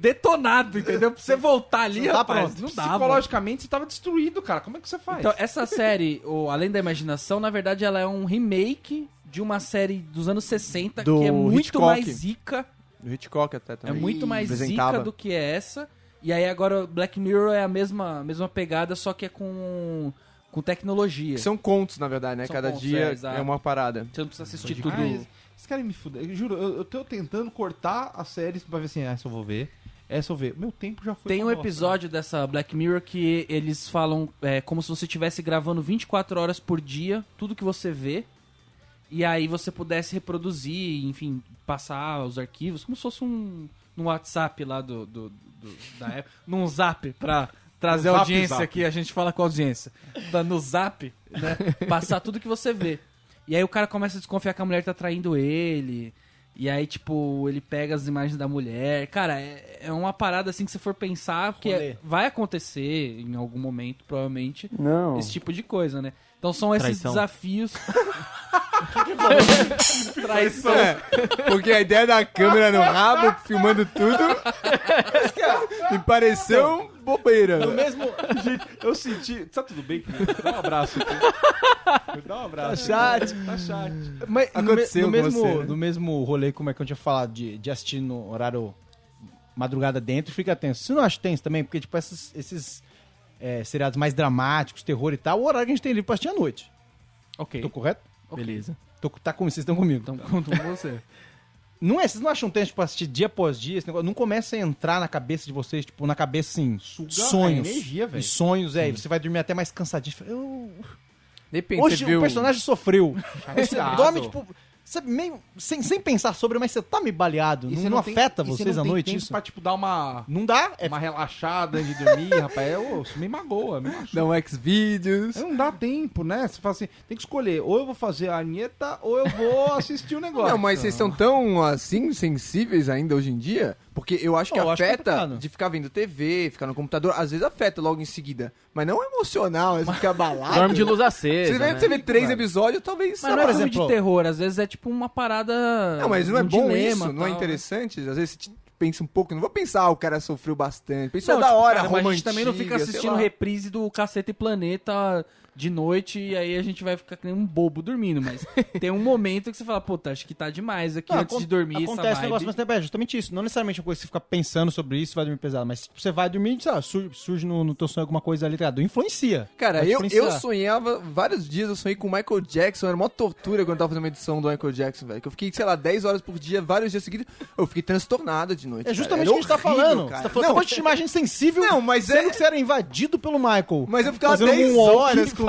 [SPEAKER 1] detonado, entendeu? Pra você voltar ali,
[SPEAKER 3] Não dá
[SPEAKER 1] rapaz.
[SPEAKER 3] pra-
[SPEAKER 1] não dava.
[SPEAKER 3] Psicologicamente, você tava destruído, cara. Como é que você faz?
[SPEAKER 1] Então, essa série, o Além da Imaginação, na verdade, ela é um remake de uma série dos anos 60
[SPEAKER 5] Do
[SPEAKER 1] que é muito
[SPEAKER 5] Hitchcock.
[SPEAKER 1] mais zica.
[SPEAKER 5] Do Hitchcock até
[SPEAKER 1] É
[SPEAKER 5] também.
[SPEAKER 1] muito mais zica
[SPEAKER 5] apresentava.
[SPEAKER 1] do que essa. E aí agora o Black Mirror é a mesma, mesma pegada, só que é com, com tecnologia.
[SPEAKER 5] Que São contos, na verdade, né?
[SPEAKER 1] São
[SPEAKER 5] Cada
[SPEAKER 1] contos, é,
[SPEAKER 5] dia
[SPEAKER 1] exato.
[SPEAKER 5] é uma parada.
[SPEAKER 1] Você não precisa assistir
[SPEAKER 3] Ah,
[SPEAKER 1] tudo.
[SPEAKER 3] eles- Vocês querem me fuder? Eu juro, eu, eu tô tentando cortar as séries pra ver assim, essa eu vou ver, essa eu vou ver. Meu tempo já foi.
[SPEAKER 1] Tem um
[SPEAKER 3] uma bosta.
[SPEAKER 1] episódio dessa Black Mirror que eles falam é, como se você estivesse gravando 24 horas por dia, tudo que você vê. E aí você pudesse reproduzir, enfim, passar os arquivos, como se fosse um, um WhatsApp lá do, do- do- da época. <laughs> num zap pra trazer
[SPEAKER 3] Um Zap,
[SPEAKER 1] audiência
[SPEAKER 3] zap.
[SPEAKER 1] aqui, a gente fala com a audiência. Tá No zap,
[SPEAKER 3] <laughs>
[SPEAKER 1] né? Passar tudo que você vê. E aí o cara começa a desconfiar que a mulher tá traindo ele. E aí, tipo, ele pega as imagens da mulher. Cara, é, é uma parada assim que se for pensar, que
[SPEAKER 6] Rolê.
[SPEAKER 1] é- vai acontecer em algum momento, provavelmente,
[SPEAKER 8] Não.
[SPEAKER 1] esse tipo de coisa, né? Então são esses
[SPEAKER 2] Traição. <laughs>
[SPEAKER 1] desafios. Traição.
[SPEAKER 5] É, porque a ideia da câmera no rabo, filmando tudo, me pareceu
[SPEAKER 4] No
[SPEAKER 5] bobeira.
[SPEAKER 4] mesmo.
[SPEAKER 3] Gente, eu senti. Tá tudo bem, querido? Dá um abraço. Dá um abraço.
[SPEAKER 6] Chat.
[SPEAKER 3] Tá chato.
[SPEAKER 6] Mas no, me-
[SPEAKER 5] Aconteceu
[SPEAKER 6] no
[SPEAKER 5] com
[SPEAKER 6] mesmo,
[SPEAKER 5] você, né?
[SPEAKER 6] no mesmo rolê, como é que eu tinha falado, de, de assistir no horário madrugada dentro, fica tenso. Você não acha tenso também? Porque, tipo, esses, esses é, seriados mais dramáticos, terror e tal, o horário que a gente tem livre pra assistir à noite.
[SPEAKER 1] Ok.
[SPEAKER 6] Tô correto?
[SPEAKER 2] beleza.
[SPEAKER 6] Tô, tá comigo, vocês estão comigo.
[SPEAKER 1] Então conto com você.
[SPEAKER 6] Não é, vocês não acham tenso pra assistir dia após dia? Esse negócio, não começa a entrar na cabeça de vocês, tipo, na cabeça, assim,
[SPEAKER 3] Suga
[SPEAKER 6] sonhos.
[SPEAKER 3] a energia, velho.
[SPEAKER 6] E sonhos, é, e você vai dormir até mais cansadinho. Fala, Eu...
[SPEAKER 5] Depende,
[SPEAKER 6] Hoje
[SPEAKER 5] você
[SPEAKER 6] o
[SPEAKER 5] viu-
[SPEAKER 6] personagem sofreu. Você
[SPEAKER 3] Chateado.
[SPEAKER 6] dorme, tipo, sabe, meio, sem, sem pensar sobre, mas você tá me baleado.
[SPEAKER 3] E
[SPEAKER 6] Não,
[SPEAKER 3] você
[SPEAKER 6] não
[SPEAKER 3] tem-
[SPEAKER 6] afeta
[SPEAKER 3] e você
[SPEAKER 6] vocês
[SPEAKER 3] não
[SPEAKER 6] à
[SPEAKER 3] tem
[SPEAKER 6] noite
[SPEAKER 3] tempo
[SPEAKER 6] isso?
[SPEAKER 3] Pra, tipo, dar uma.
[SPEAKER 6] Não dá? É,
[SPEAKER 3] Uma relaxada antes de dormir, rapaz. Eu, isso me magoa, me machuca.
[SPEAKER 5] Dá um X-Videos.
[SPEAKER 3] Não dá tempo, né? Você fala assim, tem que escolher, ou eu vou fazer a Anitta, ou eu <laughs> vou assistir o negócio.
[SPEAKER 5] Não, mas vocês são tão, assim, sensíveis ainda hoje em dia? Porque eu acho que
[SPEAKER 6] Eu acho
[SPEAKER 5] afeta
[SPEAKER 6] complicado.
[SPEAKER 5] de ficar vendo TV, ficar no computador, às vezes afeta logo em seguida. Mas não é emocional, é
[SPEAKER 1] <laughs>
[SPEAKER 5] ficar abalado.
[SPEAKER 2] Dorme de luz
[SPEAKER 5] Você
[SPEAKER 2] acesa,
[SPEAKER 5] vê,
[SPEAKER 2] né?
[SPEAKER 5] você vê três episódios, talvez...
[SPEAKER 1] Mas
[SPEAKER 5] sei
[SPEAKER 1] não é
[SPEAKER 5] lá.
[SPEAKER 1] filme
[SPEAKER 6] exemplo-
[SPEAKER 1] de terror, às vezes é tipo uma parada.
[SPEAKER 5] Não, mas não é
[SPEAKER 1] um
[SPEAKER 5] bom
[SPEAKER 1] dilema,
[SPEAKER 5] isso, não é
[SPEAKER 1] tal,
[SPEAKER 5] interessante. Às vezes você te- pensa um pouco, não vou pensar, ah, o cara sofreu bastante. Pensa
[SPEAKER 1] Não,
[SPEAKER 5] da
[SPEAKER 1] tipo,
[SPEAKER 5] hora,
[SPEAKER 1] cara, mas a gente
[SPEAKER 5] romântica.
[SPEAKER 1] também não fica
[SPEAKER 5] sei
[SPEAKER 1] assistindo
[SPEAKER 5] lá.
[SPEAKER 1] reprise do Caceta e Planeta de noite e aí a gente vai ficar que nem um bobo dormindo, mas tem um momento que você fala, puta, acho que tá demais aqui
[SPEAKER 6] não,
[SPEAKER 1] antes
[SPEAKER 6] acon-
[SPEAKER 1] de dormir
[SPEAKER 6] Acontece
[SPEAKER 1] essa
[SPEAKER 6] um negócio,
[SPEAKER 1] vibe.
[SPEAKER 6] mas né, é justamente isso. Não necessariamente uma coisa que você fica pensando sobre isso, vai dormir pesado, mas tipo, você vai dormir, sei lá, sur- surge no, no teu sonho alguma coisa ali, tá ligado? Influencia.
[SPEAKER 5] Cara,
[SPEAKER 6] Vai
[SPEAKER 5] eu, eu
[SPEAKER 6] influenciar.
[SPEAKER 5] sonhava, vários dias eu sonhei com o Michael Jackson, era uma tortura quando eu tava fazendo uma edição do Michael Jackson, velho. Que eu fiquei, sei lá, 10 horas por dia, vários dias seguidos, eu fiquei transtornado de noite.
[SPEAKER 6] É
[SPEAKER 5] cara.
[SPEAKER 6] justamente
[SPEAKER 5] Era
[SPEAKER 6] o que a gente tá
[SPEAKER 5] horrível,
[SPEAKER 6] falando.
[SPEAKER 5] cara.
[SPEAKER 6] Você tá falando um
[SPEAKER 5] Não,
[SPEAKER 6] monte de imagem sensível,
[SPEAKER 5] Não, mas
[SPEAKER 6] sendo
[SPEAKER 5] é-
[SPEAKER 6] que você era invadido pelo Michael.
[SPEAKER 5] mas eu ficava
[SPEAKER 6] Fazendo
[SPEAKER 5] 10
[SPEAKER 6] um walk
[SPEAKER 5] horas com
[SPEAKER 2] invadido.
[SPEAKER 5] o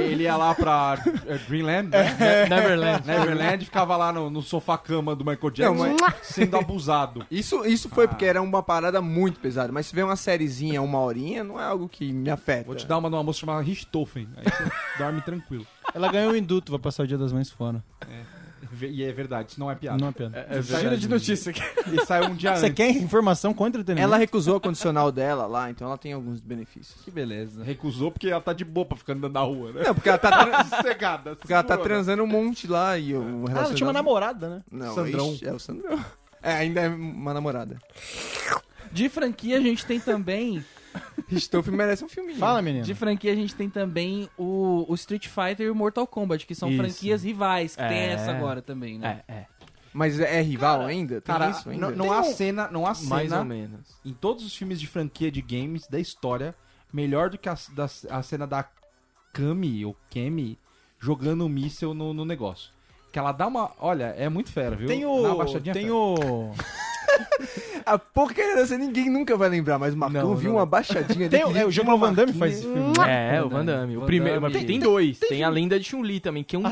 [SPEAKER 3] É, ele ia lá pra eh, Greenland, né? <laughs>
[SPEAKER 2] Neverland.
[SPEAKER 3] Neverland ficava lá no, no sofá-cama do Michael Jackson,
[SPEAKER 5] Não,
[SPEAKER 3] sendo abusado.
[SPEAKER 5] Isso, isso foi porque era uma parada muito pesada, mas se vê uma sériezinha, uma horinha, não é algo que me afeta.
[SPEAKER 3] Vou te dar uma de uma moça chamada Richthofen. Aí você dorme tranquilo.
[SPEAKER 6] Ela ganhou o induto, vai passar o dia das mães fora.
[SPEAKER 3] E é verdade, isso não é piada.
[SPEAKER 6] Não é pena.
[SPEAKER 2] É verdade.
[SPEAKER 1] de notícia aqui.
[SPEAKER 3] <laughs> E saiu um dia
[SPEAKER 6] Você
[SPEAKER 3] antes.
[SPEAKER 6] quer informação com entretenimento?
[SPEAKER 5] Ela recusou a condicional dela lá, então ela tem alguns benefícios.
[SPEAKER 1] Que beleza.
[SPEAKER 3] Recusou porque ela tá de boa pra ficar andando na rua, né?
[SPEAKER 5] Não, porque ela tá, tran-
[SPEAKER 3] Sossegada.
[SPEAKER 5] <laughs> porque ela tá
[SPEAKER 3] segurou, né?
[SPEAKER 5] transando um monte lá e eu
[SPEAKER 6] Ah, ela tinha uma namorada, né?
[SPEAKER 5] Não,
[SPEAKER 3] Sandrão.
[SPEAKER 5] ixi, é o Sandrão. É, ainda é uma namorada.
[SPEAKER 1] De franquia a gente tem também.
[SPEAKER 5] Ristoff merece um filminho.
[SPEAKER 6] Fala, menino.
[SPEAKER 1] De franquia a gente tem também o, o Street Fighter e o Mortal Kombat, que são
[SPEAKER 2] Isso.
[SPEAKER 1] franquias rivais, que tem
[SPEAKER 2] É.
[SPEAKER 1] essa agora também, né?
[SPEAKER 2] É, é.
[SPEAKER 5] Mas é rival ainda? Tem
[SPEAKER 3] Cara,
[SPEAKER 5] isso ainda?
[SPEAKER 3] não, não há cena, não há
[SPEAKER 2] Mais ou
[SPEAKER 3] cena
[SPEAKER 2] menos.
[SPEAKER 3] em todos os filmes de franquia de games da história melhor do que a, da- a cena da Kami ou Kemi jogando um míssel no, no negócio. Que ela dá uma. Olha, é muito fera, viu?
[SPEAKER 4] Tem
[SPEAKER 3] Dá uma
[SPEAKER 4] o.
[SPEAKER 3] baixadinha
[SPEAKER 4] Tem
[SPEAKER 3] fera.
[SPEAKER 4] o.
[SPEAKER 5] A porcaria dessa ninguém nunca vai lembrar, mas o Marcão
[SPEAKER 3] Não,
[SPEAKER 5] viu
[SPEAKER 3] não.
[SPEAKER 5] uma baixadinha
[SPEAKER 6] Tem,
[SPEAKER 5] dele.
[SPEAKER 6] o- é, o Jean-Claude Van Damme faz esse filme.
[SPEAKER 2] É, o
[SPEAKER 1] né?
[SPEAKER 2] Van Damme. O primeiro. Mas tem, dois. Tem, a lenda de Chun-Li também, que é um.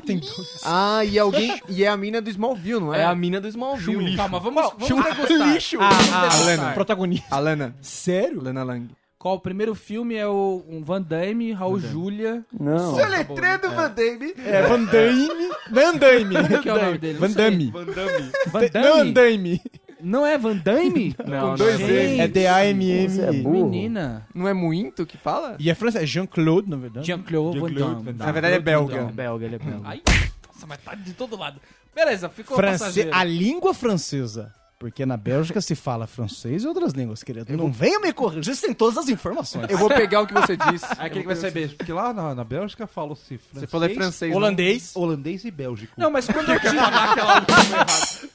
[SPEAKER 5] Ah, e alguém. e é a mina do Smallville, não é?
[SPEAKER 2] É a mina do Smallville.
[SPEAKER 1] Calma, vamos, vamos degustar.
[SPEAKER 5] lixo! Ah, ah, Lana.
[SPEAKER 6] Protagonista.
[SPEAKER 5] A Lana.
[SPEAKER 6] Sério?
[SPEAKER 5] Lana Lang.
[SPEAKER 1] Qual o primeiro filme é o um Van Damme, Raul Júlia.
[SPEAKER 5] Não. Seu letreiro do Van Damme.
[SPEAKER 6] É, Van Damme. <laughs> Van Damme.
[SPEAKER 1] Como que é o nome dele? Não
[SPEAKER 6] Van Damme.
[SPEAKER 3] Van Damme.
[SPEAKER 1] Van
[SPEAKER 6] Não, Van
[SPEAKER 1] Damme?
[SPEAKER 6] Damme.
[SPEAKER 1] Não é Van Damme?
[SPEAKER 2] Não, não.
[SPEAKER 5] dois
[SPEAKER 1] Gente,
[SPEAKER 6] É D-A-M-M.
[SPEAKER 1] Menina.
[SPEAKER 5] Não é muito que fala?
[SPEAKER 6] E é francês. É Jean-Claude, na verdade.
[SPEAKER 1] Jean-Claude Van
[SPEAKER 3] Jean-Claude
[SPEAKER 1] Damme.
[SPEAKER 3] Van Damme.
[SPEAKER 5] Na verdade é belga.
[SPEAKER 2] Belga, ele é belga.
[SPEAKER 1] Ai, nossa, mas tá de todo lado. Beleza, ficou
[SPEAKER 6] France...
[SPEAKER 1] passageiro.
[SPEAKER 6] A língua francesa. Porque na Bélgica se fala francês e outras línguas, querido. Não venha me corrigir sem todas as informações.
[SPEAKER 5] Eu vou pegar o que você disse.
[SPEAKER 3] É aquele que vai ser beijo. Porque lá na, na Bélgica falou-se francês.
[SPEAKER 5] Você falou é francês. não?
[SPEAKER 4] Holandês.
[SPEAKER 3] Holandês e Bélgico.
[SPEAKER 1] Não, mas quando eu tive lá naquela...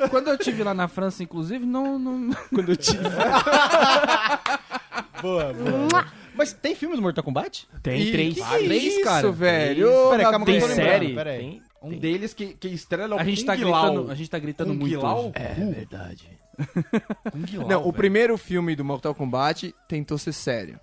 [SPEAKER 1] Quando eu tive lá na França, inclusive, não... <laughs> não...
[SPEAKER 6] Quando eu tive. boa, boa. <laughs> Mas tem filme do Mortal Kombat?
[SPEAKER 2] Tem três.
[SPEAKER 5] Que que é
[SPEAKER 1] Três,
[SPEAKER 5] isso,
[SPEAKER 1] cara.
[SPEAKER 5] velho?
[SPEAKER 6] Três.
[SPEAKER 5] Ô,
[SPEAKER 6] Peraí, calma que
[SPEAKER 2] Tem
[SPEAKER 6] eu tô
[SPEAKER 5] Matheus.
[SPEAKER 6] lembrando.
[SPEAKER 2] série.
[SPEAKER 6] peraí.
[SPEAKER 2] Tem.
[SPEAKER 3] um deles que, que estrela é o
[SPEAKER 1] A gente tá
[SPEAKER 3] Kung Lao.
[SPEAKER 1] gritando, a gente tá gritando
[SPEAKER 3] Kung
[SPEAKER 1] muito.
[SPEAKER 3] Lao
[SPEAKER 1] hoje.
[SPEAKER 6] É
[SPEAKER 3] Ku.
[SPEAKER 2] Verdade.
[SPEAKER 3] Kung Lao,
[SPEAKER 5] Não, o
[SPEAKER 3] velho.
[SPEAKER 5] primeiro filme do Mortal Kombat tentou ser sério.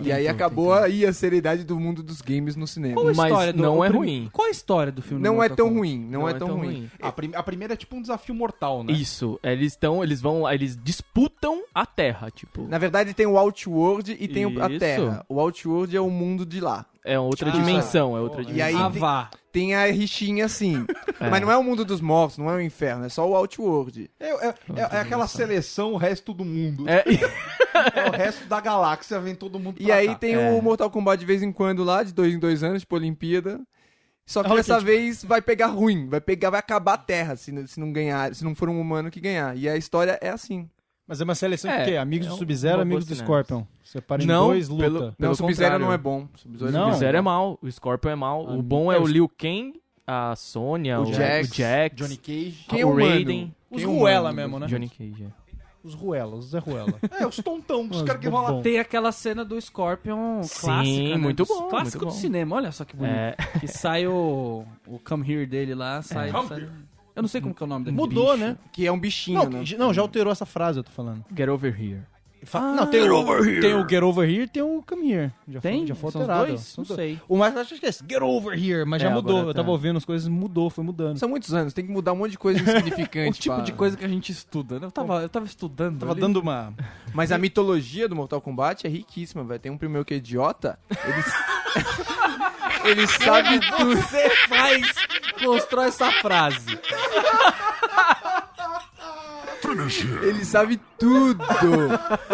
[SPEAKER 5] E aí acabou aí a seriedade do mundo dos games no cinema.
[SPEAKER 1] Qual a
[SPEAKER 2] Mas
[SPEAKER 1] história do...
[SPEAKER 2] não
[SPEAKER 1] o
[SPEAKER 2] é
[SPEAKER 1] prim-
[SPEAKER 2] ruim.
[SPEAKER 1] Qual a história do filme? do
[SPEAKER 5] Não é
[SPEAKER 1] Mortal
[SPEAKER 5] tão
[SPEAKER 1] Kombat?
[SPEAKER 5] ruim, não, é, tão ruim.
[SPEAKER 3] A, prim- a primeira é tipo um desafio mortal, né?
[SPEAKER 2] Isso, eles estão, eles vão lá, eles disputam a terra, tipo.
[SPEAKER 5] Na verdade tem o Outworld e tem o- a
[SPEAKER 2] Isso.
[SPEAKER 5] Terra. O Outworld é o mundo de lá.
[SPEAKER 2] É outra
[SPEAKER 5] Ah,
[SPEAKER 2] dimensão, é outra
[SPEAKER 5] porra.
[SPEAKER 2] dimensão.
[SPEAKER 5] E aí-
[SPEAKER 1] Ah, vá.
[SPEAKER 5] Tem a rixinha assim. Mas não é o mundo dos mortos, não é o inferno, é só o Outworld.
[SPEAKER 3] É, é- é- é aquela seleção, o resto do mundo. É,
[SPEAKER 5] <laughs>
[SPEAKER 2] É,
[SPEAKER 5] Então,
[SPEAKER 3] o resto da galáxia, vem todo mundo pra
[SPEAKER 5] E aí
[SPEAKER 3] cá.
[SPEAKER 5] tem
[SPEAKER 2] É.
[SPEAKER 5] o Mortal Kombat de vez em quando lá, de dois em dois anos, tipo Olimpíada. Só que
[SPEAKER 6] Ok,
[SPEAKER 5] dessa
[SPEAKER 6] tipo-
[SPEAKER 5] vez vai pegar ruim, vai pegar, vai acabar a Terra se, não- se não ganhar, se não for um humano que ganhar. E a história é assim.
[SPEAKER 6] Mas é uma seleção
[SPEAKER 2] É,
[SPEAKER 6] de quê? Amigos
[SPEAKER 2] é
[SPEAKER 6] do
[SPEAKER 2] um-
[SPEAKER 6] Sub-Zero,
[SPEAKER 2] uma
[SPEAKER 6] amigos
[SPEAKER 2] boa
[SPEAKER 6] do
[SPEAKER 2] sinopse.
[SPEAKER 6] Scorpion. Separa em
[SPEAKER 2] Não,
[SPEAKER 6] dois, luta.
[SPEAKER 2] pelo-
[SPEAKER 5] Não,
[SPEAKER 2] Pelo
[SPEAKER 5] o Sub-Zero
[SPEAKER 2] contrário.
[SPEAKER 5] não é bom. O Sub-Zero
[SPEAKER 6] Não.
[SPEAKER 2] O Zero é mal, o Scorpion é mal, o bom é o Liu Kang, a Sônia,
[SPEAKER 5] O
[SPEAKER 2] o,
[SPEAKER 5] Jax,
[SPEAKER 2] o Jax,
[SPEAKER 3] Johnny Cage.
[SPEAKER 5] Quem é
[SPEAKER 2] o
[SPEAKER 5] humano?
[SPEAKER 2] Raiden,
[SPEAKER 4] Os
[SPEAKER 5] Quem é
[SPEAKER 4] Ruela
[SPEAKER 5] humano?
[SPEAKER 4] mesmo, né?
[SPEAKER 2] Johnny Cage. é.
[SPEAKER 6] Os Ruela, os Zé <laughs> Ruela.
[SPEAKER 3] É, os tontão, os
[SPEAKER 6] Os
[SPEAKER 3] caras que vão lá.
[SPEAKER 6] bobão.
[SPEAKER 1] Tem aquela cena do Scorpion
[SPEAKER 2] Sim,
[SPEAKER 1] clássica, né?
[SPEAKER 2] muito
[SPEAKER 1] Do-
[SPEAKER 2] bom,
[SPEAKER 1] Clássico
[SPEAKER 2] muito
[SPEAKER 1] do
[SPEAKER 2] bom.
[SPEAKER 1] cinema, olha só que bonito.
[SPEAKER 2] É, <laughs>
[SPEAKER 1] Que sai o, o Come Here dele lá, sai...
[SPEAKER 3] Come
[SPEAKER 1] sai- Eu não sei como que é o nome dele.
[SPEAKER 6] Mudou, né?
[SPEAKER 5] Que é um bichinho,
[SPEAKER 6] Não,
[SPEAKER 5] né?
[SPEAKER 6] que- não, já alterou essa frase, eu tô falando.
[SPEAKER 2] Get Over Here.
[SPEAKER 6] Fa- não, tem, o, tem o Get Ah. Over Here tem o Come Here. Já
[SPEAKER 1] Tem?
[SPEAKER 6] Foi, já foi
[SPEAKER 1] São os
[SPEAKER 6] alterado.
[SPEAKER 1] dois?
[SPEAKER 6] São
[SPEAKER 1] Não sei.
[SPEAKER 6] O mais acho que é esse, Get Over Here, mas
[SPEAKER 2] É,
[SPEAKER 6] já mudou.
[SPEAKER 2] agora
[SPEAKER 6] Eu
[SPEAKER 2] tá.
[SPEAKER 6] tava ouvindo as coisas, mudou, foi mudando.
[SPEAKER 5] São muitos anos, tem que mudar um monte de coisa
[SPEAKER 1] <laughs>
[SPEAKER 5] insignificante.
[SPEAKER 1] O tipo
[SPEAKER 5] pra-
[SPEAKER 1] de coisa que a gente estuda, né? Eu tava, eu tava estudando.
[SPEAKER 6] Tava
[SPEAKER 1] ali.
[SPEAKER 6] dando uma.
[SPEAKER 5] Mas a mitologia do Mortal Kombat é riquíssima, velho. Tem um primeiro que é idiota. <laughs> Ele, ele sabe tudo.
[SPEAKER 1] <laughs> Você faz, constrói essa frase.
[SPEAKER 5] Ele sabe tudo.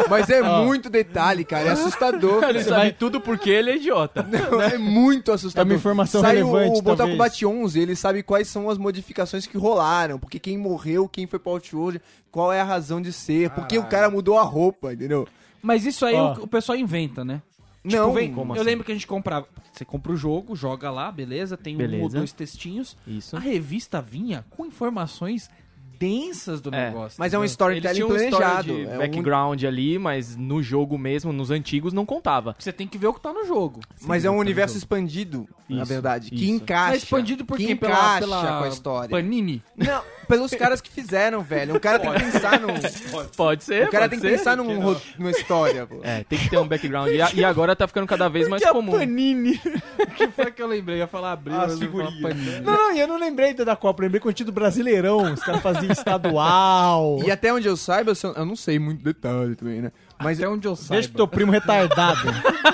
[SPEAKER 5] Mas é muito detalhe, cara. É assustador.
[SPEAKER 2] Ele
[SPEAKER 5] cara.
[SPEAKER 2] sabe tudo porque ele é idiota.
[SPEAKER 5] Não, é muito assustador.
[SPEAKER 6] É uma informação
[SPEAKER 5] Sai
[SPEAKER 6] relevante,
[SPEAKER 5] o, o Mortal
[SPEAKER 6] talvez.
[SPEAKER 5] Kombat 11, ele sabe quais são as modificações que rolaram, porque quem morreu, quem foi pra Outworld, qual é a razão de ser, porque o cara mudou a roupa, entendeu?
[SPEAKER 1] Mas isso aí
[SPEAKER 6] Ó.
[SPEAKER 1] o, o pessoal inventa, né?
[SPEAKER 5] não,
[SPEAKER 1] vem,
[SPEAKER 2] como
[SPEAKER 1] eu
[SPEAKER 2] assim?
[SPEAKER 1] lembro que a gente comprava. Você compra o jogo, joga lá, beleza, tem um ou
[SPEAKER 2] Beleza.
[SPEAKER 1] dois textinhos.
[SPEAKER 2] Isso.
[SPEAKER 1] A revista vinha com informações densas do
[SPEAKER 2] É,
[SPEAKER 1] negócio.
[SPEAKER 5] mas é um
[SPEAKER 1] entendeu?
[SPEAKER 2] Eles
[SPEAKER 5] storytelling
[SPEAKER 2] tinham uma história
[SPEAKER 5] planejado.
[SPEAKER 2] de
[SPEAKER 5] É um-
[SPEAKER 2] background ali, mas no jogo mesmo, nos antigos, não contava.
[SPEAKER 1] Você tem que ver o que tá no jogo.
[SPEAKER 5] mas é um universo expandido, na
[SPEAKER 2] Isso,
[SPEAKER 5] verdade, que
[SPEAKER 2] isso.
[SPEAKER 5] encaixa.
[SPEAKER 1] Mas tá expandido por
[SPEAKER 5] que
[SPEAKER 1] quê?
[SPEAKER 5] encaixa
[SPEAKER 1] Pela, pela
[SPEAKER 5] com a história.
[SPEAKER 1] Panini.
[SPEAKER 5] Não, pelos caras que fizeram, velho. O cara tem que
[SPEAKER 1] <laughs>
[SPEAKER 5] pensar num. O
[SPEAKER 2] Pode ser,
[SPEAKER 5] cara
[SPEAKER 2] pode
[SPEAKER 5] tem que
[SPEAKER 2] ser.
[SPEAKER 5] pensar num, ro- numa
[SPEAKER 1] <laughs>
[SPEAKER 5] história, pô.
[SPEAKER 2] É, tem que ter um background. E, a- e agora tá ficando cada
[SPEAKER 5] <laughs>
[SPEAKER 2] vez mais
[SPEAKER 5] é
[SPEAKER 2] comum.
[SPEAKER 6] Panini.
[SPEAKER 1] que foi que eu lembrei? Eu ia falar abril,
[SPEAKER 3] Ah,
[SPEAKER 1] mas eu ia falar
[SPEAKER 3] figurinha.
[SPEAKER 1] Panini.
[SPEAKER 6] Não, não, e eu não lembrei da- da Copa, eu lembrei quando tinha do Brasileirão. Os caras faziam estadual.
[SPEAKER 5] E até onde eu saiba, eu, só- eu não sei muito detalhe também, né? Mas
[SPEAKER 1] Até onde eu saiba.
[SPEAKER 6] Deixa pro teu primo retardado. <laughs>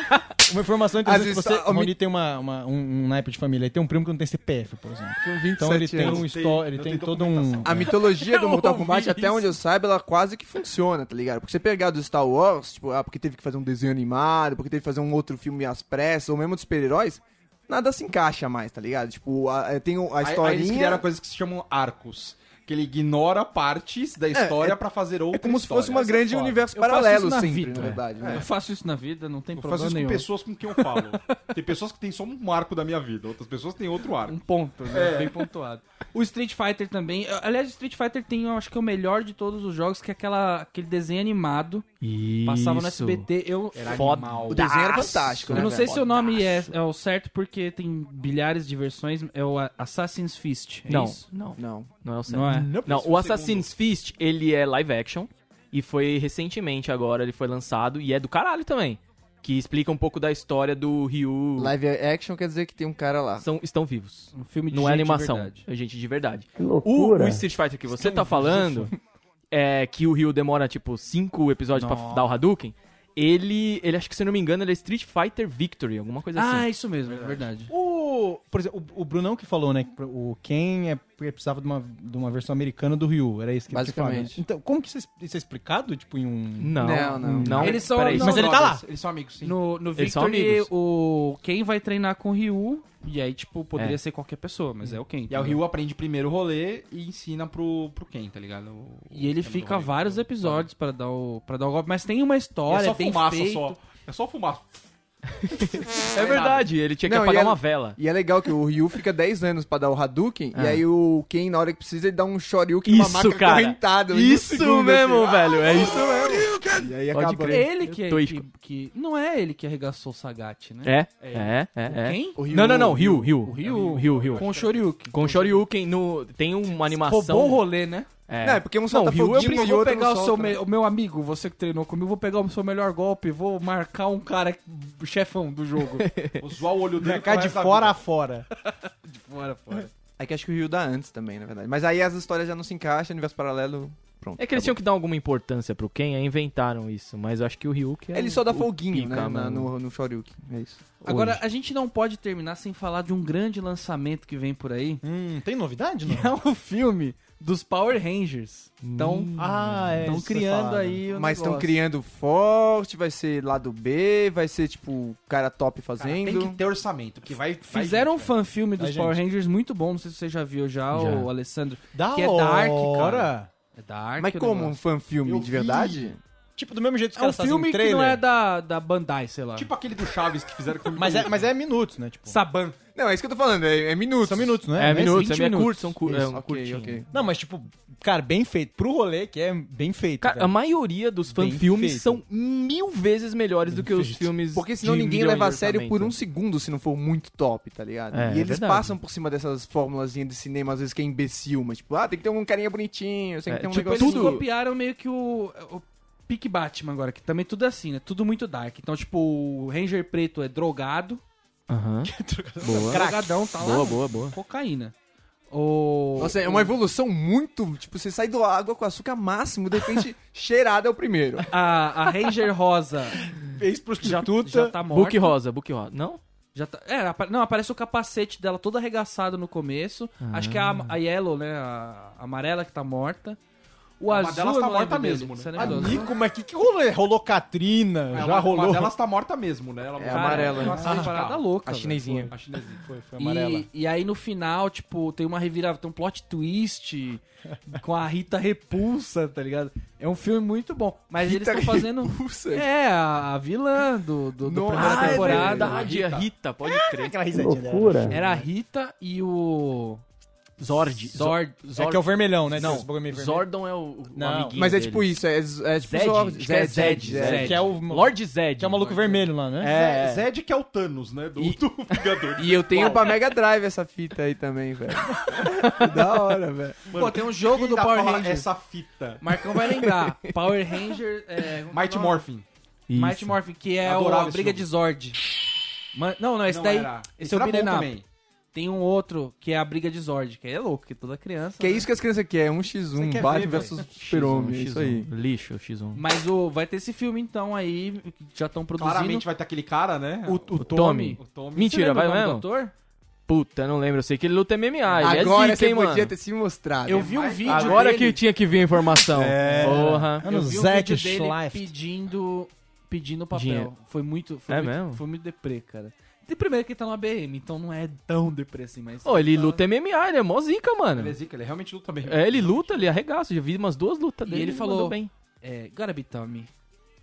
[SPEAKER 6] uma informação interessante
[SPEAKER 5] Às
[SPEAKER 6] que
[SPEAKER 5] vezes
[SPEAKER 6] você.
[SPEAKER 5] a- a
[SPEAKER 6] O Rony tem uma, uma- um, um naipe de família. Aí tem um primo que não tem CPF, por exemplo. Então ele
[SPEAKER 5] 27
[SPEAKER 6] tem
[SPEAKER 5] anos.
[SPEAKER 6] um história, ele
[SPEAKER 3] Não
[SPEAKER 6] tem
[SPEAKER 3] tem
[SPEAKER 6] todo um.
[SPEAKER 1] <laughs>
[SPEAKER 5] A mitologia do Mortal Kombat, até onde eu saiba, ela quase que funciona, tá ligado? Porque você pegar do Star Wars, tipo, ah, porque teve que fazer um desenho animado, porque teve que fazer um outro filme às pressas, ou mesmo dos super-heróis, nada se encaixa mais, tá ligado? Tipo, a- é, tem o- a
[SPEAKER 3] Aí, aí eles
[SPEAKER 5] historinha.
[SPEAKER 3] criaram coisas que se chamam arcos. que ele ignora partes da história pra fazer outra
[SPEAKER 5] É como se
[SPEAKER 3] história.
[SPEAKER 5] fosse uma grande
[SPEAKER 3] Essa é
[SPEAKER 5] universo
[SPEAKER 1] Eu faço
[SPEAKER 5] paralelo,
[SPEAKER 1] isso na
[SPEAKER 5] sempre,
[SPEAKER 1] vida,
[SPEAKER 5] na verdade. né?
[SPEAKER 1] Eu faço isso na vida, não tem
[SPEAKER 3] foda. Eu faço
[SPEAKER 1] problema
[SPEAKER 3] isso com
[SPEAKER 1] nenhum.
[SPEAKER 3] pessoas com quem eu falo.
[SPEAKER 1] <laughs>
[SPEAKER 3] Tem pessoas que têm só um arco da minha vida, outras pessoas têm outro
[SPEAKER 1] Um
[SPEAKER 3] arco.
[SPEAKER 1] ponto, né? Bem pontuado. O Street Fighter também. Aliás, o Street Fighter tem, eu acho que é o melhor de todos os jogos, que é aquela, aquele desenho animado.
[SPEAKER 2] Isso.
[SPEAKER 1] Passava no SBT. Eu,
[SPEAKER 2] Foda. é
[SPEAKER 5] O desenho era fantástico,
[SPEAKER 1] eu
[SPEAKER 5] né?
[SPEAKER 1] não sei
[SPEAKER 5] velho?
[SPEAKER 1] se o nome é, é o certo, porque tem bilhares de versões. É o A- Assassin's Fist. É
[SPEAKER 2] Não,
[SPEAKER 1] isso?
[SPEAKER 2] não,
[SPEAKER 5] Não.
[SPEAKER 2] não é o certo.
[SPEAKER 1] Não é?
[SPEAKER 2] Não, o Assassin's Fist, ele é live action e foi recentemente agora, ele foi lançado e é do caralho também. Que explica um pouco da história do Ryu.
[SPEAKER 5] Live action quer dizer que tem um cara lá.
[SPEAKER 2] São, estão vivos.
[SPEAKER 1] Um filme de
[SPEAKER 2] Não é
[SPEAKER 1] gente de
[SPEAKER 2] animação,
[SPEAKER 1] verdade.
[SPEAKER 2] é gente de verdade. O, o Street Fighter que você tá falando é que o Ryu demora tipo cinco episódios pra
[SPEAKER 1] Nossa.
[SPEAKER 2] dar o Hadouken. Ele, ele acho que se eu não me engano, ele é Street Fighter Victory, alguma coisa
[SPEAKER 1] Ah,
[SPEAKER 2] assim.
[SPEAKER 1] isso mesmo, é verdade.
[SPEAKER 6] O, por exemplo, o, o Brunão que falou, né? que O Ken é, porque precisava de uma, de uma versão americana do Ryu. Era isso que ele
[SPEAKER 5] Basicamente.
[SPEAKER 6] falou. Então, como que isso é, isso é explicado? Tipo, em um.
[SPEAKER 2] Não,
[SPEAKER 5] Não, não.
[SPEAKER 2] não.
[SPEAKER 1] Eles são-
[SPEAKER 2] peraí.
[SPEAKER 1] não,
[SPEAKER 6] Mas ele tá lá.
[SPEAKER 3] Eles são amigos, sim.
[SPEAKER 1] No, no
[SPEAKER 2] Eles são
[SPEAKER 1] Victory,
[SPEAKER 2] amigos.
[SPEAKER 1] o Ken vai treinar com o Ryu. E aí, tipo, poderia
[SPEAKER 2] É.
[SPEAKER 1] ser qualquer pessoa, mas é o Ken.
[SPEAKER 3] E aí o
[SPEAKER 1] entendeu?
[SPEAKER 3] Ryu aprende primeiro o rolê e ensina pro, pro Ken, tá ligado? O-
[SPEAKER 1] E ele
[SPEAKER 3] o esquema do
[SPEAKER 1] fica
[SPEAKER 3] rolê.
[SPEAKER 1] vários episódios pra dar o para dar o golpe, mas tem uma
[SPEAKER 3] E é
[SPEAKER 1] história,
[SPEAKER 3] só
[SPEAKER 1] tem
[SPEAKER 3] fumaça,
[SPEAKER 1] feito.
[SPEAKER 3] só. É só fumaça.
[SPEAKER 2] É verdade, ele tinha que
[SPEAKER 5] Não, e
[SPEAKER 2] apagar
[SPEAKER 5] ela-
[SPEAKER 2] uma vela.
[SPEAKER 5] E é legal que o Ryu fica 10 anos pra dar o Hadouken, e aí o Ken, na hora que precisa, ele dá um Shoryuken numa
[SPEAKER 2] Isso,
[SPEAKER 5] maca
[SPEAKER 2] cara.
[SPEAKER 5] correntada. em um
[SPEAKER 2] Isso
[SPEAKER 5] segundo,
[SPEAKER 2] mesmo,
[SPEAKER 5] assim.
[SPEAKER 2] velho. É isso mesmo.
[SPEAKER 5] E aí
[SPEAKER 2] Pode
[SPEAKER 5] acaba. né?
[SPEAKER 2] crer.
[SPEAKER 1] Ele que, é, que,
[SPEAKER 2] Toico.
[SPEAKER 1] que- não é ele que arregaçou o Sagat, né?
[SPEAKER 2] É, é, é. é.
[SPEAKER 1] Quem?
[SPEAKER 5] O Ryu-
[SPEAKER 2] Não, não, não, Ryu, Ryu.
[SPEAKER 1] O Ryu,
[SPEAKER 2] Ryu, Ryu.
[SPEAKER 1] com o Shoryuken.
[SPEAKER 2] Com o Shoryuken no tem uma animação.
[SPEAKER 1] Roubou o rolê, né?
[SPEAKER 2] É.
[SPEAKER 5] Não, é porque um
[SPEAKER 2] Não, o
[SPEAKER 5] solta
[SPEAKER 2] Ryu é
[SPEAKER 5] foguinho
[SPEAKER 1] Tipo, eu
[SPEAKER 5] e
[SPEAKER 1] vou
[SPEAKER 5] outro
[SPEAKER 1] pegar
[SPEAKER 5] não
[SPEAKER 1] o seu
[SPEAKER 5] solta, né?
[SPEAKER 1] me- o meu amigo, você que treinou comigo, vou pegar o seu melhor golpe, vou marcar um cara que- chefão do jogo.
[SPEAKER 2] <laughs>
[SPEAKER 3] Vou zoar o olho dele.
[SPEAKER 6] Marcar
[SPEAKER 3] pro
[SPEAKER 6] de
[SPEAKER 3] resto da
[SPEAKER 6] fora
[SPEAKER 3] vida.
[SPEAKER 6] a fora.
[SPEAKER 1] fora, fora.
[SPEAKER 5] É que acho que o Ryu dá antes também, na verdade. Mas aí as histórias já não se encaixam, universo paralelo. Pronto.
[SPEAKER 2] É que eles tinham que dar alguma importância pro Ken, aí inventaram isso, mas eu acho que o Ryu que é
[SPEAKER 5] Ele
[SPEAKER 2] o-
[SPEAKER 5] só dá
[SPEAKER 2] o
[SPEAKER 5] folguinho,
[SPEAKER 2] pica,
[SPEAKER 5] né? na-
[SPEAKER 2] mano.
[SPEAKER 5] no, no Shoryuken. É isso.
[SPEAKER 1] Agora a gente não pode terminar sem falar de um grande lançamento que vem por aí.
[SPEAKER 6] Hum, tem novidade, não?
[SPEAKER 1] que É o filme dos Power Rangers. Então,
[SPEAKER 2] Hum.
[SPEAKER 6] Ah, é.
[SPEAKER 1] estão
[SPEAKER 6] isso que
[SPEAKER 1] criando
[SPEAKER 6] falaram.
[SPEAKER 1] aí o
[SPEAKER 5] Mas estão
[SPEAKER 1] negócio.
[SPEAKER 5] criando forte, vai ser lado B, vai ser tipo o cara top
[SPEAKER 3] Cara, tem
[SPEAKER 5] fazendo.
[SPEAKER 3] que ter orçamento, que vai... vai
[SPEAKER 1] Fizeram um
[SPEAKER 3] gente, velho.
[SPEAKER 1] fanfilme dos
[SPEAKER 6] Vai,
[SPEAKER 1] Power
[SPEAKER 6] gente.
[SPEAKER 1] Rangers muito bom, não sei se você já viu já,
[SPEAKER 2] Já.
[SPEAKER 1] o Alessandro.
[SPEAKER 6] Da
[SPEAKER 1] Que é dark,
[SPEAKER 6] hora.
[SPEAKER 1] É da arte.
[SPEAKER 5] Mas
[SPEAKER 1] o
[SPEAKER 5] como um
[SPEAKER 1] negócio.
[SPEAKER 5] fan filme
[SPEAKER 3] Eu
[SPEAKER 5] de
[SPEAKER 3] vi.
[SPEAKER 5] verdade?
[SPEAKER 4] Tipo, do mesmo jeito que os
[SPEAKER 1] É um
[SPEAKER 4] caras fazem
[SPEAKER 1] filme que
[SPEAKER 4] trailer.
[SPEAKER 1] não é da, da Bandai, sei lá.
[SPEAKER 3] Tipo aquele do Chaves que fizeram com
[SPEAKER 6] Mas é, mas é minutos, né? Tipo,
[SPEAKER 1] Saban.
[SPEAKER 5] Não, é isso que eu tô falando, é, é minutos.
[SPEAKER 6] são minutos, não é?
[SPEAKER 2] É,
[SPEAKER 6] Não
[SPEAKER 2] minutos, é
[SPEAKER 6] 20
[SPEAKER 2] meio curto, são cu- é
[SPEAKER 5] Isso,
[SPEAKER 2] um
[SPEAKER 5] ok,
[SPEAKER 2] curtinho.
[SPEAKER 5] ok.
[SPEAKER 6] Não, mas tipo, cara, bem feito. Pro rolê, que é bem feito.
[SPEAKER 1] um
[SPEAKER 2] Cara, a
[SPEAKER 6] velho.
[SPEAKER 2] maioria dos
[SPEAKER 6] Bem
[SPEAKER 2] fanfilmes
[SPEAKER 6] feito.
[SPEAKER 2] são mil vezes melhores do que os filmes.
[SPEAKER 5] Porque senão
[SPEAKER 2] de
[SPEAKER 5] ninguém
[SPEAKER 2] milhões
[SPEAKER 5] leva a
[SPEAKER 2] de
[SPEAKER 5] sério por um
[SPEAKER 2] orçamento.
[SPEAKER 5] segundo se não for muito top, tá ligado?
[SPEAKER 2] É,
[SPEAKER 5] e eles
[SPEAKER 2] verdade.
[SPEAKER 5] passam por cima dessas fórmulas de cinema, às vezes que é imbecil, mas tipo, ah, tem que ter um carinha bonitinho, tem que
[SPEAKER 2] É,
[SPEAKER 5] ter um
[SPEAKER 2] tipo,
[SPEAKER 5] negócio.
[SPEAKER 1] Eles
[SPEAKER 2] tudo-
[SPEAKER 1] copiaram meio que o, o Pique Batman agora, que também tudo é assim, né? Tudo muito dark. Então, tipo, o Ranger Preto é drogado.
[SPEAKER 2] Aham. boa.
[SPEAKER 1] Drogadão, tá lá.
[SPEAKER 2] Boa, boa, boa.
[SPEAKER 1] Cocaína. O...
[SPEAKER 5] Nossa, é uma evolução muito. Tipo, você sai do água com açúcar máximo, de repente, <laughs> cheirada é o primeiro.
[SPEAKER 1] A, a Ranger <laughs> Rosa já,
[SPEAKER 6] Ex-prostituta.
[SPEAKER 1] já tá morta.
[SPEAKER 2] Book Rosa, Book Rosa. Não?
[SPEAKER 1] Já tá- é, apa- não, aparece o capacete dela todo arregaçado no começo.
[SPEAKER 6] Ah.
[SPEAKER 1] Acho que é a, a Yellow, né? A, a amarela que tá morta. O
[SPEAKER 3] Uma
[SPEAKER 1] azul.
[SPEAKER 3] delas
[SPEAKER 1] eu
[SPEAKER 3] tá
[SPEAKER 1] não lembro
[SPEAKER 3] morta
[SPEAKER 1] dele,
[SPEAKER 3] mesmo, né?
[SPEAKER 1] você lembra do azul?
[SPEAKER 6] Amigo, mas que, que rolê? Rolou Catrina,
[SPEAKER 3] É,
[SPEAKER 6] já
[SPEAKER 3] uma,
[SPEAKER 6] rolou.
[SPEAKER 3] Uma delas tá morta mesmo, né? Ela
[SPEAKER 5] É,
[SPEAKER 3] morreu.
[SPEAKER 1] Cara,
[SPEAKER 5] amarela,
[SPEAKER 1] é
[SPEAKER 5] né?
[SPEAKER 1] uma parada louca.
[SPEAKER 5] A
[SPEAKER 1] velho.
[SPEAKER 5] chinesinha.
[SPEAKER 3] A chinesinha.
[SPEAKER 6] Foi, foi
[SPEAKER 1] E, e aí no final, tipo, tem uma revira, tem um plot twist
[SPEAKER 6] <laughs>
[SPEAKER 1] com a Rita Repulsa, tá ligado? É um filme muito bom. Mas eles
[SPEAKER 5] Rita
[SPEAKER 1] estão fazendo.
[SPEAKER 5] Repulsa.
[SPEAKER 1] É, a, a vilã do, do, do
[SPEAKER 5] Nossa,
[SPEAKER 1] primeira
[SPEAKER 5] Ah, é
[SPEAKER 1] temporada.
[SPEAKER 2] verdade, a Rita, pode crer.
[SPEAKER 6] Aquela risadinha Loucura.
[SPEAKER 1] Era a Rita e o.
[SPEAKER 2] Zord.
[SPEAKER 1] Zord.
[SPEAKER 6] É que é o vermelhão, né?
[SPEAKER 2] Não,
[SPEAKER 6] Esse bagulho meio vermelho.
[SPEAKER 2] Zordon é o, o
[SPEAKER 6] Não.
[SPEAKER 2] amiguinho
[SPEAKER 5] Mas é
[SPEAKER 2] deles.
[SPEAKER 5] tipo isso, é, é tipo
[SPEAKER 2] Zed?
[SPEAKER 5] só.
[SPEAKER 2] Acho que é Zed, Zed.
[SPEAKER 6] Que é o,
[SPEAKER 2] Lord Zed.
[SPEAKER 6] que é o maluco vermelho lá, né?
[SPEAKER 2] É.
[SPEAKER 3] Zed que é o Thanos, né? Do,
[SPEAKER 2] E-
[SPEAKER 3] do Vingador.
[SPEAKER 5] E eu tenho pra Mega Drive essa fita aí também, velho. da hora, velho.
[SPEAKER 1] Pô, tem um jogo do
[SPEAKER 3] Ainda
[SPEAKER 1] Power
[SPEAKER 3] fala
[SPEAKER 1] Rangers.
[SPEAKER 3] Essa fita.
[SPEAKER 1] Marcão vai lembrar. Power Ranger. É, como que
[SPEAKER 3] Mighty
[SPEAKER 1] é o nome?
[SPEAKER 3] Morphin.
[SPEAKER 2] Isso.
[SPEAKER 1] Mighty Morphin, que é o,
[SPEAKER 3] Adorava
[SPEAKER 1] a
[SPEAKER 3] esse
[SPEAKER 1] briga
[SPEAKER 3] jogo.
[SPEAKER 1] de Zord. Man- não, não, esse
[SPEAKER 3] Não
[SPEAKER 1] daí.
[SPEAKER 3] era.
[SPEAKER 1] Esse é
[SPEAKER 3] era
[SPEAKER 1] o
[SPEAKER 3] bom
[SPEAKER 1] Beaten Up.
[SPEAKER 3] também.
[SPEAKER 1] Tem um outro que é a briga de Zord, que aí é louco, que toda criança.
[SPEAKER 5] Que é
[SPEAKER 1] né?
[SPEAKER 5] isso que as crianças querem, é um
[SPEAKER 6] Você
[SPEAKER 5] X1,
[SPEAKER 6] quer
[SPEAKER 5] Batman
[SPEAKER 6] ver,
[SPEAKER 5] versus
[SPEAKER 2] X1,
[SPEAKER 5] Super-Homem, é
[SPEAKER 2] X1.
[SPEAKER 5] isso aí.
[SPEAKER 2] Lixo, X1.
[SPEAKER 1] Mas o, vai ter esse filme então aí, que já estão produzindo.
[SPEAKER 3] Claramente vai ter aquele cara, né?
[SPEAKER 1] o, o,
[SPEAKER 2] O
[SPEAKER 1] Tommy.
[SPEAKER 2] Tommy.
[SPEAKER 3] O Tommy.
[SPEAKER 1] Você
[SPEAKER 2] Mentira,
[SPEAKER 1] lembra
[SPEAKER 2] vai
[SPEAKER 1] o nome do
[SPEAKER 2] mesmo?
[SPEAKER 1] ator?
[SPEAKER 2] Puta, não lembro. Eu sei que ele luta MMA. ele
[SPEAKER 5] Agora
[SPEAKER 2] é zica,
[SPEAKER 5] você
[SPEAKER 2] hein, mano.
[SPEAKER 5] podia ter se mostrado.
[SPEAKER 1] Eu vi um vídeo
[SPEAKER 2] Agora
[SPEAKER 1] dele,
[SPEAKER 2] que tinha que vir a informação. É. Porra.
[SPEAKER 6] Mano,
[SPEAKER 1] eu vi um
[SPEAKER 6] Zack
[SPEAKER 1] vídeo dele
[SPEAKER 6] Schleif.
[SPEAKER 1] pedindo pedindo papel.
[SPEAKER 2] Dinheiro.
[SPEAKER 1] Foi muito foi
[SPEAKER 2] É
[SPEAKER 1] muito,
[SPEAKER 2] mesmo?
[SPEAKER 1] foi muito deprê, cara. E Primeiro que ele tá numa BM, então não é tão depressivo, mas.
[SPEAKER 2] Pô, ele luta MMA, ele é mó zica, mano.
[SPEAKER 3] Ele é zica, ele realmente luta bem.
[SPEAKER 2] É, ele luta, ele arregaça. Já vi umas duas lutas
[SPEAKER 1] E
[SPEAKER 2] dele.
[SPEAKER 1] ele
[SPEAKER 2] mandou
[SPEAKER 1] falou-
[SPEAKER 2] bem.
[SPEAKER 1] É, gotta be
[SPEAKER 2] <laughs>
[SPEAKER 1] Tommy.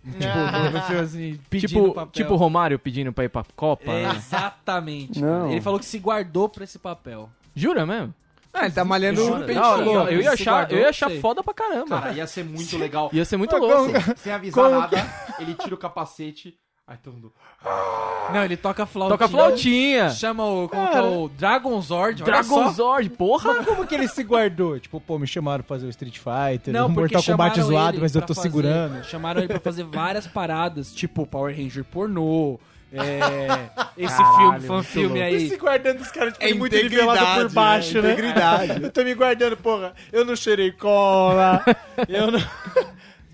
[SPEAKER 1] <laughs> tipo, no filme assim, pedindo
[SPEAKER 2] Ah. Tipo,
[SPEAKER 1] papel. É.
[SPEAKER 2] tipo o Romário pedindo pra ir pra Copa. né?
[SPEAKER 1] Exatamente. cara.
[SPEAKER 5] Não.
[SPEAKER 1] Ele falou que se guardou pra esse papel.
[SPEAKER 2] Jura mesmo?
[SPEAKER 5] Ah, ele tá malhando
[SPEAKER 1] Juro,
[SPEAKER 5] o
[SPEAKER 1] Bem
[SPEAKER 2] Não,
[SPEAKER 1] louco,
[SPEAKER 2] eu, eu ia
[SPEAKER 1] esse
[SPEAKER 2] achar, eu
[SPEAKER 1] guardou,
[SPEAKER 2] ia achar
[SPEAKER 1] sei.
[SPEAKER 2] foda pra caramba.
[SPEAKER 3] Cara, ia ser muito legal.
[SPEAKER 2] ia ser muito louco. assim.
[SPEAKER 3] Sem avisar nada, ele tira o capacete. Aí todo mundo.
[SPEAKER 1] Não, ele toca flauta.
[SPEAKER 2] Toca flautinha.
[SPEAKER 1] Chama o. Como que é o Dragon Zord? olha
[SPEAKER 2] Dragon
[SPEAKER 1] só.
[SPEAKER 2] Zord, porra!
[SPEAKER 6] Como que ele se guardou? Tipo, pô, me chamaram pra fazer o Street Fighter,
[SPEAKER 1] Não,
[SPEAKER 6] o
[SPEAKER 1] porque
[SPEAKER 6] Mortal Kombat
[SPEAKER 1] chamaram
[SPEAKER 6] zoado,
[SPEAKER 1] ele
[SPEAKER 6] mas eu
[SPEAKER 1] pra
[SPEAKER 6] tô
[SPEAKER 1] fazer-
[SPEAKER 6] segurando.
[SPEAKER 1] Chamaram ele pra fazer várias paradas, tipo Power Ranger pornô. <laughs> É, esse filme, fan filme
[SPEAKER 4] E se
[SPEAKER 1] aí.
[SPEAKER 4] guardando os caras, tipo,
[SPEAKER 5] É
[SPEAKER 4] ele muito nivelado por
[SPEAKER 5] integridade,
[SPEAKER 4] baixo,
[SPEAKER 5] é
[SPEAKER 4] né?
[SPEAKER 5] integridade.
[SPEAKER 4] Eu tô me guardando, porra. Eu não cheirei
[SPEAKER 6] <laughs>
[SPEAKER 4] cola. eu não...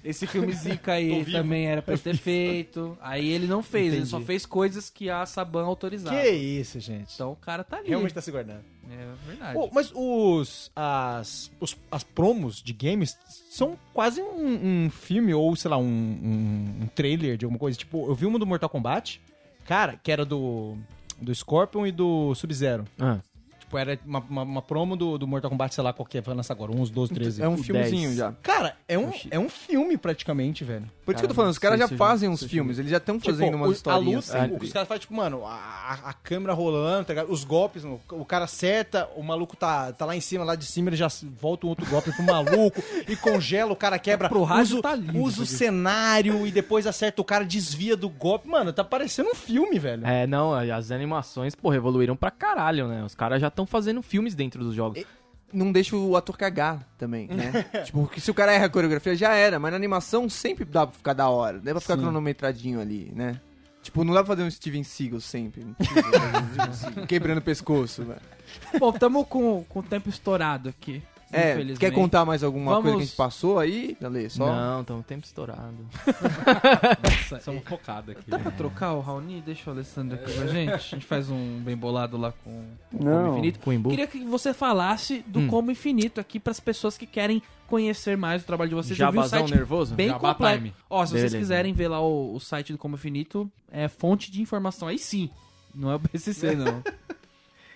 [SPEAKER 1] Esse filme zica aí também era pra ter feito. Aí ele não fez, ele só fez coisas que a Saban autorizava.
[SPEAKER 6] Que isso, gente.
[SPEAKER 1] Então o cara tá ali.
[SPEAKER 6] Realmente tá se guardando.
[SPEAKER 1] É verdade.
[SPEAKER 6] Pô, mas os as, os- as promos de games são quase um, um filme ou, sei lá, um, um, um trailer de alguma coisa. Tipo, eu vi uma do Mortal Kombat, cara, que era do, do Scorpion e do Sub-Zero.
[SPEAKER 2] Ah,
[SPEAKER 6] Tipo, era uma, uma, uma promo do, do Mortal Kombat, sei lá, qual que é, vai lançar agora, uns 12, 13.
[SPEAKER 5] É um filmezinho
[SPEAKER 2] dez.
[SPEAKER 5] já.
[SPEAKER 6] Cara, é um, é um filme praticamente, velho.
[SPEAKER 5] Por isso que eu tô
[SPEAKER 2] Cara,
[SPEAKER 5] falando, os caras
[SPEAKER 2] não
[SPEAKER 5] já
[SPEAKER 2] sei se eu
[SPEAKER 5] fazem
[SPEAKER 2] já-
[SPEAKER 5] uns
[SPEAKER 2] se eu
[SPEAKER 5] filmes, eles já estão
[SPEAKER 6] Tipo,
[SPEAKER 5] fazendo umas
[SPEAKER 6] o- a
[SPEAKER 5] historinhas. Ah,
[SPEAKER 6] luta, o que os caras fazem, tipo, mano, a, a câmera rolando, tá ligado? Os golpes, mano, o cara acerta, o maluco tá, tá lá em cima, lá de cima, ele já s- volta um outro golpe pro maluco e congela, o cara quebra.
[SPEAKER 1] Pro rádio
[SPEAKER 6] usa, o-
[SPEAKER 1] tá lindo,
[SPEAKER 6] usa o
[SPEAKER 1] tá
[SPEAKER 6] cenário e depois acerta o cara, desvia do golpe. Mano, tá parecendo um filme, velho.
[SPEAKER 2] é, não, as animações, porra, evoluíram pra caralho, né? Os caras já estão fazendo filmes dentro dos jogos.
[SPEAKER 5] Não deixa o ator cagar também, né? <laughs> tipo, porque se o cara erra a coreografia, já era, mas na animação sempre dá pra ficar da hora, dá pra ficar cronometradinho ali, né? Tipo, não dá pra fazer um Steven Seagal sempre. impossível fazer um Steven Seagal Quebrando o pescoço, velho.
[SPEAKER 1] Bom, tamo com, com o tempo estourado aqui.
[SPEAKER 5] É,
[SPEAKER 1] infelizmente.
[SPEAKER 5] quer contar mais alguma coisa que a
[SPEAKER 1] Vamos-
[SPEAKER 5] gente passou aí? Dale, só.
[SPEAKER 2] Não, tão tempo estourado.
[SPEAKER 1] Nossa,
[SPEAKER 3] Estamos focados aqui.
[SPEAKER 5] tá
[SPEAKER 1] Dá pra trocar o Raoni? Deixa o Alessandro aqui com a gente. A gente faz um bem bolado lá com o Infinito.
[SPEAKER 2] Com o Imbu.
[SPEAKER 1] Queria que você falasse do
[SPEAKER 2] Hum.
[SPEAKER 1] Como Infinito aqui pras pessoas que querem conhecer mais o trabalho de vocês. Eu vi o
[SPEAKER 2] Jabazão
[SPEAKER 1] site
[SPEAKER 2] nervoso?
[SPEAKER 1] bem
[SPEAKER 4] Jabá
[SPEAKER 1] completo.
[SPEAKER 4] time.
[SPEAKER 1] Ó, se vocês
[SPEAKER 2] Beleza.
[SPEAKER 1] quiserem ver lá o, o site do Como Infinito, é fonte de informação. Aí sim, não é o
[SPEAKER 2] <laughs>
[SPEAKER 1] BCC, não.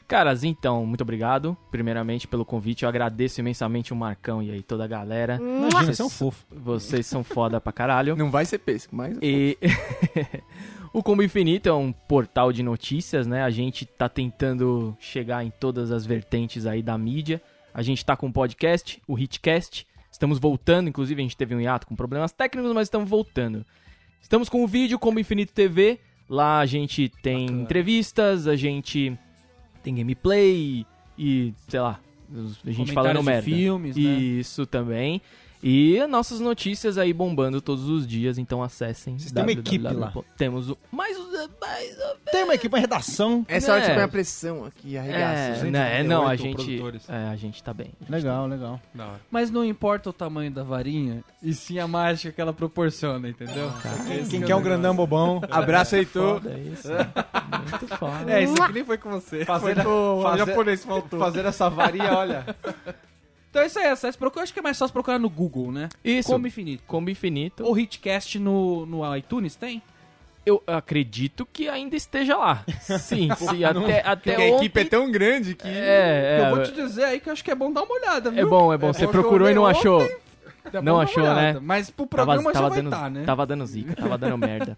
[SPEAKER 2] Caras, então, muito obrigado, primeiramente, pelo convite. Eu agradeço imensamente o Marcão e aí toda a galera.
[SPEAKER 1] Hum.
[SPEAKER 6] Imagina, você é um fofo.
[SPEAKER 2] Vocês são foda pra caralho.
[SPEAKER 5] Não vai ser pêssego, mas.
[SPEAKER 2] E
[SPEAKER 1] é
[SPEAKER 2] <laughs> o Combo Infinito é um portal de notícias, né? A gente tá tentando chegar em todas as vertentes aí da mídia. A gente tá com o podcast, o Hitcast. Estamos voltando, inclusive a gente teve um hiato com problemas técnicos, mas estamos voltando. Estamos com o vídeo Combo Infinito TV. Lá a gente tem entrevistas, a gente tem gameplay e, sei lá, a gente
[SPEAKER 1] Comentários
[SPEAKER 2] falando
[SPEAKER 1] de
[SPEAKER 2] merda.
[SPEAKER 1] filmes, né?
[SPEAKER 2] Isso também. E nossas notícias aí bombando todos os dias, então acessem.
[SPEAKER 6] Vocês têm uma equipe lá.
[SPEAKER 2] Temos o. Mais. o- mais um- o-
[SPEAKER 6] Tem uma equipe, uma redação.
[SPEAKER 5] Essa hora que você
[SPEAKER 2] É.
[SPEAKER 5] põe a pressão aqui,
[SPEAKER 2] É,
[SPEAKER 5] arregaça.
[SPEAKER 3] gente,
[SPEAKER 2] né,
[SPEAKER 3] tem
[SPEAKER 2] não, a
[SPEAKER 3] oito
[SPEAKER 2] gente.
[SPEAKER 3] produtores.
[SPEAKER 2] É, a gente tá bem.
[SPEAKER 6] Legal, legal.
[SPEAKER 1] Mas não importa o tamanho da varinha, e sim a mágica que ela proporciona, entendeu? Esse
[SPEAKER 6] Quem
[SPEAKER 1] que é
[SPEAKER 6] quer
[SPEAKER 1] o
[SPEAKER 6] um grandão bobão.
[SPEAKER 5] Abraço, Heitor.
[SPEAKER 2] Foda isso. né? Muito foda.
[SPEAKER 1] É, isso que nem foi com você.
[SPEAKER 3] Fazer, fazer, fazer essa varia, olha.
[SPEAKER 1] Então é isso aí, acesse, procura, acho que é mais fácil procurar no Google, né?
[SPEAKER 2] Isso.
[SPEAKER 1] Como
[SPEAKER 2] Combo,
[SPEAKER 1] Infinito.
[SPEAKER 2] Infinito.
[SPEAKER 1] Ou Hitcast no, no iTunes tem?
[SPEAKER 2] Eu acredito que ainda esteja lá.
[SPEAKER 1] <laughs>
[SPEAKER 2] Sim, sim. Até, até
[SPEAKER 5] Porque a equipe é
[SPEAKER 2] ontem-
[SPEAKER 5] tão grande que.
[SPEAKER 2] É, é.
[SPEAKER 1] eu vou te dizer aí que eu acho que é bom dar uma olhada,
[SPEAKER 2] É
[SPEAKER 1] viu?
[SPEAKER 2] bom, é bom. Você procurou e não achou.
[SPEAKER 1] É bom
[SPEAKER 2] Não
[SPEAKER 1] dar uma
[SPEAKER 2] achou,
[SPEAKER 1] olhada,
[SPEAKER 2] né?
[SPEAKER 1] Mas pro
[SPEAKER 2] Tava,
[SPEAKER 1] programa já
[SPEAKER 2] tava
[SPEAKER 1] vai
[SPEAKER 2] dando,
[SPEAKER 1] estar, né?
[SPEAKER 2] tava dando zica, tava dando merda.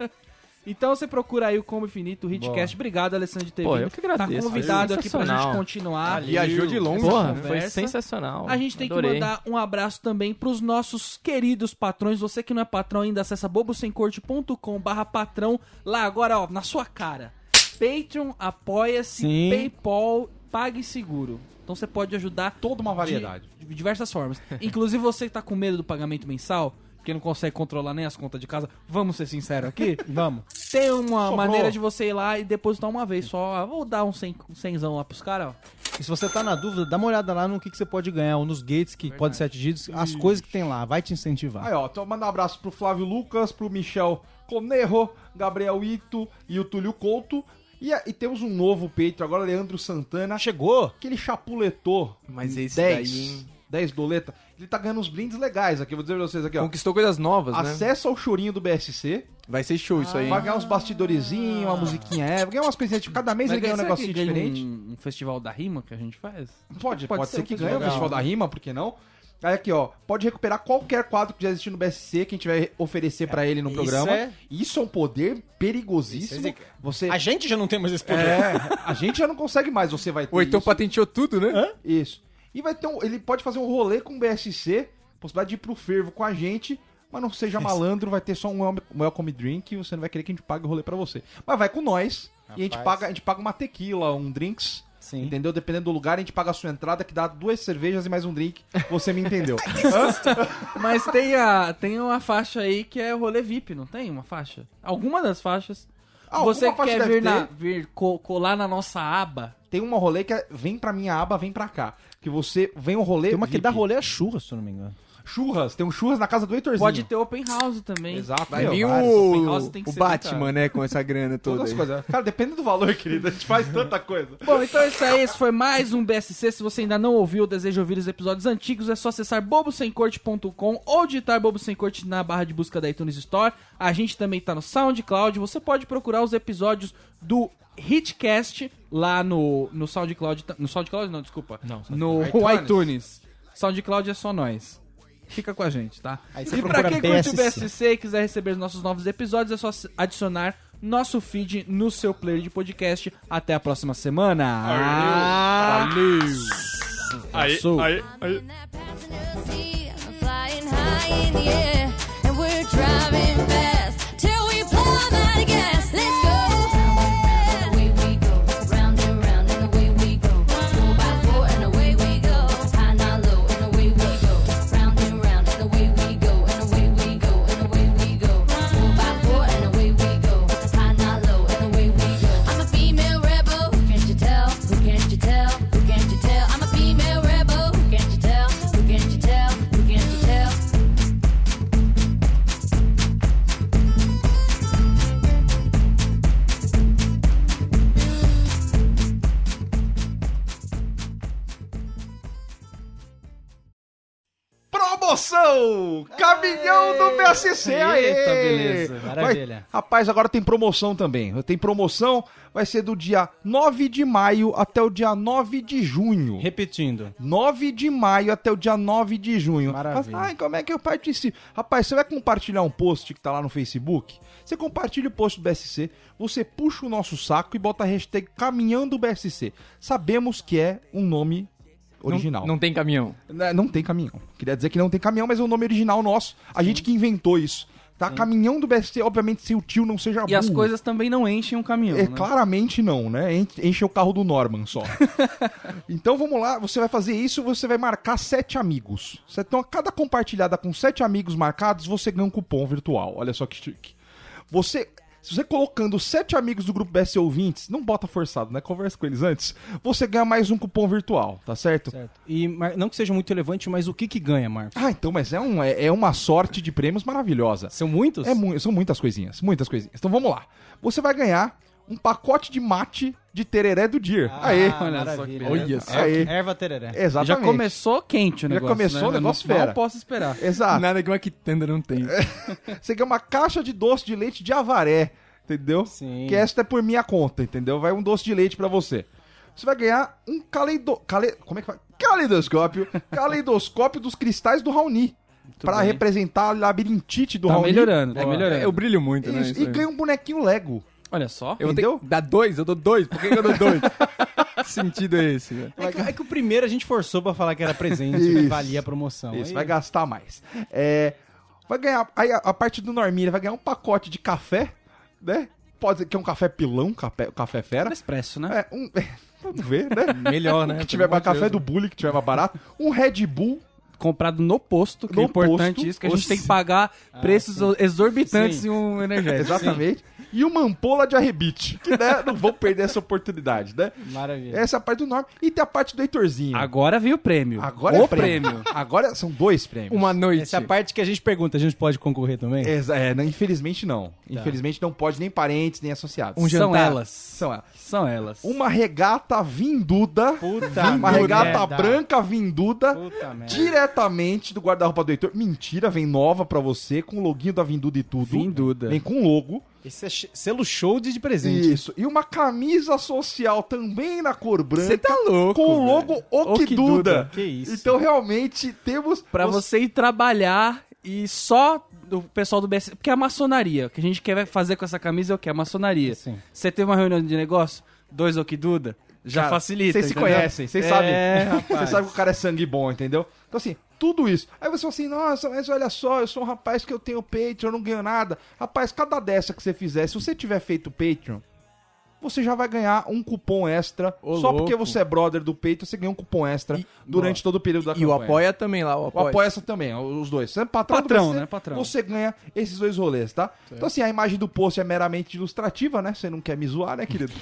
[SPEAKER 1] Então você procura aí o Como Infinito, o Hitcast. Obrigado, Alessandro, de ter
[SPEAKER 2] Pô,
[SPEAKER 1] vindo.
[SPEAKER 2] eu que agradeço.
[SPEAKER 1] Tá
[SPEAKER 2] Foi
[SPEAKER 1] convidado aqui pra gente
[SPEAKER 2] sensacional.
[SPEAKER 1] continuar.
[SPEAKER 5] Viajou de longe.
[SPEAKER 2] Porra,
[SPEAKER 1] conversa.
[SPEAKER 2] foi sensacional.
[SPEAKER 1] A gente tem
[SPEAKER 2] Adorei.
[SPEAKER 1] que mandar um abraço também pros nossos queridos patrões. Você que não é patrão ainda, acessa bobosemcorte.com barra patrão. Lá agora, ó, na sua cara. Patreon, Apoia-se,
[SPEAKER 6] Sim.
[SPEAKER 1] Paypal, PagSeguro. Então você pode ajudar
[SPEAKER 3] Toda uma
[SPEAKER 1] de-
[SPEAKER 3] variedade.
[SPEAKER 1] De, diversas formas. <laughs> Inclusive você que tá com medo do pagamento mensal, porque não consegue controlar nem as contas de casa, vamos ser sinceros
[SPEAKER 3] <laughs>
[SPEAKER 1] aqui,
[SPEAKER 6] Vamos.
[SPEAKER 1] tem uma maneira de você ir lá e depositar uma vez só. Ah, Vou dar um 100, um 100zão lá pros caras, ó.
[SPEAKER 6] E se você tá na dúvida, dá uma olhada lá no que, que você pode ganhar, ou nos gates que pode ser atingidos, as coisas que tem lá, vai te incentivar.
[SPEAKER 3] Aí, ó, então manda um abraço pro Flávio Lucas, pro Michel Conerro, Gabriel Ito e o Túlio Couto. E, e temos um novo peito agora, Leandro Santana,
[SPEAKER 6] Chegou!
[SPEAKER 3] que ele chapuletou
[SPEAKER 5] Mas esse daí, hein?
[SPEAKER 3] 10 doleta, ele tá ganhando uns blindes legais aqui. Eu vou dizer pra vocês aqui, ó.
[SPEAKER 5] Conquistou coisas novas, né?
[SPEAKER 3] Acesso ao chorinho do BSC,
[SPEAKER 5] Vai ser show isso aí.
[SPEAKER 3] vai ganhar uns bastidorezinhos, uma musiquinha, é, ganhar umas coisinhas, tipo, cada mês ele ganha um negocinho diferente.
[SPEAKER 1] Um, um festival da rima que a gente faz?
[SPEAKER 3] Pode, pode, ser,
[SPEAKER 1] ser um
[SPEAKER 3] que ganhe o
[SPEAKER 1] festival.
[SPEAKER 3] Festival da Rima, por que não? Aí aqui, ó, pode recuperar qualquer quadro que já existiu no BSC, que a gente vai oferecer pra ele no
[SPEAKER 4] isso
[SPEAKER 3] programa.
[SPEAKER 4] é-
[SPEAKER 3] Isso é um poder perigosíssimo.
[SPEAKER 4] Isso é zica.
[SPEAKER 3] Você
[SPEAKER 4] A gente já não tem mais esse poder.
[SPEAKER 3] É, a gente já não consegue mais, você vai ter
[SPEAKER 5] O Heitor
[SPEAKER 3] isso.
[SPEAKER 5] então patenteou tudo, né?
[SPEAKER 3] Isso. E vai ter um, ele pode fazer um rolê com o BSC, possibilidade de ir pro fervo com a gente, mas não seja malandro, vai ter só um wel- um welcome drink e você não vai querer que a gente pague o rolê pra você. Mas vai com nós e a gente
[SPEAKER 4] Rapaz.
[SPEAKER 3] paga, a gente paga uma tequila, um drinks.
[SPEAKER 6] Sim.
[SPEAKER 3] Entendeu? Dependendo do lugar, a gente paga a sua entrada, que dá duas cervejas e mais um drink. Você me entendeu.
[SPEAKER 1] Mas tem, a, tem uma faixa aí que é o rolê VIP, não tem uma faixa? Alguma das faixas.
[SPEAKER 3] Alguma
[SPEAKER 1] Você
[SPEAKER 3] faixa
[SPEAKER 1] quer
[SPEAKER 3] deve
[SPEAKER 1] vir, na,
[SPEAKER 3] ter.
[SPEAKER 1] vir co- colar na nossa aba?
[SPEAKER 3] Tem uma rolê que é vem pra minha aba, vem pra cá. Que você vem um rolê.
[SPEAKER 6] Tem uma que
[SPEAKER 3] VIP.
[SPEAKER 6] dá rolê a churras, se eu não me engano.
[SPEAKER 3] Churras, tem um churras na casa do Heitorzinho.
[SPEAKER 1] Pode ter open house também.
[SPEAKER 3] Exato.
[SPEAKER 5] Vai
[SPEAKER 3] meu,
[SPEAKER 5] vir
[SPEAKER 3] vários.
[SPEAKER 1] Open
[SPEAKER 5] o,
[SPEAKER 1] House tem que
[SPEAKER 5] o
[SPEAKER 1] ser
[SPEAKER 5] Batman, né? Com essa grana toda.
[SPEAKER 3] Todas
[SPEAKER 5] aí.
[SPEAKER 3] as coisas. né? Cara, depende do valor, querido. A gente faz tanta coisa.
[SPEAKER 1] Bom, então é isso aí. Esse foi mais um BSC. Se você ainda não ouviu ou deseja ouvir os episódios antigos, é só acessar bobosemcorte.com ou digitar Bobo Sem Corte na barra de busca da iTunes Store. A gente também tá no SoundCloud. Você pode procurar os episódios do Hitcast lá no, no SoundCloud. ta- No SoundCloud não, desculpa.
[SPEAKER 2] Não,
[SPEAKER 1] no
[SPEAKER 3] iTunes.
[SPEAKER 1] iTunes. SoundCloud é só nós. Fica com a gente, tá?
[SPEAKER 6] Aí você
[SPEAKER 1] E pra quem
[SPEAKER 6] procura
[SPEAKER 1] curte o
[SPEAKER 6] BSC.
[SPEAKER 1] BSC e quiser receber os nossos novos episódios, é só adicionar nosso feed no seu player de podcast. Até a próxima semana. Abraço.
[SPEAKER 8] I'm in that passenger seat, I'm flying high in the air, and we're driving fast till we plumb out of gas. Let's go. Round and round, away we go. Round and round, and away we go. Four by four, and away we go. High, not low, and away we go. Round and round, and away we go. And away we go, and away we go. Four by four, and away we go. High, not low, and away we go. I'm a female rebel. Who can't you tell? Who can't you tell? Who can't you tell? I'm a female rebel. Who can't you tell? Who can't you tell? Who can't you tell?
[SPEAKER 3] Promoção! Caminhão do BSC! Aê!
[SPEAKER 6] Eita, beleza, maravilha.
[SPEAKER 3] é Vai- rapaz, agora tem promoção também. Tem promoção, vai ser do dia 9 de maio até o dia 9 de junho.
[SPEAKER 6] Repetindo.
[SPEAKER 3] 9 de maio até o dia 9 de junho.
[SPEAKER 6] Maravilha.
[SPEAKER 3] Mas, ai, como é que eu participo? Rapaz, você vai compartilhar um post que tá lá no Facebook? Você compartilha o post do BSC, você puxa o nosso saco e bota a hashtag Caminhando BSC. Sabemos que é um nome original.
[SPEAKER 2] Não tem caminhão.
[SPEAKER 3] Né, Não tem caminhão. Queria dizer que não tem caminhão, mas é o nome original nosso. A gente que inventou isso. Tá? Caminhão do BST, obviamente, se o tio não seja
[SPEAKER 1] E as
[SPEAKER 3] burro.
[SPEAKER 1] coisas também não enchem um caminhão,
[SPEAKER 3] É,
[SPEAKER 1] né?
[SPEAKER 3] claramente não, né? En- Enche o carro do Norman só. então vamos lá, você vai fazer isso, você vai marcar sete amigos. Certo? Então a cada compartilhada com sete amigos marcados, você ganha um cupom virtual. Olha só que chique. Você, se você colocando sete amigos do grupo BS ouvintes, não bota forçado, né? Conversa com eles antes. Você ganha mais um cupom virtual, tá certo?
[SPEAKER 6] Certo. E Mar- não que seja muito relevante, mas o que que ganha, Marcos?
[SPEAKER 3] Ah, então, mas é, um, é, é uma sorte de prêmios maravilhosa.
[SPEAKER 6] São muitos?
[SPEAKER 3] É mu- são muitas coisinhas, muitas coisinhas. Então vamos lá. Você vai ganhar um pacote de mate de tereré do dia.
[SPEAKER 6] Ah,
[SPEAKER 3] Aê.
[SPEAKER 6] maravilha.
[SPEAKER 5] Olha só.
[SPEAKER 3] Aê.
[SPEAKER 6] Erva tereré.
[SPEAKER 3] Exatamente.
[SPEAKER 1] Já começou quente o
[SPEAKER 3] Já
[SPEAKER 1] negócio.
[SPEAKER 3] começou
[SPEAKER 1] né?
[SPEAKER 3] o negócio
[SPEAKER 1] não,
[SPEAKER 3] fera. É
[SPEAKER 1] Não posso esperar.
[SPEAKER 3] Exato.
[SPEAKER 5] Nada que uma quitanda não tem.
[SPEAKER 3] Você ganha uma caixa de doce de leite de avaré, entendeu?
[SPEAKER 6] Sim.
[SPEAKER 3] Que esta é por minha conta, entendeu? Vai um doce de leite pra você. Você vai ganhar um caleido... Cale... Como é que fala? Caleidoscópio. Caleidoscópio dos cristais do Raoni. Pra
[SPEAKER 1] bem.
[SPEAKER 3] representar a labirintite do
[SPEAKER 1] Tá
[SPEAKER 3] Raoni.
[SPEAKER 1] melhorando, tá
[SPEAKER 6] Boa.
[SPEAKER 1] melhorando.
[SPEAKER 5] Eu brilho muito, né?
[SPEAKER 3] Isso.
[SPEAKER 5] isso
[SPEAKER 3] É, E
[SPEAKER 5] aí.
[SPEAKER 3] ganha um bonequinho Lego.
[SPEAKER 1] Olha só.
[SPEAKER 5] Eu vou ter que
[SPEAKER 3] Entendeu?
[SPEAKER 5] dar dois, eu dou dois. Por que, que eu dou dois? <laughs> que sentido é esse? velho?
[SPEAKER 6] É que, é que o primeiro a gente forçou pra falar que era presente,
[SPEAKER 3] Isso.
[SPEAKER 6] que valia a promoção.
[SPEAKER 3] Isso,
[SPEAKER 6] Aí-
[SPEAKER 3] vai gastar mais. É, vai ganhar. Aí a, a parte do Norminha vai ganhar um pacote de café, né? Pode ser que é um café pilão, café, café fera.
[SPEAKER 1] Expresso, né?
[SPEAKER 3] É, um. <laughs> Vamos ver, né?
[SPEAKER 5] Melhor, né?
[SPEAKER 3] Que tiver mais café do bully, que tiver mais barato. Um Red Bull.
[SPEAKER 1] Comprado no posto, que
[SPEAKER 3] No
[SPEAKER 1] é importante
[SPEAKER 3] posto, Ah,
[SPEAKER 1] isso, que a gente
[SPEAKER 3] posto.
[SPEAKER 1] tem que pagar preços exorbitantes
[SPEAKER 3] <laughs>
[SPEAKER 6] Sim.
[SPEAKER 1] em um energético.
[SPEAKER 3] Exatamente. e uma ampola de arrebite. Que né, não vão perder essa oportunidade, né?
[SPEAKER 6] Maravilha.
[SPEAKER 3] Essa é a parte do Norm. E tem a parte do Heitorzinho.
[SPEAKER 1] Agora veio o prêmio.
[SPEAKER 3] Agora
[SPEAKER 1] o
[SPEAKER 3] é prêmio. <laughs> Agora são dois prêmios.
[SPEAKER 5] Uma noite.
[SPEAKER 6] Essa é a parte que a gente pergunta, a gente pode concorrer também?
[SPEAKER 3] Exa- é, não, infelizmente não. Infelizmente não pode nem parentes, nem associados.
[SPEAKER 1] São elas.
[SPEAKER 3] um São elas. Um
[SPEAKER 1] São elas.
[SPEAKER 3] Uma regata vinduda.
[SPEAKER 6] Puta
[SPEAKER 3] uma regata
[SPEAKER 6] merda.
[SPEAKER 3] branca vinduda.
[SPEAKER 6] Puta merda.
[SPEAKER 3] Diretamente do guarda-roupa do Heitor. Mentira, vem nova pra você, com o loguinho da Vinduda e tudo.
[SPEAKER 1] Vinduda.
[SPEAKER 3] Vem com logo.
[SPEAKER 6] Esse é che- selo show de de presente.
[SPEAKER 3] Isso. E uma camisa social também na cor branca.
[SPEAKER 5] Você tá louco.
[SPEAKER 3] Com o logo Okiduda.
[SPEAKER 6] Que isso.
[SPEAKER 3] Então realmente temos.
[SPEAKER 1] Pra você ir trabalhar e só o pessoal do BS. Porque é a maçonaria, o que a gente quer fazer com essa camisa é o que? A maçonaria.
[SPEAKER 6] Sim.
[SPEAKER 1] Você teve uma reunião de negócio, dois Okiduda, já
[SPEAKER 3] Cara,
[SPEAKER 1] facilita.
[SPEAKER 3] Vocês se
[SPEAKER 1] entendeu?
[SPEAKER 3] conhecem, vocês sabem. <laughs> Vocês sabem que o cara é sangue bom, entendeu? Então, assim, tudo isso. Aí você fala assim, nossa, mas olha só, eu sou um rapaz que eu tenho Patreon, eu não ganho nada. Rapaz, cada dessa que você fizer, se você tiver feito Patreon, você já vai ganhar um cupom extra. só porque você é brother do Patreon, você ganha um cupom extra durante todo o período da
[SPEAKER 5] E o
[SPEAKER 3] campanha.
[SPEAKER 5] apoia também lá, o
[SPEAKER 3] O
[SPEAKER 5] apoia.
[SPEAKER 3] apoia-se também, os dois. Você é patrão, do
[SPEAKER 1] Patrão,
[SPEAKER 3] BC,
[SPEAKER 1] né? Patrão.
[SPEAKER 3] Você ganha esses dois rolês, tá? Então, assim, a imagem do post é meramente ilustrativa, né? Você não quer me zoar, né, querido?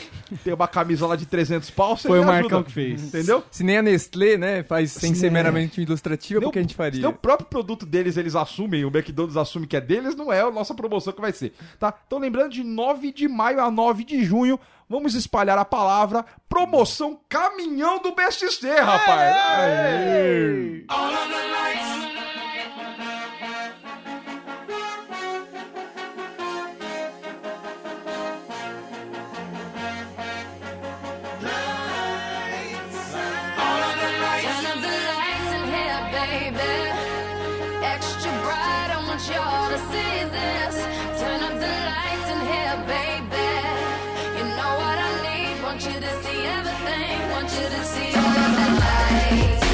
[SPEAKER 3] Tem uma camisa lá de 300 pau, você
[SPEAKER 1] Foi
[SPEAKER 3] me
[SPEAKER 1] o Marcão
[SPEAKER 3] ajuda,
[SPEAKER 1] que fez.
[SPEAKER 3] Entendeu?
[SPEAKER 5] Se nem a Nestlé, né, faz sem ser meramente ilustrativa,
[SPEAKER 3] Nem
[SPEAKER 5] porque a gente
[SPEAKER 3] Se
[SPEAKER 5] faria.
[SPEAKER 3] nem o próprio produto deles eles assumem, o McDonald's assume que é deles, não é a nossa promoção que vai ser, tá? Então lembrando de 9 de maio a 9 de junho, vamos espalhar a palavra promoção caminhão do BSC, rapaz. Aê!
[SPEAKER 8] Turn up the lights in here, baby. Extra bright, I want y'all to see this. Turn up the lights in here, baby. You know what I need. Want you to see everything. Want you to see all of the lights.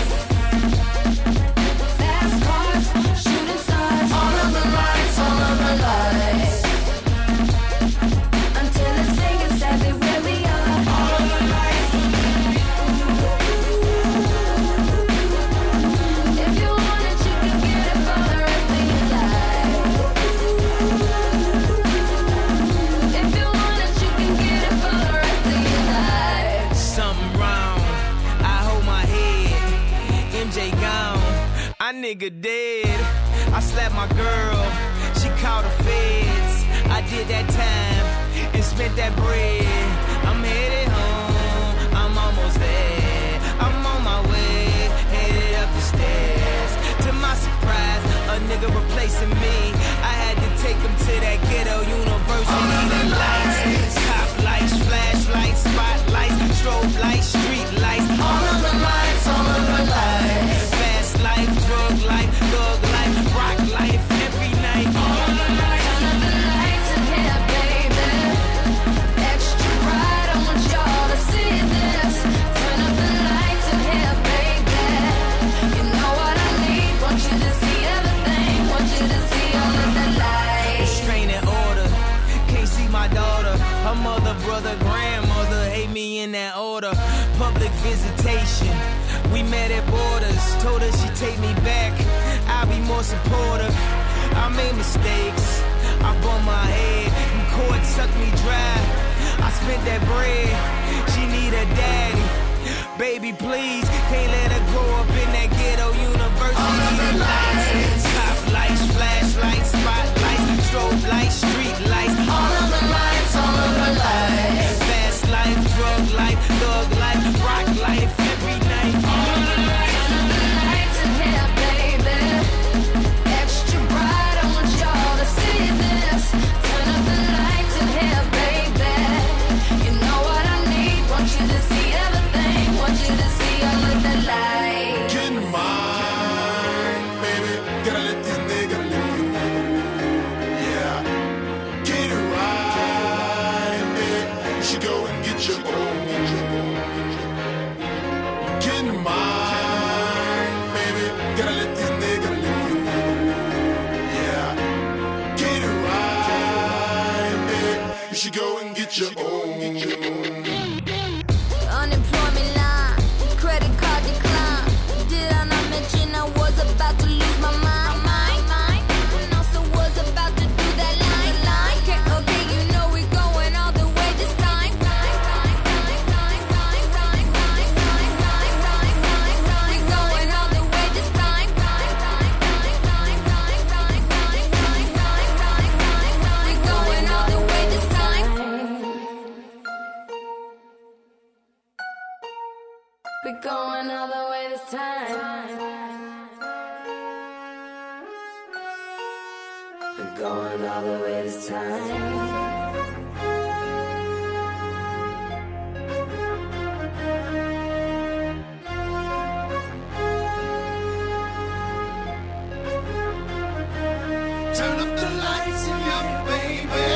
[SPEAKER 8] Fast cars, shooting stars. All of the lights, all of the lights. Until it's clear exactly where we are. All of the lights. If you want it, you can get it for the rest of your life. If you want it, you can get it for the rest of your life.
[SPEAKER 7] Something wrong. I hold my head. MJ gone. I nigga dead. I slapped my girl. She called the feds. I did that time and spent that bread. I'm headed home. I'm almost there. I'm on my way. Headed up the stairs. To my surprise, a nigga replacing me. I had to take him to that ghetto university. The lights, top lights, flashlights, spotlights, strobe lights, street lights. All of the lights, all of the lights. Fast life, drug life, thug life, rock life, every night. All of the lights.
[SPEAKER 8] Turn up the lights in here, baby. Extra bright, I want y'all to see this. Turn up the lights in here, baby. You know what I need. Want you to see everything. Want you to see all of the lights.
[SPEAKER 7] Restraining order. Can't see my daughter. Her mother, brother, grandmother hate me in that order. Public visitation. We met at borders. Told her she take me back. I'll be more supportive. I made mistakes. I bumped my head. And court sucked me dry. I spent that bread. She need a daddy. Baby, please, can't let her grow up in that ghetto university. lights, top lights, flashlights, spotlights, strobe lights, street lights. All of the lights, all of the lights. Fast life, drug life, thug life, rock life, every night. All of the lights.
[SPEAKER 8] Lights in here, baby. Extra bright, I want y'all to see this. Turn up the lights in here, baby. You know what I need. Want you to see everything. Want you to see all of the light.
[SPEAKER 9] Get in mine, baby. Gotta let this nigga live you. Yeah. Get it right, baby. You should go and get your own. Get in mine, baby. Gotta let this nigga live you. Yeah. Get it right, baby. You should go and get your own.
[SPEAKER 8] Unemployment line, credit card decline. Did I not mention I was about to lose my mind? mind, mind? And also was about to do that line, line. Okay, okay, you know we We're going all the way this time. We're going all the way this time.
[SPEAKER 9] Turn up the lights in your baby.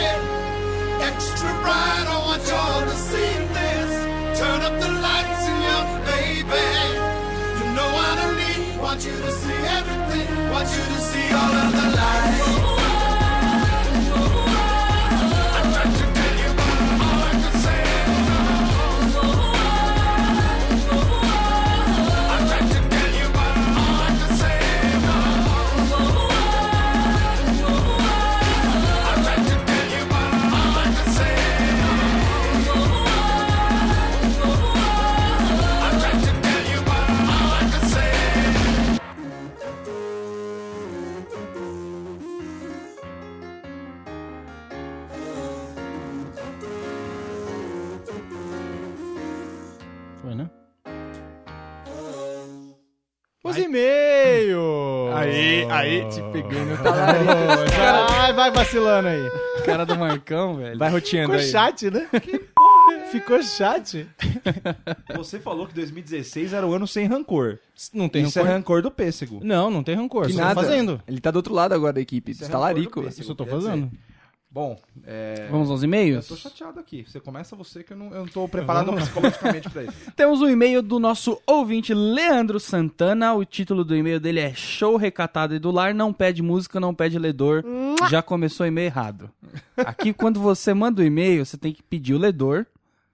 [SPEAKER 9] Extra bright, I want y'all to see this. Turn up the lights in your baby. You know I don't need, want you to see everything. Want you to see all of the lights. I tried to tell you, but all I could say is, I tried to tell you, but all I could say is, I tried to tell you, but all I could say is, I tried to tell you, but all I could say is.
[SPEAKER 6] Foi, né?
[SPEAKER 4] Os e-mails!
[SPEAKER 5] Aí, aí, te peguei no
[SPEAKER 6] Vai, vai vacilando aí.
[SPEAKER 1] Cara do Marcão, velho.
[SPEAKER 5] Vai roteando
[SPEAKER 4] Ficou
[SPEAKER 5] aí.
[SPEAKER 4] chat, né?
[SPEAKER 6] <laughs>
[SPEAKER 4] Ficou chat.
[SPEAKER 3] Você falou que 2016 era o ano sem rancor.
[SPEAKER 6] Não tem
[SPEAKER 3] Isso é
[SPEAKER 6] rancor?
[SPEAKER 3] rancor do pêssego.
[SPEAKER 6] Não, não tem rancor.
[SPEAKER 5] Que
[SPEAKER 6] Só
[SPEAKER 5] nada.
[SPEAKER 6] tô fazendo.
[SPEAKER 5] Ele tá do outro lado agora da equipe.
[SPEAKER 3] Isso é
[SPEAKER 5] Está larico.
[SPEAKER 3] rancor do
[SPEAKER 6] Isso eu tô
[SPEAKER 3] Quer dizer,
[SPEAKER 6] fazendo.
[SPEAKER 3] Bom, é...
[SPEAKER 1] Vamos aos
[SPEAKER 3] Eu tô
[SPEAKER 1] e-mails?
[SPEAKER 3] chateado aqui. Você começa você que eu não, eu não tô preparado psicologicamente pra
[SPEAKER 6] <laughs>
[SPEAKER 3] isso.
[SPEAKER 1] Temos um e-mail do nosso ouvinte Leandro Santana. O título do e-mail dele é Show Recatado e do Lar. Não pede música, não pede ledor. Já começou o e-mail errado. Aqui, quando você manda o e-mail, você tem que pedir o ledor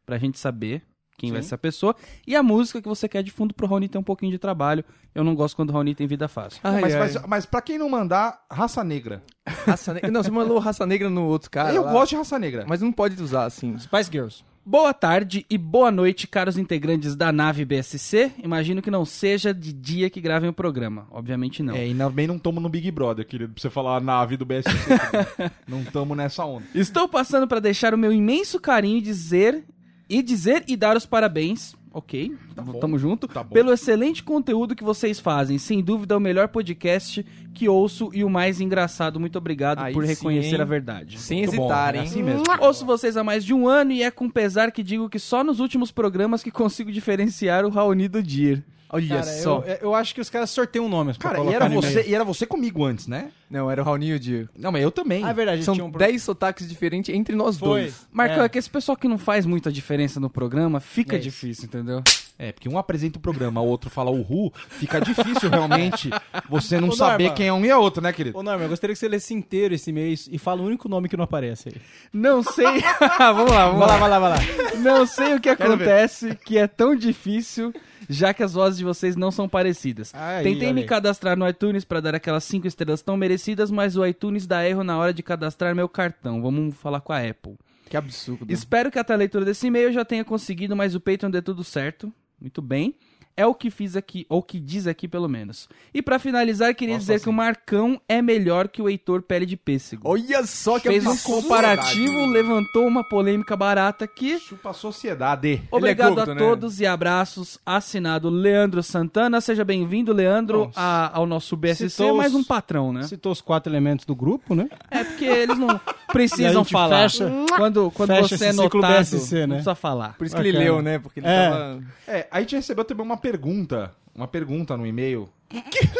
[SPEAKER 1] pra gente saber quem vai ser a pessoa e a música que você quer de fundo pro Raoni ter um pouquinho de trabalho. Eu não gosto quando o Raoni tem vida fácil.
[SPEAKER 5] Ai,
[SPEAKER 3] mas,
[SPEAKER 5] ai.
[SPEAKER 3] mas, mas pra quem não mandar, raça negra.
[SPEAKER 5] Raça negra. Não, você mandou raça negra no outro cara.
[SPEAKER 3] eu
[SPEAKER 5] Ah, lá.
[SPEAKER 3] gosto de raça negra.
[SPEAKER 5] Mas não pode usar assim.
[SPEAKER 6] Spice Girls.
[SPEAKER 1] Boa tarde e boa noite, caros integrantes da nave BSC. Imagino que não seja de dia que gravem o programa. Obviamente não.
[SPEAKER 3] É, e ainda bem não tomo no Big Brother, querido, pra você falar a nave do BSC.
[SPEAKER 6] <laughs>
[SPEAKER 3] não tamo nessa onda.
[SPEAKER 1] Estou passando para deixar o meu imenso carinho e dizer e dizer e dar os parabéns. Ok,
[SPEAKER 3] bom.
[SPEAKER 1] tamo junto.
[SPEAKER 3] Tá bom.
[SPEAKER 1] Pelo excelente conteúdo que vocês fazem. Sem dúvida, é o melhor podcast que ouço e o mais engraçado. Muito obrigado
[SPEAKER 5] Aí
[SPEAKER 1] por
[SPEAKER 5] sim,
[SPEAKER 1] reconhecer
[SPEAKER 5] hein?
[SPEAKER 1] a verdade.
[SPEAKER 5] Sem
[SPEAKER 3] Muito bom,
[SPEAKER 5] hesitar,
[SPEAKER 3] é
[SPEAKER 5] hein?
[SPEAKER 3] Assim mesmo.
[SPEAKER 1] Ouço vocês há mais de um ano e é com pesar que digo que só nos últimos programas que consigo diferenciar o Raoni do Dir.
[SPEAKER 5] Olha
[SPEAKER 6] Cara,
[SPEAKER 5] só.
[SPEAKER 6] eu, é, eu acho que os caras sorteiam nomes pra
[SPEAKER 3] Cara, e
[SPEAKER 6] colocar
[SPEAKER 3] era,
[SPEAKER 6] no e-mail.
[SPEAKER 3] você, e era você comigo antes, né?
[SPEAKER 5] Não, era o Raoni de.
[SPEAKER 3] Não, mas eu também.
[SPEAKER 6] Ah, é verdade.
[SPEAKER 5] São
[SPEAKER 6] tinha um
[SPEAKER 5] 10 sotaques diferentes entre nós
[SPEAKER 4] Foi.
[SPEAKER 5] dois.
[SPEAKER 1] Marcão, é.
[SPEAKER 6] É.
[SPEAKER 1] que esse pessoal que não faz muita diferença no programa fica
[SPEAKER 6] É isso.
[SPEAKER 1] difícil, entendeu?
[SPEAKER 3] É, porque um apresenta o programa, o outro fala o Ru, fica difícil
[SPEAKER 6] <laughs>
[SPEAKER 3] realmente você não
[SPEAKER 6] Ô,
[SPEAKER 3] saber
[SPEAKER 6] Norma.
[SPEAKER 3] quem é um e é outro, né, querido?
[SPEAKER 6] Ô, Norma, eu gostaria que você lesse inteiro esse e-mail e fala o único nome que não aparece aí.
[SPEAKER 1] Não
[SPEAKER 6] <laughs>
[SPEAKER 1] sei. <laughs> vamos lá, vamos lá.
[SPEAKER 6] Vai lá, vai lá, vai lá.
[SPEAKER 1] Não sei o que acontece que é tão difícil, já que as vozes de vocês não são parecidas.
[SPEAKER 6] Aí,
[SPEAKER 1] Tentei
[SPEAKER 6] olha
[SPEAKER 1] me
[SPEAKER 6] aí.
[SPEAKER 1] cadastrar no iTunes pra dar aquelas cinco estrelas tão merecidas, mas o iTunes dá erro na hora de cadastrar meu cartão. Vamos falar com a Apple.
[SPEAKER 5] Que absurdo.
[SPEAKER 1] Espero que até a leitura desse e-mail eu já tenha conseguido, mas o Patreon dê tudo certo. Muito bem. É o que fiz aqui, ou o que diz aqui pelo menos. E pra finalizar, queria dizer que o Marcão é melhor que o Heitor Pele de Pêssego.
[SPEAKER 5] Olha só que
[SPEAKER 1] Fez um
[SPEAKER 5] absurdo.
[SPEAKER 1] comparativo, levantou uma polêmica barata que
[SPEAKER 3] Chupa a sociedade.
[SPEAKER 1] Obrigado
[SPEAKER 5] curto,
[SPEAKER 1] a
[SPEAKER 5] né?
[SPEAKER 1] todos e abraços. Assinado Leandro Santana. Seja bem-vindo, Leandro, a- ao nosso BSC.
[SPEAKER 6] citou os-
[SPEAKER 1] Mais um patrão, né?
[SPEAKER 6] Citou os quatro elementos do grupo, né?
[SPEAKER 1] É porque eles não
[SPEAKER 6] E a
[SPEAKER 1] precisam
[SPEAKER 6] gente
[SPEAKER 1] falar.
[SPEAKER 6] fecha-
[SPEAKER 1] quando quando
[SPEAKER 6] fecha
[SPEAKER 1] você
[SPEAKER 6] esse
[SPEAKER 1] é
[SPEAKER 6] ciclo
[SPEAKER 1] notado,
[SPEAKER 6] BSC, né?
[SPEAKER 1] não precisa falar.
[SPEAKER 5] Por isso que ele
[SPEAKER 6] Bacana.
[SPEAKER 5] leu, né? Porque ele
[SPEAKER 6] É.
[SPEAKER 5] tava.
[SPEAKER 3] É, a gente recebeu também uma pergunta, uma pergunta no e-mail
[SPEAKER 6] <laughs>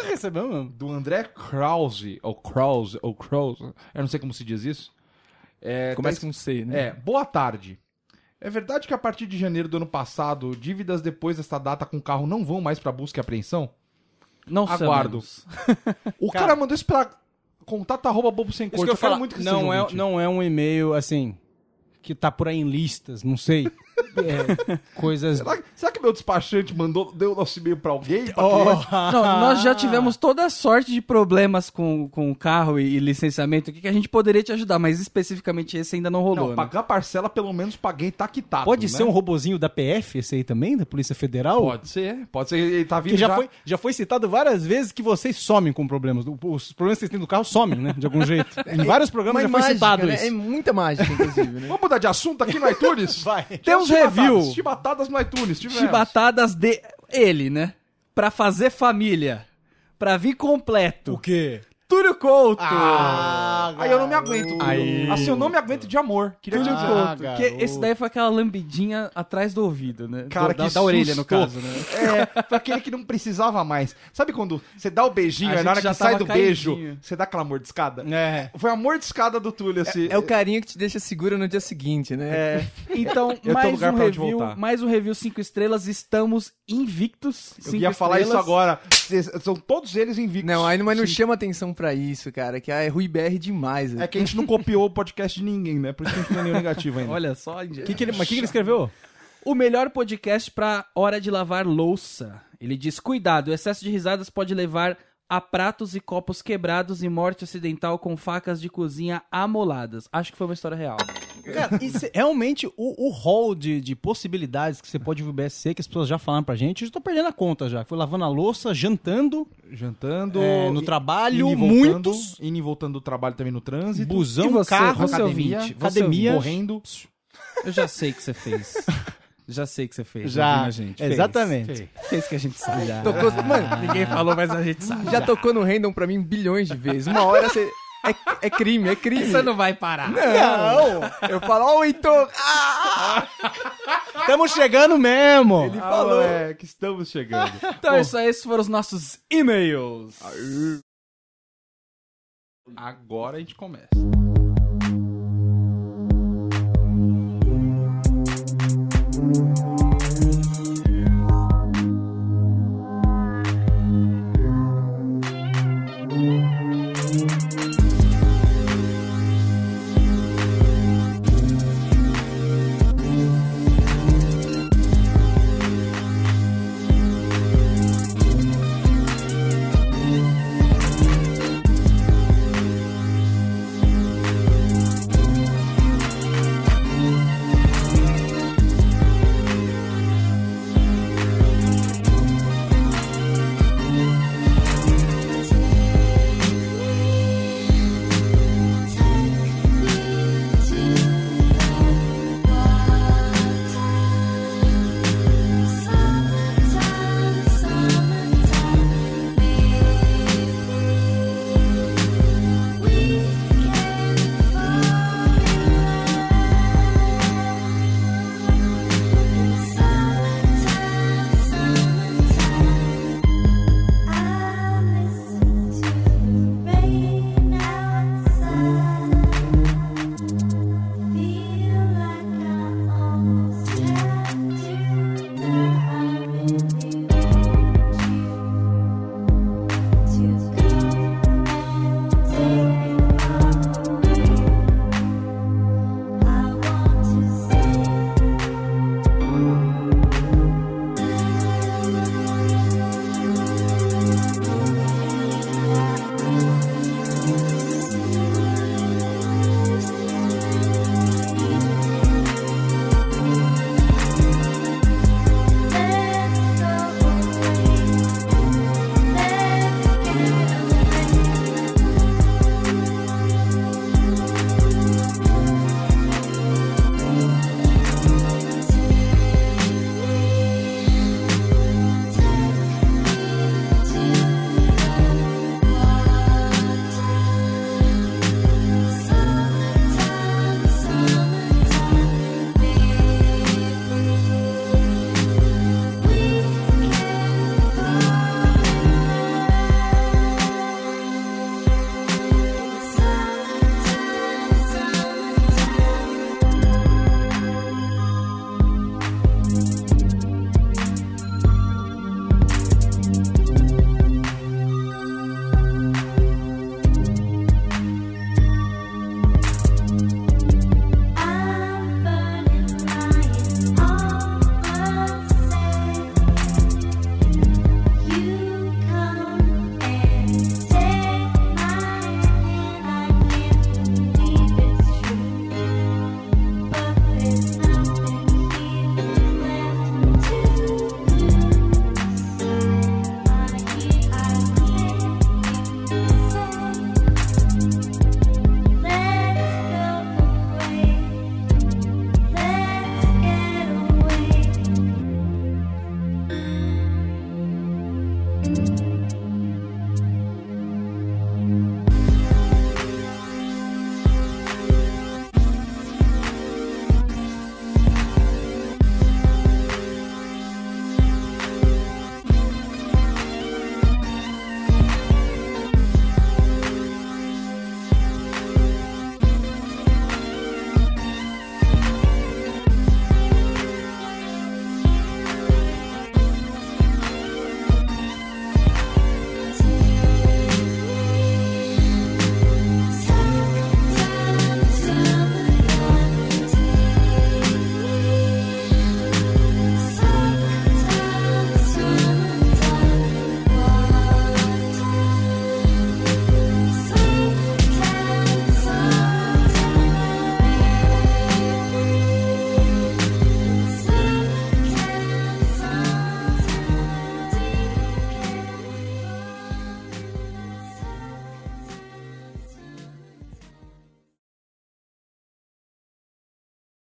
[SPEAKER 6] Recebeu mesmo.
[SPEAKER 3] do André Krause, ou Krause, ou Krause, eu não sei como se diz isso. É,
[SPEAKER 5] Começa
[SPEAKER 3] tá
[SPEAKER 5] com C, né?
[SPEAKER 3] É, boa tarde. É verdade que a partir de janeiro do ano passado, dívidas depois desta data com carro não vão mais pra busca e apreensão?
[SPEAKER 1] Não
[SPEAKER 3] Aguardo.
[SPEAKER 1] sabemos.
[SPEAKER 3] O cara, mandou isso pra contato arroba bobo sem
[SPEAKER 6] Isso
[SPEAKER 3] corte.
[SPEAKER 6] que eu
[SPEAKER 3] quero
[SPEAKER 6] falo,
[SPEAKER 3] muito que
[SPEAKER 6] não,
[SPEAKER 3] seja
[SPEAKER 6] é,
[SPEAKER 3] ouvinte.
[SPEAKER 6] não é um e-mail, assim, que tá por aí em listas, não sei. É, coisas...
[SPEAKER 3] Será, que- será que meu despachante mandou, deu nosso e-mail pra alguém?
[SPEAKER 6] <laughs>
[SPEAKER 3] Pra quem-
[SPEAKER 1] Não, nós já tivemos toda a sorte de problemas com, com o carro e, e licenciamento aqui que a gente poderia te ajudar, mas especificamente esse ainda não rolou.
[SPEAKER 3] Não,
[SPEAKER 1] né?
[SPEAKER 3] pagar parcela pelo menos paguei taquitado.
[SPEAKER 6] Pode
[SPEAKER 3] né?
[SPEAKER 6] ser um robozinho da PF esse aí também, da Polícia Federal?
[SPEAKER 3] Pode ser, pode ser. Ele tá vindo
[SPEAKER 6] Que já, Foi, já foi citado várias vezes que vocês somem com problemas. O- Os problemas que vocês têm do carro somem, né? De algum jeito. Em vários programas já foi
[SPEAKER 5] mágica,
[SPEAKER 6] citado
[SPEAKER 5] né?
[SPEAKER 6] isso.
[SPEAKER 5] É muita mágica, inclusive, né?
[SPEAKER 3] Vamos <laughs> mudar de assunto aqui no iTunes?
[SPEAKER 6] Vai.
[SPEAKER 1] Temos
[SPEAKER 3] Chibatadas,
[SPEAKER 1] review.
[SPEAKER 3] Chibatadas no iTunes, tivemos.
[SPEAKER 1] Chibatadas de ele, né? Pra fazer família. Pra vir completo.
[SPEAKER 4] O quê?
[SPEAKER 1] Túlio Couto.
[SPEAKER 3] Ah, Aí eu não me aguento.
[SPEAKER 4] Aí.
[SPEAKER 1] Ah,
[SPEAKER 3] Assim, eu não me aguento de amor. Queria te
[SPEAKER 1] Túlio
[SPEAKER 3] dizer.
[SPEAKER 1] Couto. Porque esse daí foi aquela lambidinha atrás do ouvido, né?
[SPEAKER 3] Cara,
[SPEAKER 1] Do- da,
[SPEAKER 3] que
[SPEAKER 1] da orelha,
[SPEAKER 3] susto.
[SPEAKER 1] no caso, né?
[SPEAKER 3] É, foi aquele que não precisava mais. Sabe quando você dá o beijinho,
[SPEAKER 1] A
[SPEAKER 3] aí na hora
[SPEAKER 1] gente já
[SPEAKER 3] que sai
[SPEAKER 1] tava
[SPEAKER 3] do beijo,
[SPEAKER 1] caidinho.
[SPEAKER 3] você dá aquela mordiscada?
[SPEAKER 6] É.
[SPEAKER 3] Foi a mordiscada do Túlio, assim.
[SPEAKER 5] <laughs> É o carinho que te deixa segura no dia seguinte, né? É.
[SPEAKER 1] Então,
[SPEAKER 3] tenho
[SPEAKER 1] mais
[SPEAKER 3] lugar
[SPEAKER 1] um
[SPEAKER 3] pra onde
[SPEAKER 1] review,
[SPEAKER 3] voltar.
[SPEAKER 1] mais um review 5 estrelas. Estamos invictos.
[SPEAKER 3] Eu ia falar isso agora. Cês- São todos eles invictos.
[SPEAKER 5] Não, aí, não- é mas não
[SPEAKER 3] Sim.
[SPEAKER 5] chama atenção pra isso, cara. Que ah, é Rui BR demais. né?
[SPEAKER 3] É que a gente não copiou o podcast de ninguém, né? Por isso que a gente não tem nenhum negativo ainda.
[SPEAKER 1] Olha só,
[SPEAKER 4] Que que ele, mas o que, que ele escreveu?
[SPEAKER 1] O melhor podcast pra hora de lavar louça. Ele diz: cuidado, o excesso de risadas pode levar a pratos e copos quebrados e morte acidental com facas de cozinha amoladas. Acho que foi uma história real.
[SPEAKER 6] Cara, <laughs> e cê- realmente o, o hall de, de possibilidades que você pode ver o BSC, que as pessoas já falaram pra gente, eu já tô perdendo a conta já. Fui lavando a louça, jantando,
[SPEAKER 3] Jantando.
[SPEAKER 6] é, no
[SPEAKER 3] i-
[SPEAKER 6] trabalho,
[SPEAKER 3] indo e voltando,
[SPEAKER 6] muitos.
[SPEAKER 3] Indo e voltando do trabalho também no trânsito.
[SPEAKER 6] Busão,
[SPEAKER 1] E você,
[SPEAKER 6] carro,
[SPEAKER 1] você
[SPEAKER 6] academia,
[SPEAKER 1] ouvinte, você
[SPEAKER 6] academia.
[SPEAKER 3] Correndo.
[SPEAKER 1] Eu já sei o que você fez. Já sei o que você fez.
[SPEAKER 6] Já,
[SPEAKER 1] ouvindo a gente.
[SPEAKER 6] exatamente.
[SPEAKER 1] Fez. Fez que a gente sabe.
[SPEAKER 5] <laughs>
[SPEAKER 1] Ah.
[SPEAKER 5] Tocou, mano,
[SPEAKER 1] Ninguém falou, mas a gente sabe.
[SPEAKER 5] já tocou no random pra mim bilhões de vezes. Uma hora você. É, é crime, é crime.
[SPEAKER 1] Você não vai parar.
[SPEAKER 5] Não! Eu falo, ó, o Heitor!
[SPEAKER 6] Estamos chegando mesmo!
[SPEAKER 3] Ele falou. É, que estamos chegando.
[SPEAKER 1] Então é isso aí, esses foram os nossos e-mails.
[SPEAKER 3] Agora a gente começa.